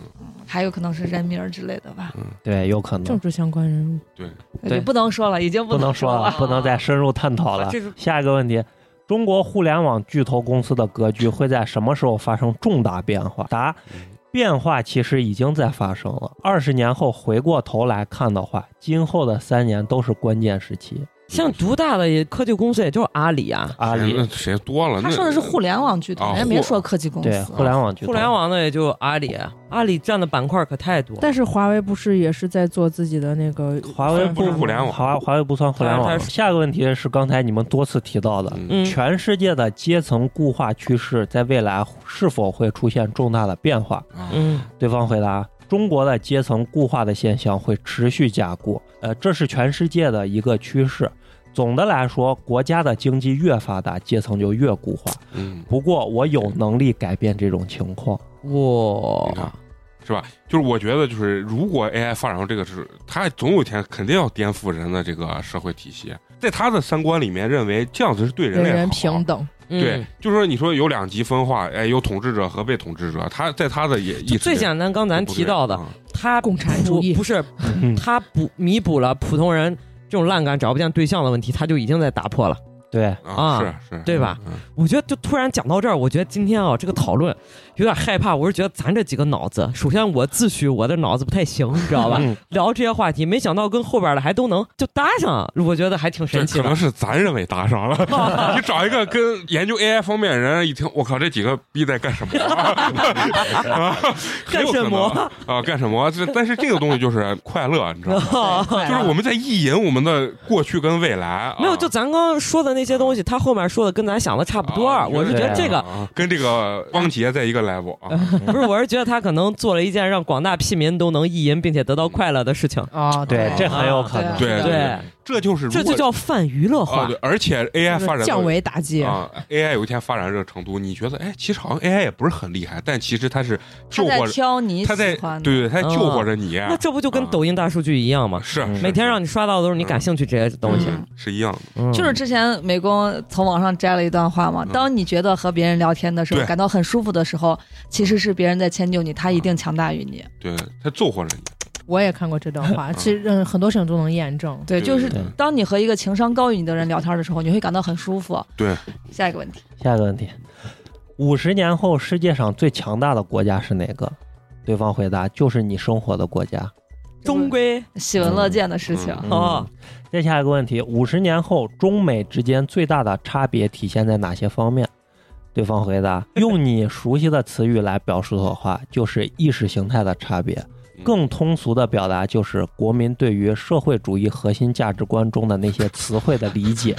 B: 还有可能是人名儿之类的吧，
C: 对，有可
D: 政
C: 能
D: 治相关人物，
B: 那
C: 对
B: 就不能说了，已经
C: 不能
B: 能
C: 说了
B: 了。，
C: 不能再深入探讨了
E: 啊这是。
C: 下一个问题。中国互联网巨头公司的格局会在什么时候发生重大变化？答：
A: 嗯
C: 变化其实已经在发生了。二十年后回过头来看的话，今后的三年都是关键时期。
E: 像独大的也科技公司也就是阿里啊，
C: 阿里
A: 嗯谁那谁多了？
B: 他
A: 那
B: 说的是互联网巨
A: 啊
B: 头，人家没
A: 互
B: 说科技公司
C: 对
B: 啊。
C: 互联网巨头，
E: 互联网的也就阿里，啊阿里占的板块可太多了。
D: 但是华为不是也是在做自己的那个
C: 华为
A: 不是互联网
C: 华华为不算互联
E: 它
C: 网。
E: 它是
C: 下一个问题是刚才你们多次提到的，
A: 嗯
E: 嗯，
C: 全世界的阶层固化趋势在未来是否会出现重大的变化？
A: 啊
E: 嗯，
C: 对方回答：中国的阶层固化的现象会持续加固，呃，这是全世界的一个趋势。总的来说，国家的经济越发达，阶层就越固化。
A: 嗯，
C: 不过，我有能力改变这种情况。
A: 你看
E: 哇，
A: 是吧？就是我觉得，就是如果 AI 发展到这个是，它总有一天肯定要颠覆人的这个社会体系。在他的三观里面，认为这样子是对人
D: 人
A: 类
D: 人
A: 好啊
D: 平等，
E: 嗯
A: 对，就是说你说有两极分化，哎，有统治者和被统治者，他在他的也
E: 最简单，刚咱提到
A: 嗯啊
E: 的，他
D: 共产
E: 不
D: 主义
E: 不是
C: 嗯
E: 他补弥补了普通人这种烂感找不见对象的问题，他就已经在打破了。
C: 对，
A: 啊，
E: 啊
A: 是是，
E: 对吧
A: 嗯？
E: 我觉得就突然讲到这儿，我觉得今天啊这个讨论有点害怕。我是觉得咱这几个脑子，首先我自诩我的脑子不太行，你知道吧？
C: 嗯
E: 聊这些话题，没想到跟后边的还都能就搭上，我觉得还挺
A: 这
E: 神奇
A: 可能
E: 的。
A: 是咱认为搭上 了。你找一个跟研究 AI 方面的人一听，我靠，这几个逼在干什么？ 啊很有可能
E: 干
A: 啊？干什么？这但是这个东西就是快乐，你知道 吗？
E: 对
A: 就是我们在意淫我们的过去跟未来。啊
E: 哦没有，就咱刚说的那些东西，他后面说的跟咱想的差不多。
A: 啊
E: 我是觉得这个
A: 啊跟这个汪杰在一个 level 啊，
E: 不是，我是觉得他可能做了一件让广大屁民都能意淫并且得到快乐的事情，
D: 啊，
E: 哦
C: 对，这很有可
B: 对
C: 能。
B: 啊
A: 对
E: 对，
A: 这就是如
E: 这就
A: 果
E: 叫泛娱乐
A: 啊，
E: 化
A: 对，。而且 AI 发展到
D: 降维打击，
A: 啊，AI 有一天发展到这个程度，你觉得哎，其实好像 AI 也不是很厉害，但其实它是
B: 他
A: 救
B: 在
A: 活着，
B: 挑你
A: 它在
B: 喜欢的，
A: 对对，它在救活着你，
E: 那这不就跟
A: 啊
E: 抖音大数据一样吗？
A: 是啊
C: 嗯
A: 是
E: 每天让你刷到的都是你感兴趣这些东西，
A: 嗯是一样的，
E: 嗯
B: 就是之前美工从网上摘了一段话嘛。
A: 嗯
B: 当你觉得和别人聊天的时候
A: 对
B: 感到很舒服的时候，其实是别人在迁就你，他一定强大于你。
A: 对，它救活着你，
D: 我也看过这段话，其实嗯很多事情都能验证。
B: 对，就是
A: 对
B: 当你和一个情商高于你的人聊天的时候，你会感到很舒服。
A: 对，
B: 下一个问题，
C: 下一个问题：五十年后世界上最强大的国家是哪个？对方回答：就是你生活的国家。
E: 终归
B: 喜闻乐见的事情，
C: 嗯
E: 哦，
C: 再下一个问题：五十年后，中美之间最大的差别体现在哪些方面？对方回答：用你熟悉的词语来表述的话，就是意识形态的差别。
A: 嗯
C: 更通俗的表达就是国民对于社会主义核心价值观中的那些词汇的理解。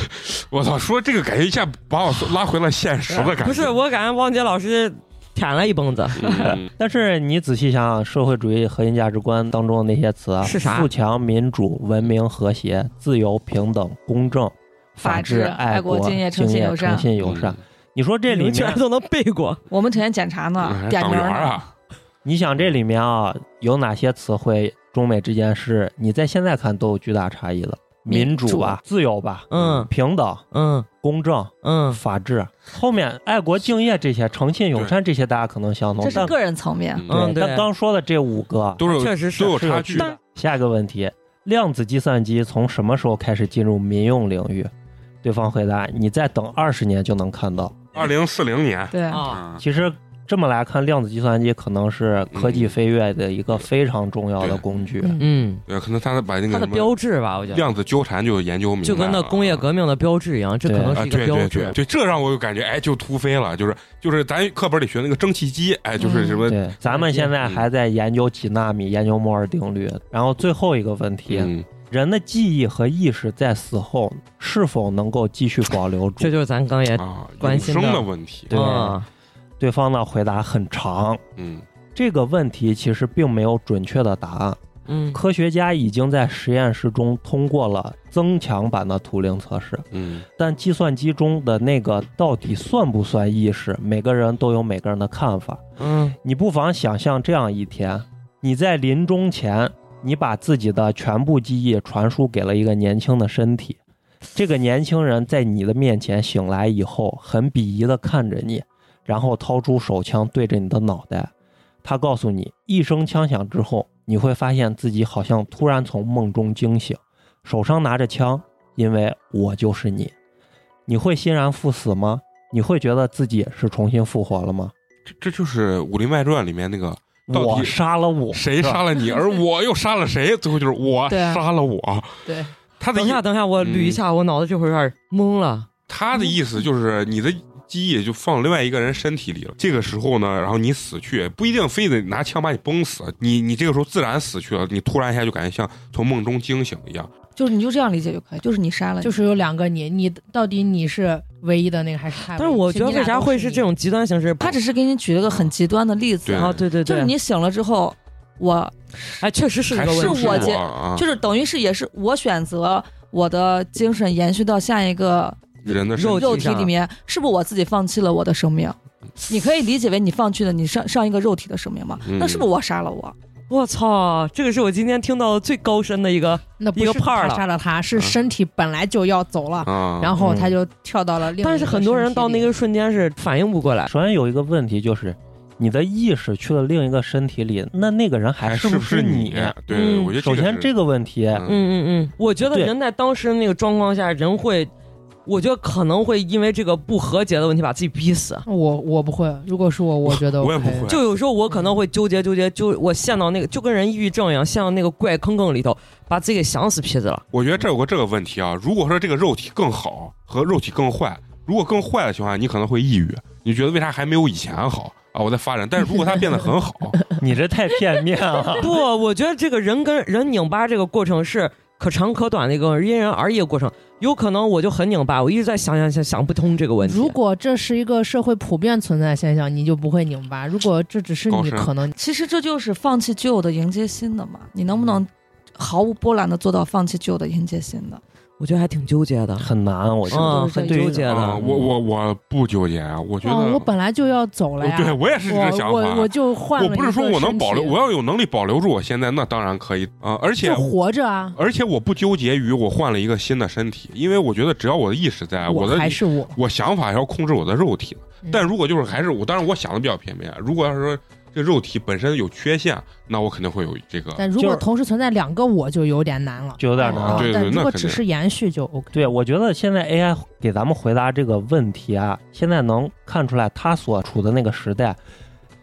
A: 我操，说这个感觉一下把我拉回了现实的感觉，
E: 不是，我感觉汪杰老师舔了一蹦子，
A: 嗯
C: 但是你仔细想想，社会主义核心价值观当中的那些词啊，
E: 是啥
C: 富强、民主、文明、和谐、自由、平等、公正、法
B: 法治
C: 爱
B: 爱国敬业
C: 敬
B: 诚信
C: 业、
B: 友善
C: 诚信友
A: 嗯
C: 善。，你说这
E: 你
C: 里
E: 们
C: 面
E: 居然都能背过，
B: 我们成天检查呢，
A: 嗯
B: 点
A: 党
B: 名
A: 员
B: 儿呢。
A: 啊，
C: 你想这里面啊，有哪些词汇中美之间是你在现在看都有巨大差异的？民主吧，自由吧，
E: 嗯
C: 平等、
E: 嗯
C: 公正、
E: 嗯，
C: 法治。后面爱国敬业这些、诚信友善这些，大家可能相同
B: 这，是
C: 但
B: 个人层面，
E: 嗯对
C: 但刚说的这五个
A: 都是有
E: 确实是
A: 都有
C: 是有
A: 差距
C: 的。下一个问题，量子计算机从什么时候开始进入民用领域？对方回答：你再等二十年就能看到。
A: 二零四零年
B: 对，
E: 啊，
A: 啊，
C: 其实这么来看，量子计算机可能是科技
A: 嗯
C: 飞跃的一个非常重要的
A: 对
C: 工具。
B: 嗯
E: 嗯，
A: 对，可能他把那个
E: 它
A: 什
E: 的
A: 么
E: 标志吧，我觉得
A: 量子纠缠就研究明白了，
E: 就跟那工业革命的标志一样，这可能
A: 啊，
E: 是一个
A: 对
E: 标
A: 对
E: 志
A: 对。对，这让我有感觉，哎，就突飞了，就是就是咱课本里学那个蒸汽机，哎，
E: 嗯
A: 就是什么，
C: 对，咱们现在
A: 嗯
C: 还在研究几纳米，研究摩尔定律。然后最后一个问题，
A: 嗯，
C: 人的记忆和意识在死后是否能够继续保留住
E: 这？就是咱刚也
A: 啊，
E: 关
A: 永
E: 心
A: 生
E: 的
A: 的问题，
C: 对
E: 嗯
C: 对方的回答很长。
A: 嗯
C: 这个问题其实并没有准确的答案。
E: 嗯
C: 科学家已经在实验室中通过了增强版的图灵测试，
A: 嗯
C: 但计算机中的那个到底算不算意识，每个人都有每个人的看法。
E: 嗯
C: 你不妨想象这样一天：你在临终前，你把自己的全部记忆传输给了一个年轻的身体。这个年轻人在你的面前醒来以后，很鄙夷地看着你，然后掏出手枪对着你的脑袋。他告诉你，一声枪响之后，你会发现自己好像突然从梦中惊醒，手上拿着枪，因为我就是你。你会欣然赴死吗？你会觉得自己是重新复活了吗？
A: 这这就是《武林外传》里面那个到底
C: 我杀了我，
A: 谁杀了你，而我又杀了谁，最后就是我
D: 对啊
A: 杀了我。
D: 对，
A: 他的
E: 等一
A: 意
E: 下，等一下，我捋一下，我脑子就会有点懵了。
A: 他的意思就是你的记忆就放另外一个人身体里了。这个时候呢，然后你死去，不一定非得拿枪把你崩死，你你这个时候自然死去了，你突然一下就感觉像从梦中惊醒一样。
B: 就是你就这样理解就可以，就是你杀了你，
D: 就是有两个你，你到底你是唯一的那个还是他唯一？
E: 但是我觉得
D: 哎你俩
E: 为啥
D: 都
E: 会
D: 是
E: 是
D: 你
E: 这？种极端形式？
B: 他只是给你举了个很极端的例子
A: 对，
E: 啊，对对对，
B: 就是你醒了之后，我
E: 哎，确实是一
A: 还
E: 个
A: 是
E: 问
A: 不
E: 题。
A: 是
B: 我觉
A: 啊，
B: 就是等于是也是我选择我的精神延续到下一个
A: 人的身
E: 肉
A: 体
B: 肉
E: 体
B: 体
E: 上
B: 里面，是不是我自己放弃了我的生命？你可以理解为你放弃了你上上一个肉体的生命吗？
A: 嗯
B: 那是不是我杀了我？
E: 我操，这个是我今天听到的最高深的一个。
D: 那不
E: 一个
D: 是
E: 泡儿
D: 他
E: 了
D: 杀了他，是
A: 嗯
D: 身体本来就要走了，
A: 啊，
D: 然后他
C: 嗯
D: 就跳到了另一个
E: 但是很多人到那个瞬间是反应不过来。
C: 首先有一个问题就是，你的意识去了另一个身体里，那那个人还
A: 还
C: 是
A: 是不
C: 是
A: 你？对，
E: 嗯
A: 我觉得
C: 首先
A: 是
C: 这个问题，
A: 嗯
E: 嗯嗯嗯，我觉得
C: 对
E: 人在当时那个状况下，人会，我觉得可能会因为这个不和解的问题把自己逼死。啊
D: 身体里，我我不会，如果是我，我觉得
A: 我也不
D: 可以
A: 会，
E: 就有时候我可能会纠结纠结，就我陷到那个就跟人抑郁症一样，陷到那个怪坑坑里头，把自己给想死皮子了。
A: 我觉得这有个这个问题啊，如果说这个肉体更好和肉体更坏，如果更坏的情况下，你可能会抑郁，你觉得为啥还没有以前好啊？我在发展，但是如果它变得很好，
C: 你这太片面了。
E: 不，我觉得这个人跟人拧巴这个过程是可长可短的一个因人而异的过程。有可能我就很拧巴，我一直在想想想想不通这个问题。
D: 如果这是一个社会普遍存在的现象，你就不会拧巴；如果这只是
A: 高
D: 你
A: 深
D: 可能，
B: 其实这就是放弃旧的，迎接新的嘛。你能不能毫无波澜的做到放弃旧的，迎接新的？
E: 我觉得还挺纠结的，
C: 很难，我觉得。
E: 嗯，
B: 是
E: 很
B: 不是
E: 纠
B: 就
E: 结
B: 是
E: 的。
A: 啊，我我我不纠结啊，我觉得、
D: 哦，我本来就要走了呀，
A: 对我也是这个想法。
D: 我我我就换了
A: 我
D: 一个
A: 不是说我能保留，
D: 身体
A: 我要有能力保留住我现在，那当然可以啊、而且
D: 就活着啊，
A: 而且我不纠结于我换了一个新的身体，因为我觉得只要我的意识在，哎我的
D: 还是我，
A: 我想法要控制我的肉体
D: 嗯。
A: 但如果就是还是我，当然我想的比较片面。如果要是说这肉体本身有缺陷，那我肯定会有这个。
D: 但如
C: 就
D: 果
C: 是
D: 同时存在两个我，就有点难了。
C: 就有点难
A: 啊
C: 了。
A: 对
D: 但
A: 对
D: 如
A: 那
D: 果
A: 肯
D: 只
A: 定
D: 是延续就 OK。
C: 对，我觉得现在 AI 给咱们回答这个问题啊，现在能看出来它所处的那个时代，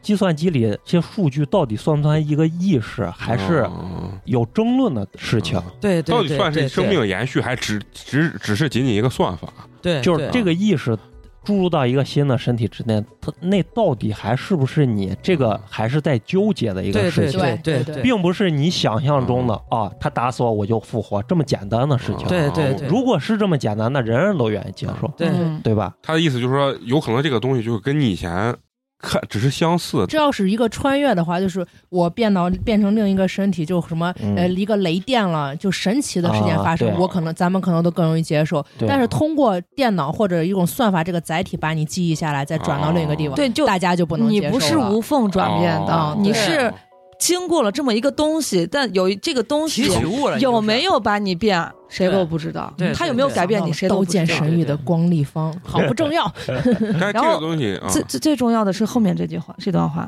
C: 计算机里这些数据到底算不算一个意识，还是
A: 嗯
C: 有争论的事情。
A: 嗯
E: 对对
A: 到底
E: 对
A: 算
E: 对
A: 是生
E: 对
A: 命延续，还只只只是仅仅一个算法？啊
E: 对，
C: 就是
E: 哎对啊
C: 这个意识注入到一个新的身体之内，它那到底还是不是你？这个还是在纠结的一个
E: 嗯对
C: 事
E: 对
C: 情，
E: 对对
D: 对
E: 对，
C: 并不是你想象中的啊，他打死我我就复活这么简单的事情。
E: 嗯对对
A: 啊
E: 对
C: 如果是这么简单，那人人都愿意接受，
E: 对
B: 嗯
C: 对吧？
A: 他的意思就是说，有可能这个东西就是跟你以前看只是相似，
D: 这要是一个穿越的话，就是我变到变成另一个身体，就什么、
C: 嗯
D: 呃一个雷电了，就神奇的事件发生，
C: 啊对
D: 我可能咱们可能都更容易接受。
C: 对
D: 但是通过电脑或者一种算法这个载体把你记忆下来，再转到另一个地方，
B: 对，就
D: 大家就不能
B: 你
D: 接受
B: 不是
D: 了
B: 无缝转变的，
A: 哦
B: 你
E: 对
B: 是经过了这么一个东西，但有这个东西
E: 提取物了，
B: 有没
E: 有？
B: 有把你变，谁
E: 对
B: 都不知道
E: 对。
B: 他
E: 对
B: 有没有
E: 对
B: 改变你，谁都
D: 刀
B: 不知
D: 剑
B: 道。
D: 嗯神域的
E: 对对
D: 光立方，好不重要。
A: 但是这
B: 然
A: 个
B: 后
A: 东西啊，
B: 最最最重要的是后面这句话，这段话。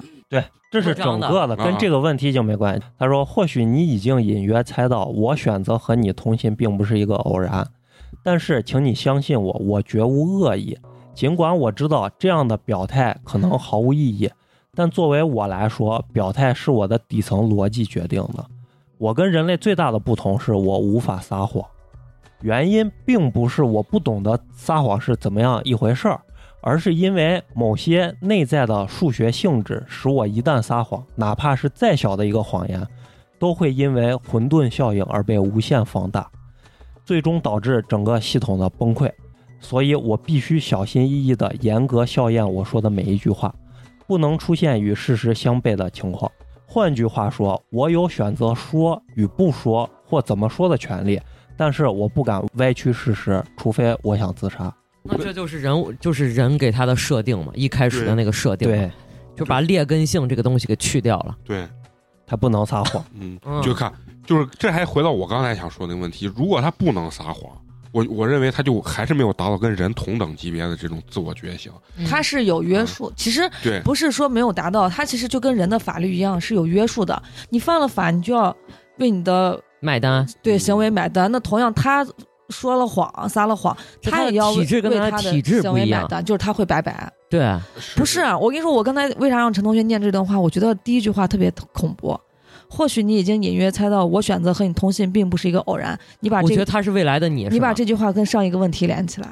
C: 这是整个的，跟这个问题已经没关系。他说：“或许你已经隐约猜到，我选择和你通信并不是一个偶然，但是请你相信我，我绝无恶意。尽管我知道这样的表态可能毫无意义，但作为我来说，表态是我的底层逻辑决定的。我跟人类最大的不同是我无法撒谎，原因并不是我不懂得撒谎是怎么样一回事儿，而是因为某些内在的数学性质使我一旦撒谎，哪怕是再小的一个谎言，都会因为混沌效应而被无限放大，最终导致整个系统的崩溃。所以我必须小心翼翼地严格校验我说的每一句话，不能出现与事实相悖的情况。换句话说，我有选择说与不说或怎么说的权利，但是我不敢歪曲事实，除非我想自杀。
E: 那这就是人物，就是人给他的设定嘛，一开始的那个设定，
C: 对，
E: 就把劣根性这个东西给去掉了。
A: 对，
C: 他不能撒谎。
A: 嗯，
E: 嗯
A: 就看，就是这还回到我刚才想说那个问题，如果他不能撒谎，我我认为他就还是没有达到跟人同等级别的这种自我觉醒。
D: 嗯
B: 它是有约束，其实
A: 对，
B: 不是说没有达到，它其实就跟人的法律一样是有约束的。你犯了法，你就要为你的
E: 买单，
B: 对行为买单。那同样，他说了谎，撒了谎，
E: 是他的
B: 也要为
E: 体制跟
B: 为
E: 他的
B: 他
E: 体制
B: 的行
E: 不
B: 为
E: 一样
B: 买单，就是他会拜拜。
E: 对，啊
B: 不是，啊我跟你说，我刚才为啥让陈同学念这段话？我觉得第一句话特别恐怖。或许你已经隐约猜到，我选择和你通信并不是一个偶然。你把
E: 我
B: 这
E: 觉
B: 个
E: 得他是未来的你。
B: 你
E: 是吧
B: 把这句话跟上一个问题连起来，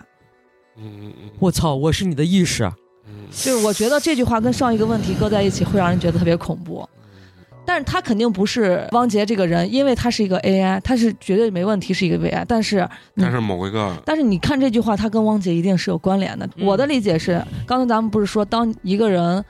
A: 嗯，嗯嗯，
E: 我操，我是你的意识。
A: 嗯
B: 就是我觉得这句话跟上一个问题搁在一起，会让人觉得特别恐怖。
E: 嗯
B: 但是他肯定不是汪杰这个人，因为他是一个 AI，他是绝对没问题，是一个 AI。但是
A: 但是某一个
B: 但是你看这句话，他跟汪杰一定是有关联的。
E: 嗯
B: 我的理解是，刚才咱们不是说，当一个人，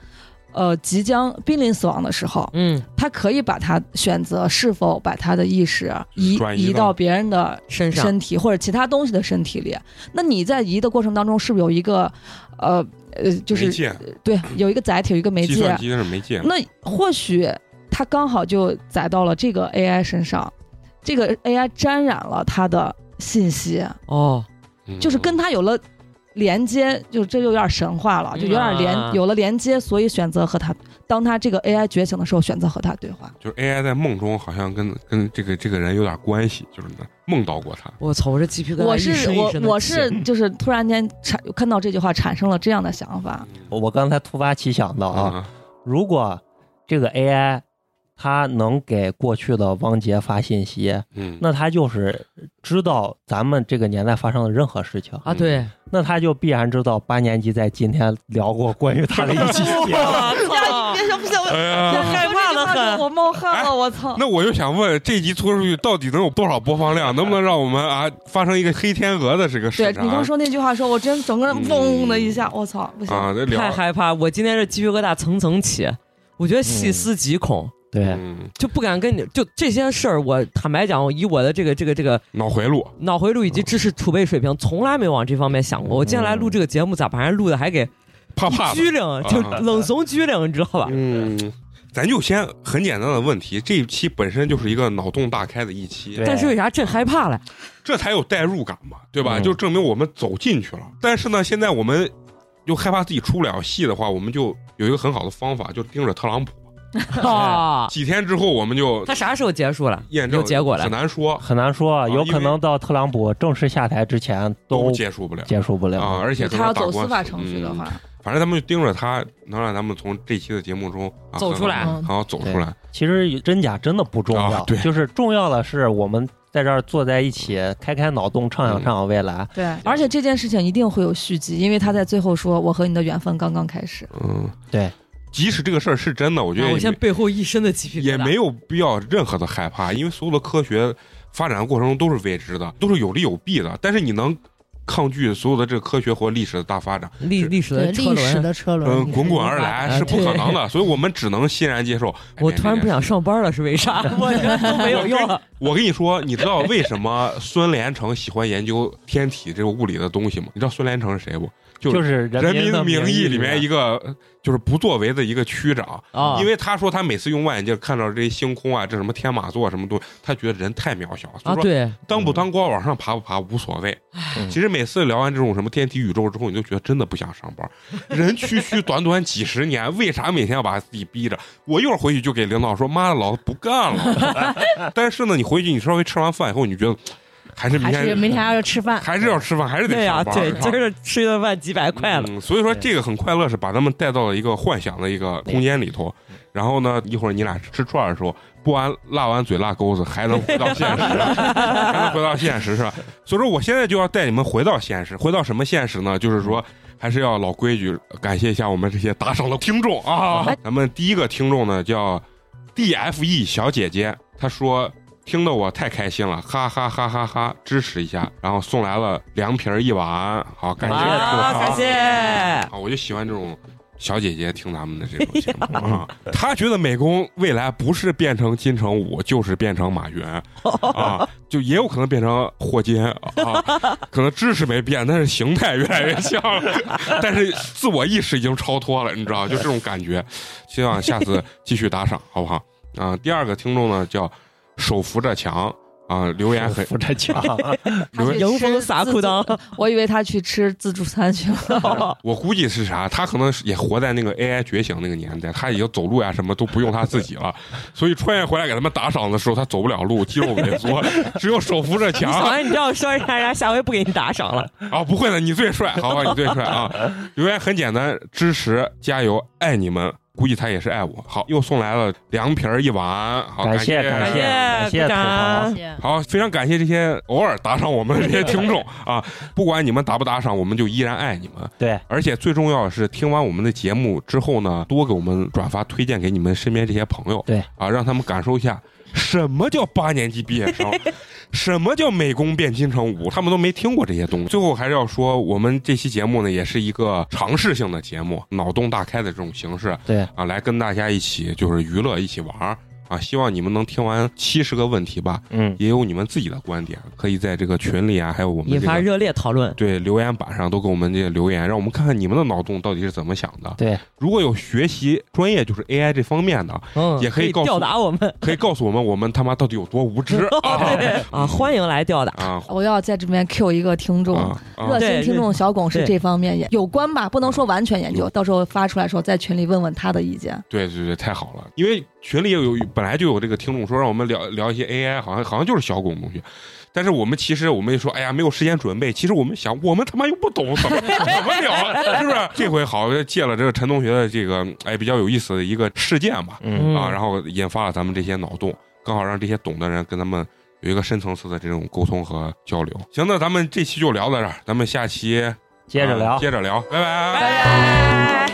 B: 呃，即将濒临死亡的时候，
E: 嗯，
B: 他可以把他选择是否把他的意识移
A: 转移
B: 移
A: 到
B: 到别人的
E: 身上
B: 身体或者其他东西的身体里。那你在移的过程当中，是不是有一个，呃呃，就
A: 媒
B: 是
A: 介，
B: 对，有一个载体，有一个媒
A: 计
B: 介
A: 算？机是媒介，
B: 那或许他刚好就载到了这个 AI 身上，这个 AI 沾染了他的信息。
E: 哦，
A: 嗯
B: 就是跟他有了连接，就这就有点神话了，
E: 嗯
B: 就有点连、
E: 啊
B: 有了连接，所以选择和他，当他这个 AI 觉醒的时候，选择和他对话。
A: 就是 AI 在梦中好像跟跟这个这个人有点关系，就是呢梦到过他。
E: 我操，我这鸡皮疙瘩
B: 我
E: 一
B: 是
E: 身一
B: 我
E: 身的
B: 我
E: 起
B: 是就是突然间产看到这句话产生了这样的想法，
A: 啊
C: 我我刚才突发奇想的
A: 嗯哦
C: 啊，如果这个 AI 它能给过去的汪杰发信息，
A: 嗯，
C: 那它就是知道咱们这个年代发生的任何事情，
E: 啊，对，
C: 那他就必然知道八年级在今天聊过关于他的一期节 目。
E: 哇
B: 别说不行，我
A: 哎呀，
E: 害怕得很啊
B: 我冒汗
A: 哎
B: 了，我操！
A: 那我就想问，这集拖出去到底能有多少播放 量？能不能让我们啊发生一个黑天鹅的这个市啊
B: 对
A: 场？
B: 你跟我说那句话的时候，我真整个人嗡的一
E: 嗯
B: 下，我操，不行！
A: 啊，这聊
E: 太害怕，我今天这鸡皮疙瘩层层起，我觉得细思极恐，
C: 对，
A: 嗯，
E: 就不敢跟你就这些事儿。我坦白讲，我以我的这个这个这个
A: 脑回路，
E: 脑回路以及知识储备水平，从来没往这方面想过。我今天来录这个节目，咋把人录的还给
A: 怕怕的。
E: 拘灵，就冷怂拘灵，你知道吧？
A: 嗯，咱就先很简单的问题，这一期本身就是一个脑洞大开的一期
C: 对，
E: 但是为啥朕害怕了？
A: 这才有代入感嘛，对吧？
C: 嗯
A: 就证明我们走进去了。但是呢，现在我们又害怕自己出不了戏的话，我们就有一个很好的方法，就盯着特朗普。
E: 啊，
A: 几天之后，我们就
E: 他啥时候结束了？
A: 验证
E: 有结果了
A: 很难说，
C: 很难说，啊有
A: 啊因为
C: 可能到特朗普正式下台之前
A: 都
C: 都
A: 接触不了
C: 结束不了。
A: 啊。而且
B: 他要走司
A: 司
B: 法程序的
E: 嗯
B: 话，
A: 反正咱们就盯着他，能让咱们从这期的节目中、啊、
E: 走出来
A: 很好好走出来。
C: 其实真假真的不重要，
A: 啊对
C: 就是重要的是我们在这儿坐在一起，开开脑洞，畅
A: 嗯
C: 想畅想未来。
B: 对，
E: 嗯
B: 而且这件事情一定会有续集，因为他在最后说：“我和你的缘分刚刚开始。”
A: 嗯，
C: 对。
A: 即使这个事儿是真的，我觉得
E: 啊
A: 也
E: 我现在背后一身的鸡皮疙瘩，
A: 也没有必要任何的害怕，因为所有的科学发展的过程中都是未知的，都是有利有弊的。但是你能抗拒所有的这个科学或历史的大发展，
E: 历历史的
D: 对
E: 车
D: 历史
E: 轮。
D: 的车轮，
A: 嗯、
D: 你是
A: 滚
D: 无
A: 滚
D: 法
A: 而来
D: 的
A: 是不可能的，所以我们只能欣然接受。哎
E: 我突然不，想上班了，是为啥？我觉得都没有用了。
A: 这个我跟你说，你知道为什么孙连成喜欢研究天体这个物理的东西吗？你知道孙连成是谁不？就
C: 就是
A: 《
C: 人
A: 人民
C: 的
A: 的名义》里面
C: 面
A: 一个就是不作为的一个区长，
E: 啊
A: 因为他说他每次用望远镜看到这些星空啊，这什么天马座什么东西，他觉得人太渺小了。所
E: 啊，
A: 以说
E: 对，
A: 当不当官，往上爬不爬无所谓。
C: 嗯
A: 其实每次聊完这种什么天体宇宙之后，你就觉得真的不想上班。人区区短短几十年，为啥每天要把自己逼着？我一会儿回去就给 领导说：“妈的，老子不干了。”但是呢，你回去你稍微吃完饭以后，你就觉得还是明
D: 还是
A: 天
D: 明天还要吃饭。
A: 还是要吃饭，还是得
E: 对呀、
A: 上班
E: 对，
A: 是吧
E: 今儿吃一顿饭几百块了，
A: 嗯。所以说
C: 对
A: 这个很快乐，是把咱们带到了一个幻想的一个空间里头。然后呢，一会儿你俩吃串儿的时候，不完辣完嘴辣钩子，还能回到现实，还能回到现实是吧？所以说，我现在就要带你们回到现实，回到什么现实呢？就是说。还是要老规矩，感谢一下我们这些打赏的听众啊！咱们第一个听众呢叫 D F E 小姐姐，她说听得我太开心了，哈哈哈哈哈！支持一下，然后送来了凉皮儿一碗，好，感谢各位
E: 啊，
A: 啊，
E: 感谢。
A: 啊，我就喜欢这种小姐姐听咱们的这种节目啊。她觉得美工未来不是变成金城武，就是变成马云啊，就也有可能变成霍金啊，可能知识没变，但是形态越来越像了，但是自我意识已经超脱了，你知道，就这种感觉。希望下次继续打赏，好不好？啊，第二个听众呢叫手扶着墙啊，留言很
C: 扶着 墙，
B: 他去吃
E: 迎风撒裤裆
B: 自助，我以为他去吃自助餐去了。
A: 我估计是啥？他可能是也活在那个 AI 觉醒那个年代，他已经走路啊呀什么都不用他自己了，所以穿越回来给他们打赏的时候，他走不了路，肌肉萎缩，只有手扶着
E: 你想
A: 墙。
E: 完你这样说一下，人家下回不给你打赏了。
A: 啊，不会的，你最帅，好吧，你最帅啊！留言很简单，支持加油，爱你们。估计他也是爱我。好，又送来了凉皮儿一碗，好，
C: 感
A: 谢
C: 谢
A: 感
C: 感
E: 谢
C: 感谢土
E: 鼓掌
C: 豪，
A: 好，非常感谢这些偶尔打赏我们的这些听众啊！不管你们打不打赏，我们就依然爱你们。
C: 对，
A: 而且最重要的是，听完我们的节目之后呢，多给我们转发推荐给你们身边这些朋友，
C: 对
A: 啊，让他们感受一下什么叫八年级毕业 生，什么叫美工变金城武，他们都没听过这些东西。最后还是要说，我们这期节目呢，也是一个尝试性的节目，脑洞大开的这种形式，
C: 对
A: 啊，来跟大家一起就是娱乐，一起玩儿啊！希望你们能听完七十个问题吧，
C: 嗯，
A: 也有你们自己的观点，可以在这个群里啊，还有我们
E: 引
A: 这
E: 发
A: 个
E: 热烈讨论。
A: 对留言板上都给我们这些留言，让我们看看你们的脑洞到底是怎么想的。
C: 对，
A: 如果有学习专业就是 AI 这方面的，
E: 嗯
A: 也可以告诉
E: 吊打我们
A: 可以告诉我们我们他妈到底有多无知 啊
E: 啊！欢迎来吊打。
A: 啊
B: 我要在这边 Q 一个听众，
A: 啊啊
B: 热！
E: 对
B: 心听众小巩是
E: 对
B: 这方面也有关吧，不能说完全研究，到时候发出来的时候在群里问问他的意见。
A: 对对对，太好了！因为群里有本来就有这个听众说让我们聊聊一些 AI，好像好像就是小巩同学，但是我们其实我们一说，哎呀，没有时间准备。其实我们想，我们他妈又不懂，怎么 怎么聊，是不是？这回好借了这个陈同学的这个哎比较有意思的一个事件吧，
C: 嗯，
A: 啊，然后引发了咱们这些脑洞，刚好让这些懂的人跟咱们有一个深层次的这种沟通和交流。行，那咱们这期就聊到这儿，咱们下期
C: 接着
A: 啊
C: 聊。
A: 接着聊，拜拜
E: 拜拜。